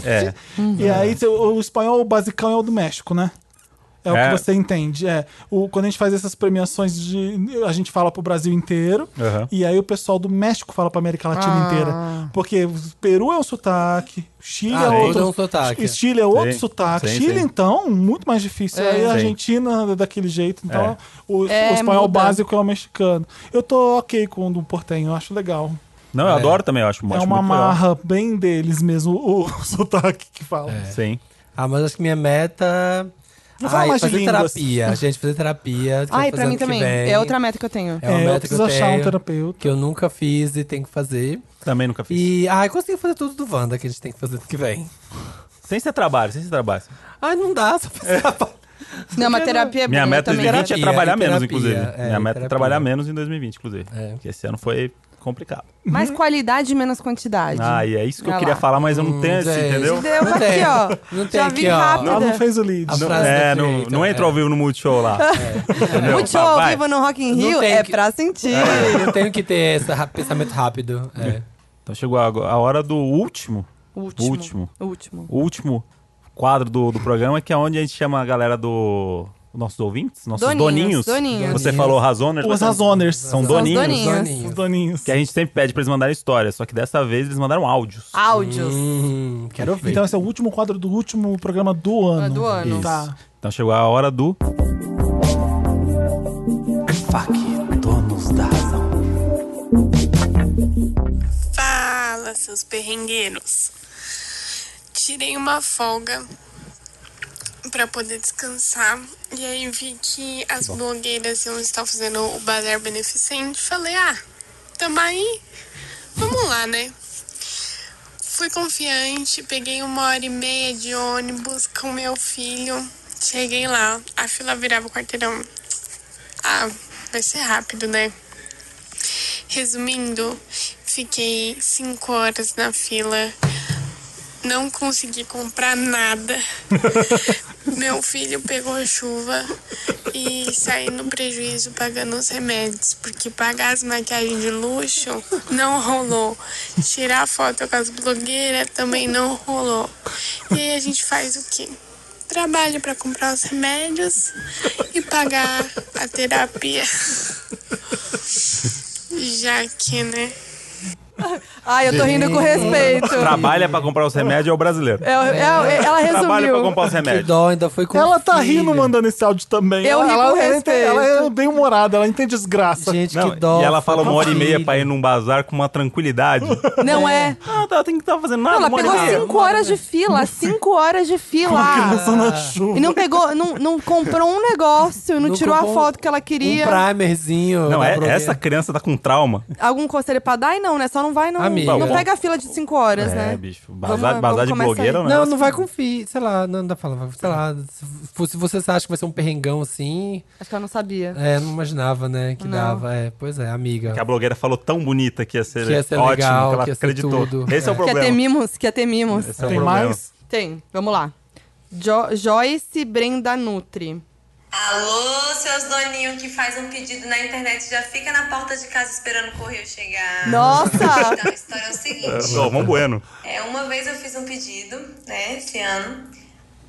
é. (laughs) E aí, o o espanhol basicão é o do é México, né? É, o É. que você entende. É. O, quando a gente faz essas premiações de. A gente fala pro Brasil inteiro. Aham. E aí o pessoal do México fala pra América Latina Ah. inteira. Porque o Peru é um sotaque, Chile Ah, é todo outro. é um sotaque. Chile é outro Sim, sotaque. sim, Chile, sim. então, muito mais difícil. É. Aí a Sim. Argentina é daquele jeito. Então, É. o, É, o espanhol muda. básico é o mexicano. Eu tô ok com o do portenho, eu acho legal. Não, eu É. adoro também, eu acho, um é acho uma muito legal. marra bem deles mesmo, o (laughs) sotaque que fala. É. Sim. Ah, mas acho que minha meta. Não fala Ai, mais de fazer línguas. terapia. (laughs) Gente, fazer terapia. quero Ai, fazer pra mim ano que também. vem. É outra meta que eu tenho. É uma É, eu meta que preciso eu achar um tenho, terapeuta. que eu nunca fiz e tenho que fazer. Também nunca fiz. E, ai, consegui fazer tudo do Wanda que a gente tem que fazer ano que vem. Sem ser trabalho, sem ser trabalho. Ai, não dá, só fazer É. (laughs) Não, mas terapia é Minha boa meta de também. 2020 é Terapia, trabalhar é menos, terapia, inclusive. é, Minha meta terapia. é trabalhar menos em 2020, inclusive. É. Porque esse ano foi complicado. Mais qualidade, menos quantidade. Ah, e é isso que Vai eu queria lá. falar, mas eu não tenho esse, Hum, gente. entendeu? Deu Não aqui, tem. ó. Não tem Já aqui, vi ó. rápido. Ela Ah, não fez o lead. A Não, frase é, da não, Cleiton, não entra é. ao vivo no Multishow lá. Entendeu? Muito show Vai, ao vai. vivo no Rock in Não Rio tem é que- pra sentir. Eu tenho que ter esse ra- pensamento rápido. É. Então chegou a, a hora do último, Último. Último. Último. o último quadro do, do programa, que é onde a gente chama a galera do. Nossos ouvintes? Nossos Doninhos, doninhos. doninhos. Você falou razoners. Os mas- razoners. São São os doninhos. doninhos. Os Doninhos. doninhos. Que a gente sempre pede pra eles mandarem histórias, só que dessa vez eles mandaram áudios. Áudios. Hum, quero ver. Então esse é o último quadro do último programa do ano. Ah, do ano. Isso. Tá. Então chegou a hora do. Fala, seus perrengueiros. Tirei uma folga pra poder descansar. E aí vi que as blogueiras iam estar fazendo o bazar beneficente. Falei, ah, tamo aí, vamos lá, né? Fui confiante, peguei uma hora e meia de ônibus com meu filho. Cheguei lá, a fila virava o quarteirão. Ah, vai ser rápido, né? Resumindo, fiquei cinco horas na fila, não consegui comprar nada. Meu filho pegou a chuva e saí no prejuízo pagando os remédios, porque pagar as maquiagens de luxo não rolou. Tirar foto com as blogueiras também não rolou. E aí a gente faz o quê? Trabalha para comprar os remédios e pagar a terapia. (laughs) Já que, né? Ai, eu tô rindo com respeito. Trabalha pra comprar os remédios é o brasileiro. É, é, é, ela Trabalha pra resumiu. comprar os Que remédios. dó, ainda foi com Ela o tá filho. rindo mandando esse áudio também. Eu ri ela, com ela, ela, respeito. entende- ela é bem humorada, ela entende desgraça. Gente, Não, que dó. e ela foi fala com uma o hora e meia filho. pra ir num bazar com uma (laughs) tranquilidade. Não é. ah, tá, tem que estar fazendo nada. Ela uma hora pegou e meia. cinco horas de fila. Cinco horas de fila. Criança na é chuva. E não pegou, não, não comprou um negócio, não, Não tirou a comprou foto que ela queria. Um primerzinho. Não, pra é, prover. essa criança tá com trauma. Algum conselho pra dar? E não, né? Só não vai, não. Amiga. Não pega a fila de cinco horas, é, né? bicho. Bazar, Vamos bazar lá, vamos de começar blogueira, aí. né? Não, não vai com filho. Sei lá, não, não dá pra falar. Sei lá, se, se você acha que vai ser um perrengão assim, Acho que ela não sabia. é, não imaginava, né, que Não. dava. É, pois é, amiga. Que a blogueira falou tão bonita que ia ser, Que ia ser ótimo, legal, que ela que ia ser acreditou. tudo. Esse é, É. o Quer problema. ter mimos? Quer ter mimos? Esse é o Tem problema. mais? Tem, vamos lá. Jo- Joyce Brenda Nutri. Alô, seus doninhos que faz um pedido na internet já fica na porta de casa esperando o correio chegar. Nossa! Então, a história é o seguinte. Ô, vamos bueno. É, uma vez eu fiz um pedido, né, esse ano,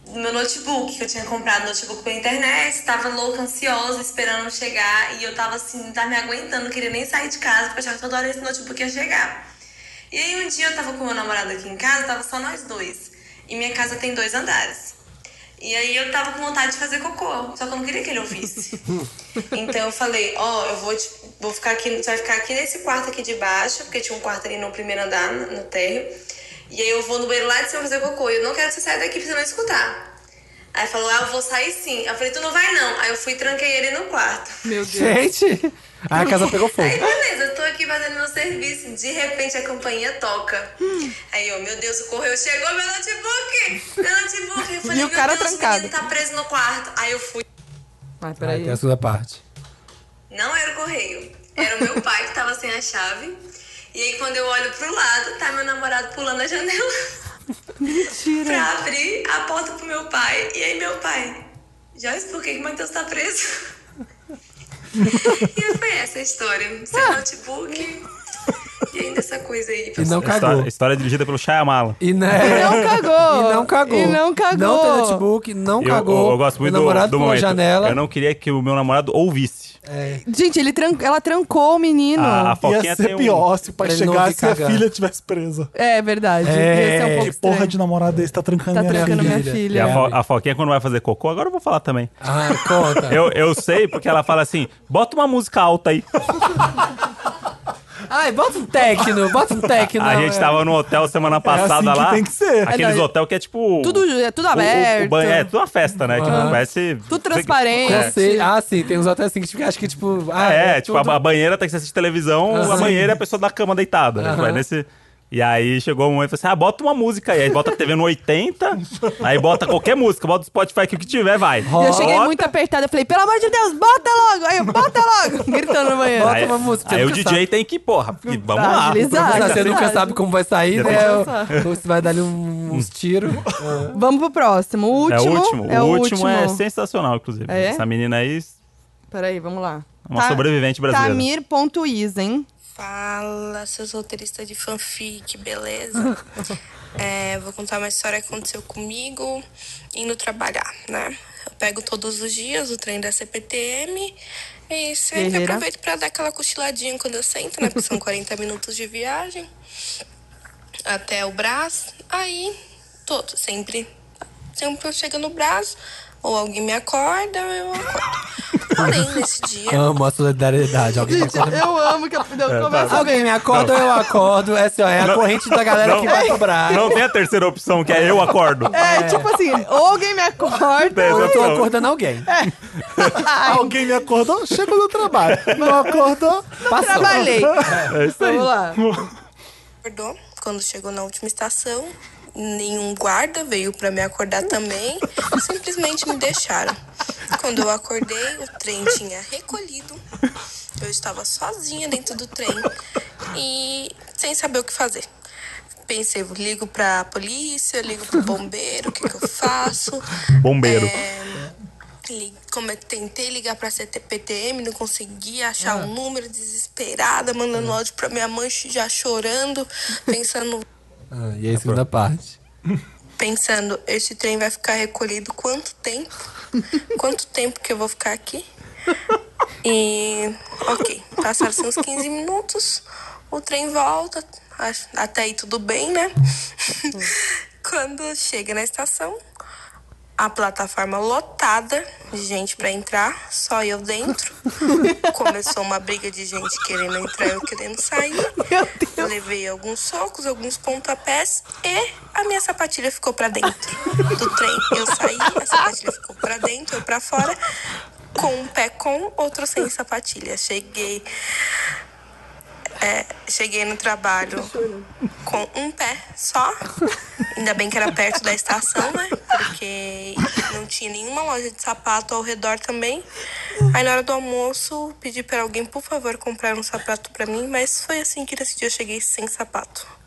do meu notebook, que eu tinha comprado notebook pela internet, tava louca, ansiosa, esperando chegar, e eu tava assim, não tava me aguentando, não queria nem sair de casa, porque eu achava que toda hora esse notebook ia chegar. E aí um dia eu tava com meu namorado aqui em casa, tava só nós dois, e minha casa tem dois andares. E aí eu tava com vontade de fazer cocô, só que eu não queria que ele ouvisse. Então eu falei, ó, eu vou, te- vou ficar aqui, você vai ficar aqui nesse quarto aqui de baixo, porque tinha um quarto ali no primeiro andar, no no térreo. E aí eu vou no banheiro lá de cima fazer cocô. E eu não quero que você saia daqui pra você não escutar. Aí falou, ah, eu vou sair sim. Eu falei, tu não vai não. Aí eu fui e tranquei ele no quarto. Meu Deus. (laughs) Gente! Aí a casa pegou fogo. Aí, beleza, eu tô aqui fazendo meu serviço. De repente a campainha toca. Hum. Aí eu, meu Deus, correu, chegou meu notebook! Meu notebook! Eu falei, (laughs) E o cara meu Deus, trancado. o menino tá preso no quarto. Aí eu fui. Ai, Aí peraí. tem a segunda parte. Não era o correio. Era o meu pai que tava sem a chave. E aí quando eu olho pro lado, tá meu namorado pulando a janela Mentira. pra abrir a porta pro meu pai. E aí meu pai, Joyce, por que que o Matheus tá preso? e foi essa a história. Sem notebook. E E ainda essa coisa aí. E A não história, cagou. a história é dirigida pelo Shyamala. E não, não cagou. (laughs) E não cagou. E não cagou. Não tipo- tem notebook, não Eu, cagou. eu- eu gosto muito o namorado do, do pulou a momento. janela. Eu não queria que o meu namorado ouvisse. É. Gente, ele tran- ela trancou o menino. Ah. A, a Ia Foquinha tem ser um- pior se o pai Pra ele não chegasse e ouvir a cagar. filha tivesse presa. É verdade. É, Ia ser um pouco Que porra estranho. de namorada esse tá trancando Tá minha trancando filha? minha filha. E filha. a, fo, a Foquinha, quando vai fazer cocô, agora eu vou falar também. Ah, conta. Eu, eu sei porque ela fala assim: bota uma música alta aí. Ai, bota (laughs) um tecno, bota um tecno. a gente é. tava no hotel semana passada assim que lá. tem que ser. Aqueles É, não, hotel que é tipo. Tudo, é tudo o- o- aberto. O, banho, é, tudo uma festa, né? Tipo, Aham. parece. Tudo transparente. Eu sei. Ah, sim, tem uns hotéis assim que tipo, acho que tipo. Ah, É, tipo, tudo- a, a banheira tem que assistir televisão, a Aham. banheira é a pessoa na cama deitada. né? Aham. Vai nesse... E aí chegou um momento e falou assim: ah, bota uma música aí. Aí bota a TV no 80, aí bota qualquer música, bota o Spotify que o que tiver, vai. E eu cheguei Bota. muito apertada. Eu falei, pelo amor de Deus, bota logo! (laughs) Aí eu, bota logo! Gritando no banheiro. Bota Aí- uma música, você Aí o nunca DJ sabe. tem que, porra, e vamos lá. agilizar. Mas assim, Ah, você nunca verdade. sabe como vai sair, Depois né? eu Ou- só. Ou você vai dar ali um- uns tiros. Ah. Vamos pro próximo. O É o último. último. É o último é sensacional, inclusive. É? Essa menina aí Peraí, vamos lá. é uma sobrevivente brasileira. Tamir.isen. Fala, seus roteiristas de fanfic, beleza? É, vou contar uma história que aconteceu comigo indo trabalhar, né? Eu pego todos os dias o trem da CPTM e sempre Guerreira. aproveito pra dar aquela cochiladinha quando eu sento, né? Porque são 40 (laughs) minutos de viagem até o Brás. Aí, todo, sempre, sempre eu chego no Brás, ou alguém me acorda, ou eu acordo. Porém, nesse dia, Amo a solidariedade. Alguém, Gente, É. eu amo que ela tá. começa alguém. alguém me acorda ou eu acordo. Essa ó, é a corrente da galera Não. que vai cobrar. Não tem a terceira opção, que é eu (laughs) acordo. É, tipo assim, ou alguém (laughs) me acorda. Tem Ou eu tô opção. acordando alguém. Alguém me acordou, chegou no trabalho. Não acordou, Passou. Trabalhei. É Vamos lá. acordou. Quando chegou na última estação, nenhum guarda veio pra me acordar também. Simplesmente me deixaram. Quando eu acordei, o trem tinha recolhido. Eu estava sozinha dentro do trem e sem saber o que fazer. Pensei, ligo pra polícia, ligo pro bombeiro, o que, que eu faço? (laughs) Bombeiro. É, li- como eu tentei ligar pra CTPTM, não consegui achar um número, desesperada, mandando áudio pra minha mãe já chorando, pensando, Ah, e aí, segunda parte. pensando, esse trem vai ficar recolhido quanto tempo? Quanto tempo que eu vou ficar aqui? E ok, passaram-se uns 15 minutos, o trem volta, acho- até aí tudo bem, né? (laughs) Quando chega na estação, a plataforma lotada de gente pra entrar, só eu dentro. Começou uma briga de gente querendo entrar e eu querendo sair. Eu levei alguns socos, alguns pontapés e a minha sapatilha ficou pra dentro do trem. Eu saí, a sapatilha ficou pra dentro, eu pra fora, com um pé com, outro sem sapatilha. Cheguei. é, cheguei no trabalho com um pé só. Ainda bem que era perto da estação, né? Porque não tinha nenhuma loja de sapato ao redor também. Aí na hora do almoço, pedi pra alguém, por favor, comprar um sapato pra mim, mas foi assim que nesse dia eu cheguei sem sapato.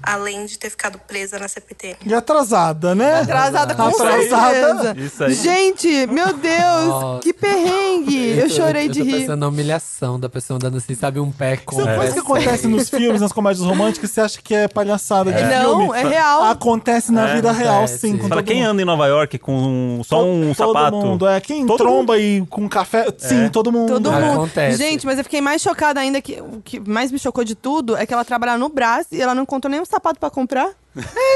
Além de ter ficado presa na CPT. E atrasada, né? Atrasada com Atrasada. certeza. Isso aí. Gente, meu Deus, Nossa. que perrengue. Eu tô- chorei de eu tô rir. pensando na humilhação da pessoa andando assim, sabe, um pé com Isso é um uma pé coisa que acontece nos filmes, nas comédias românticas, você acha que é palhaçada de É. filme. Não, é real. Acontece na É, vida real, acontece. sim. com Fala, todo quem mundo. anda em Nova York com só um todo sapato? Mundo. É, quem Todo tromba e com café. Sim, todo mundo. É. Todo Acontece. mundo. Gente, mas eu fiquei mais chocada ainda que o que mais me chocou de tudo é que ela trabalhava no Brás e ela não encontrou nenhum sapato pra comprar.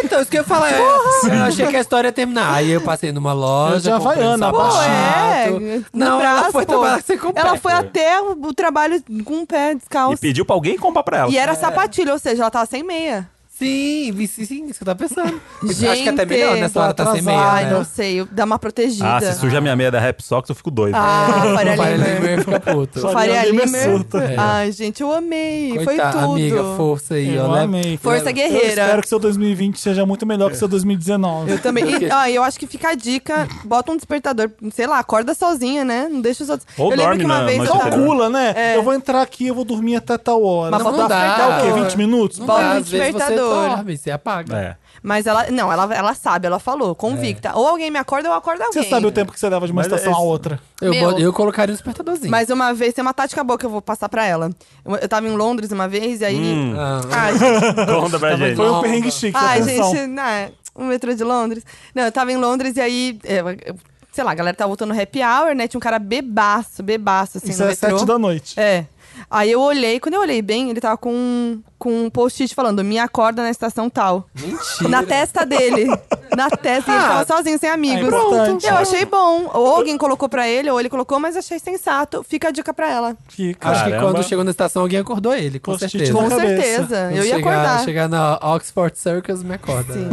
Então, isso que eu ia falar. é, Eu achei que a história ia terminar. Aí eu passei numa loja. Eu já comprei vai, um Ana, sapato. Pô, é. Não, no ela Brás, foi pô. trabalhar sem comprar. Ela foi até o, o trabalho com o pé E é. descalço. é E, é pediu pra alguém comprar pra ela. era sapatilha, ou seja, ela tava sem meia. Sim, vi- sim, sim, isso que eu tava pensando. Gente, acho que até melhor nessa hora tá sem meia. Ai, né? não sei, eu- dá uma protegida. Ah, se suja a minha meia da Rap Sox, eu fico doido. (laughs) Ah, Faria Não vai, Limer. Limer fica puto. Faria Faria Limer Limer. surta. É. Ai, gente, eu amei. Coitada, Foi tudo. amiga, força aí, Eu ó. né? amei. Força Eu guerreira. espero que seu 2020 seja muito melhor que seu 2019. Eu também. E, ó, eu acho que fica a dica: bota um despertador, sei lá, acorda sozinha, né? Não deixa os outros. Ou eu lembro dorme que uma na- vez. na eu- chuteira. Calcula, né? Eu vou entrar aqui, eu vou dormir até tal hora. É. Mas Não bota dá. dá o quê? 20 minutos? Não Bota dá, um às vezes você despertador. dor. dorme, você apaga. É. Mas ela. Não, ela, ela sabe, ela falou, convicta. É. Ou alguém me acorda ou eu acordo alguém. Você sabe o tempo que você leva de uma Mas estação é a isso. outra. Eu, Meu. bo- eu colocaria um despertadorzinho. Mas uma vez, tem uma tática boa que eu vou passar pra ela. Eu, eu tava em Londres uma vez e aí. Ah, Ai, (laughs) gente, Conta pra gente. Foi um Não. perrengue chique, ai, atenção. gente né, o metrô de Londres. Não, eu tava em Londres e aí. é, eu- eu- sei lá, a galera tava voltando no happy hour, né? Tinha um cara bebaço, bebaço, assim, Isso no é metrô. sete da noite. É. Aí eu olhei, quando eu olhei bem, ele tava com, um- com um post-it falando: me acorda na estação tal. Mentira. Na testa dele. Na testa. e Ele tava sozinho, sem amigos. é importante. eu achei bom. Ou alguém colocou pra ele, ou ele colocou, mas achei sensato. Fica a dica pra ela. Fica. Acho que Caramba. quando chegou na estação, alguém acordou ele, com Post-it certeza. na Com cabeça. certeza. Quando Eu ia chegar, acordar. Chegar na Oxford Circus, me acorda. Sim.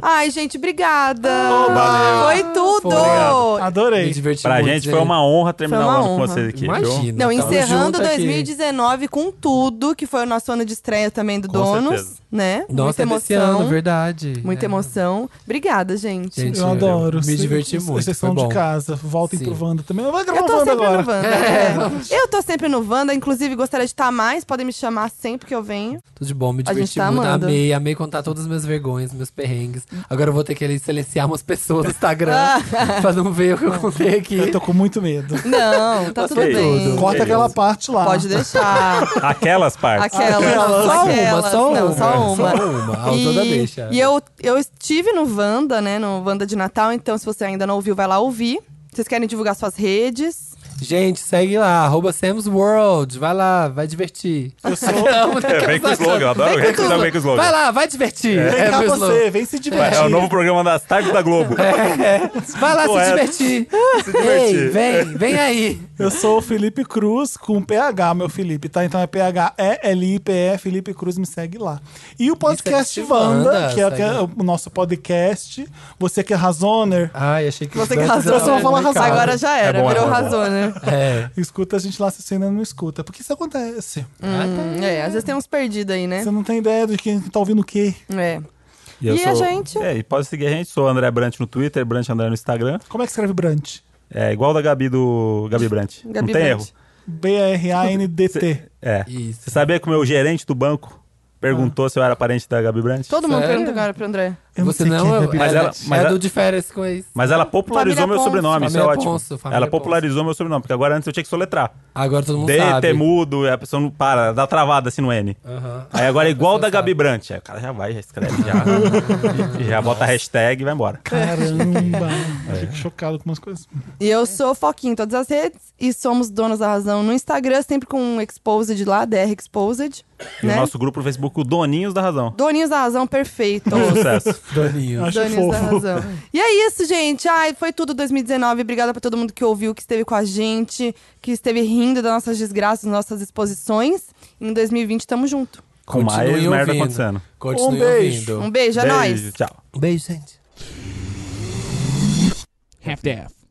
Ai, gente, obrigada. valeu. Foi tudo. Obrigado. Me Adorei. diverti Pra muito, né? gente foi uma honra terminar Foi uma o ano com honra. vocês aqui. Viu? Imagina. Não, tamo encerrando junto aqui. 2019 com tudo, que foi o nosso ano de estreia também do Com Donos, certeza. né? Nossa, é Muita desse ano, emoção. verdade. muita É. emoção. Obrigada, gente. Gente, Eu adoro. Me Vocês- diverti vocês muito, são foi bom. de casa. Voltem Sim. pro Wanda também. Eu vou gravar Eu o tô Wanda sempre tá agora. no Wanda. é. Eu tô sempre no Wanda, inclusive gostaria de estar mais, podem me chamar sempre que eu venho. Tudo de bom, me A gente diverti tá muito. amando. Hum. Amei, amei contar todas as minhas vergonhas, meus perrengues. Agora eu vou ter que ali silenciar umas pessoas no Instagram Ah. (laughs) pra não ver o que eu contei aqui. Eu tô com muito medo. Não, tá tudo Ok. bem. Tudo. Corta Beleza. aquela parte lá. Pode deixar. Aquelas partes. Aquelas, Só aquelas. uma, só não, uma. só uma. Só uma. A outra deixa. E eu, eu estive no Wanda, né? No Wanda de Natal, então se você ainda não ouviu, vai lá ouvir. Vocês querem divulgar suas redes? Gente, segue lá, arroba Sam's World. Vai lá, vai divertir. Eu (laughs) sou... É, (laughs) vem com o slogan, eu adoro que Vem com dá tá bem slogan. com É. o slogan. Vai lá, vai divertir. É, Vem cá meu slogan. você, vem se divertir. É o novo programa das tardes da Globo. É. Vai lá Ué. se (laughs) divertir. divertir. Ei, vem, vem aí. Eu sou o Felipe Cruz com PH, meu Felipe, tá? Então é P-H-E-L-I-P-E, Felipe Cruz, me segue lá. E o podcast segue Wanda, Wanda, que é, que é segue. o nosso podcast. Você que é Razoner, Ai, achei que... Você que Não, arrasou. não, não, não, cara. Agora já era, É bom, é virou bom, é bom. razão, né? É. escuta a gente lá se você ainda não escuta. Porque isso acontece. Ah, Hum, tá. é, às vezes tem uns perdidos aí, né? Você não tem ideia de quem tá ouvindo o quê. É. E, eu E a gente? É, e pode seguir a gente. Sou André Brant no Twitter, Brant André no Instagram. Como é que escreve Brant? É igual da Gabi do Gabi Brant. Gabi Não tem Brant. erro. B-A-R-A-N-D-T. É. Isso. Você sabia que o meu gerente do banco perguntou se eu era parente da Gabi Brant? Ah. Todo mundo Sério? pergunta agora pro André. Eu Você sei não, quem é é, Gabi Mas ela- ela- mas é ela- do de férias com ex. Mas ela popularizou Família meu Ponce. sobrenome, isso é Família ótimo. Ponce, família ela popularizou meu sobrenome, porque agora antes eu tinha que soletrar. Agora todo mundo D, sabe. T mudo, é, a pessoa não para, dá travada assim no N. Aham. Aí agora é igual (laughs) da pessoa Gabi sabe. Brant. Aí o cara já vai, já escreve, já, e já bota a hashtag e vai embora. (laughs) Caramba. Eu Fico chocado com umas coisas. E eu sou Foquinha em todas as redes e somos Donos da Razão no Instagram, sempre com um Exposed lá, DR Exposed. E Né? o nosso grupo no Facebook, o Doninhos da Razão. Doninhos da Razão, perfeito. Sucesso. (laughs) Um Doninho. Acho Doninhos da fofo. Razão. tá E é isso, gente. Ai, foi tudo 2019. Obrigada pra todo mundo que ouviu, que esteve com a gente, que esteve rindo das nossas desgraças, nossas exposições. Em 2020, tamo junto. Com mais Continue merda ouvindo. acontecendo. Continue Um beijo. ouvindo. Um beijo, é nóis. Beijo, tchau. Beijo, gente. half-daff.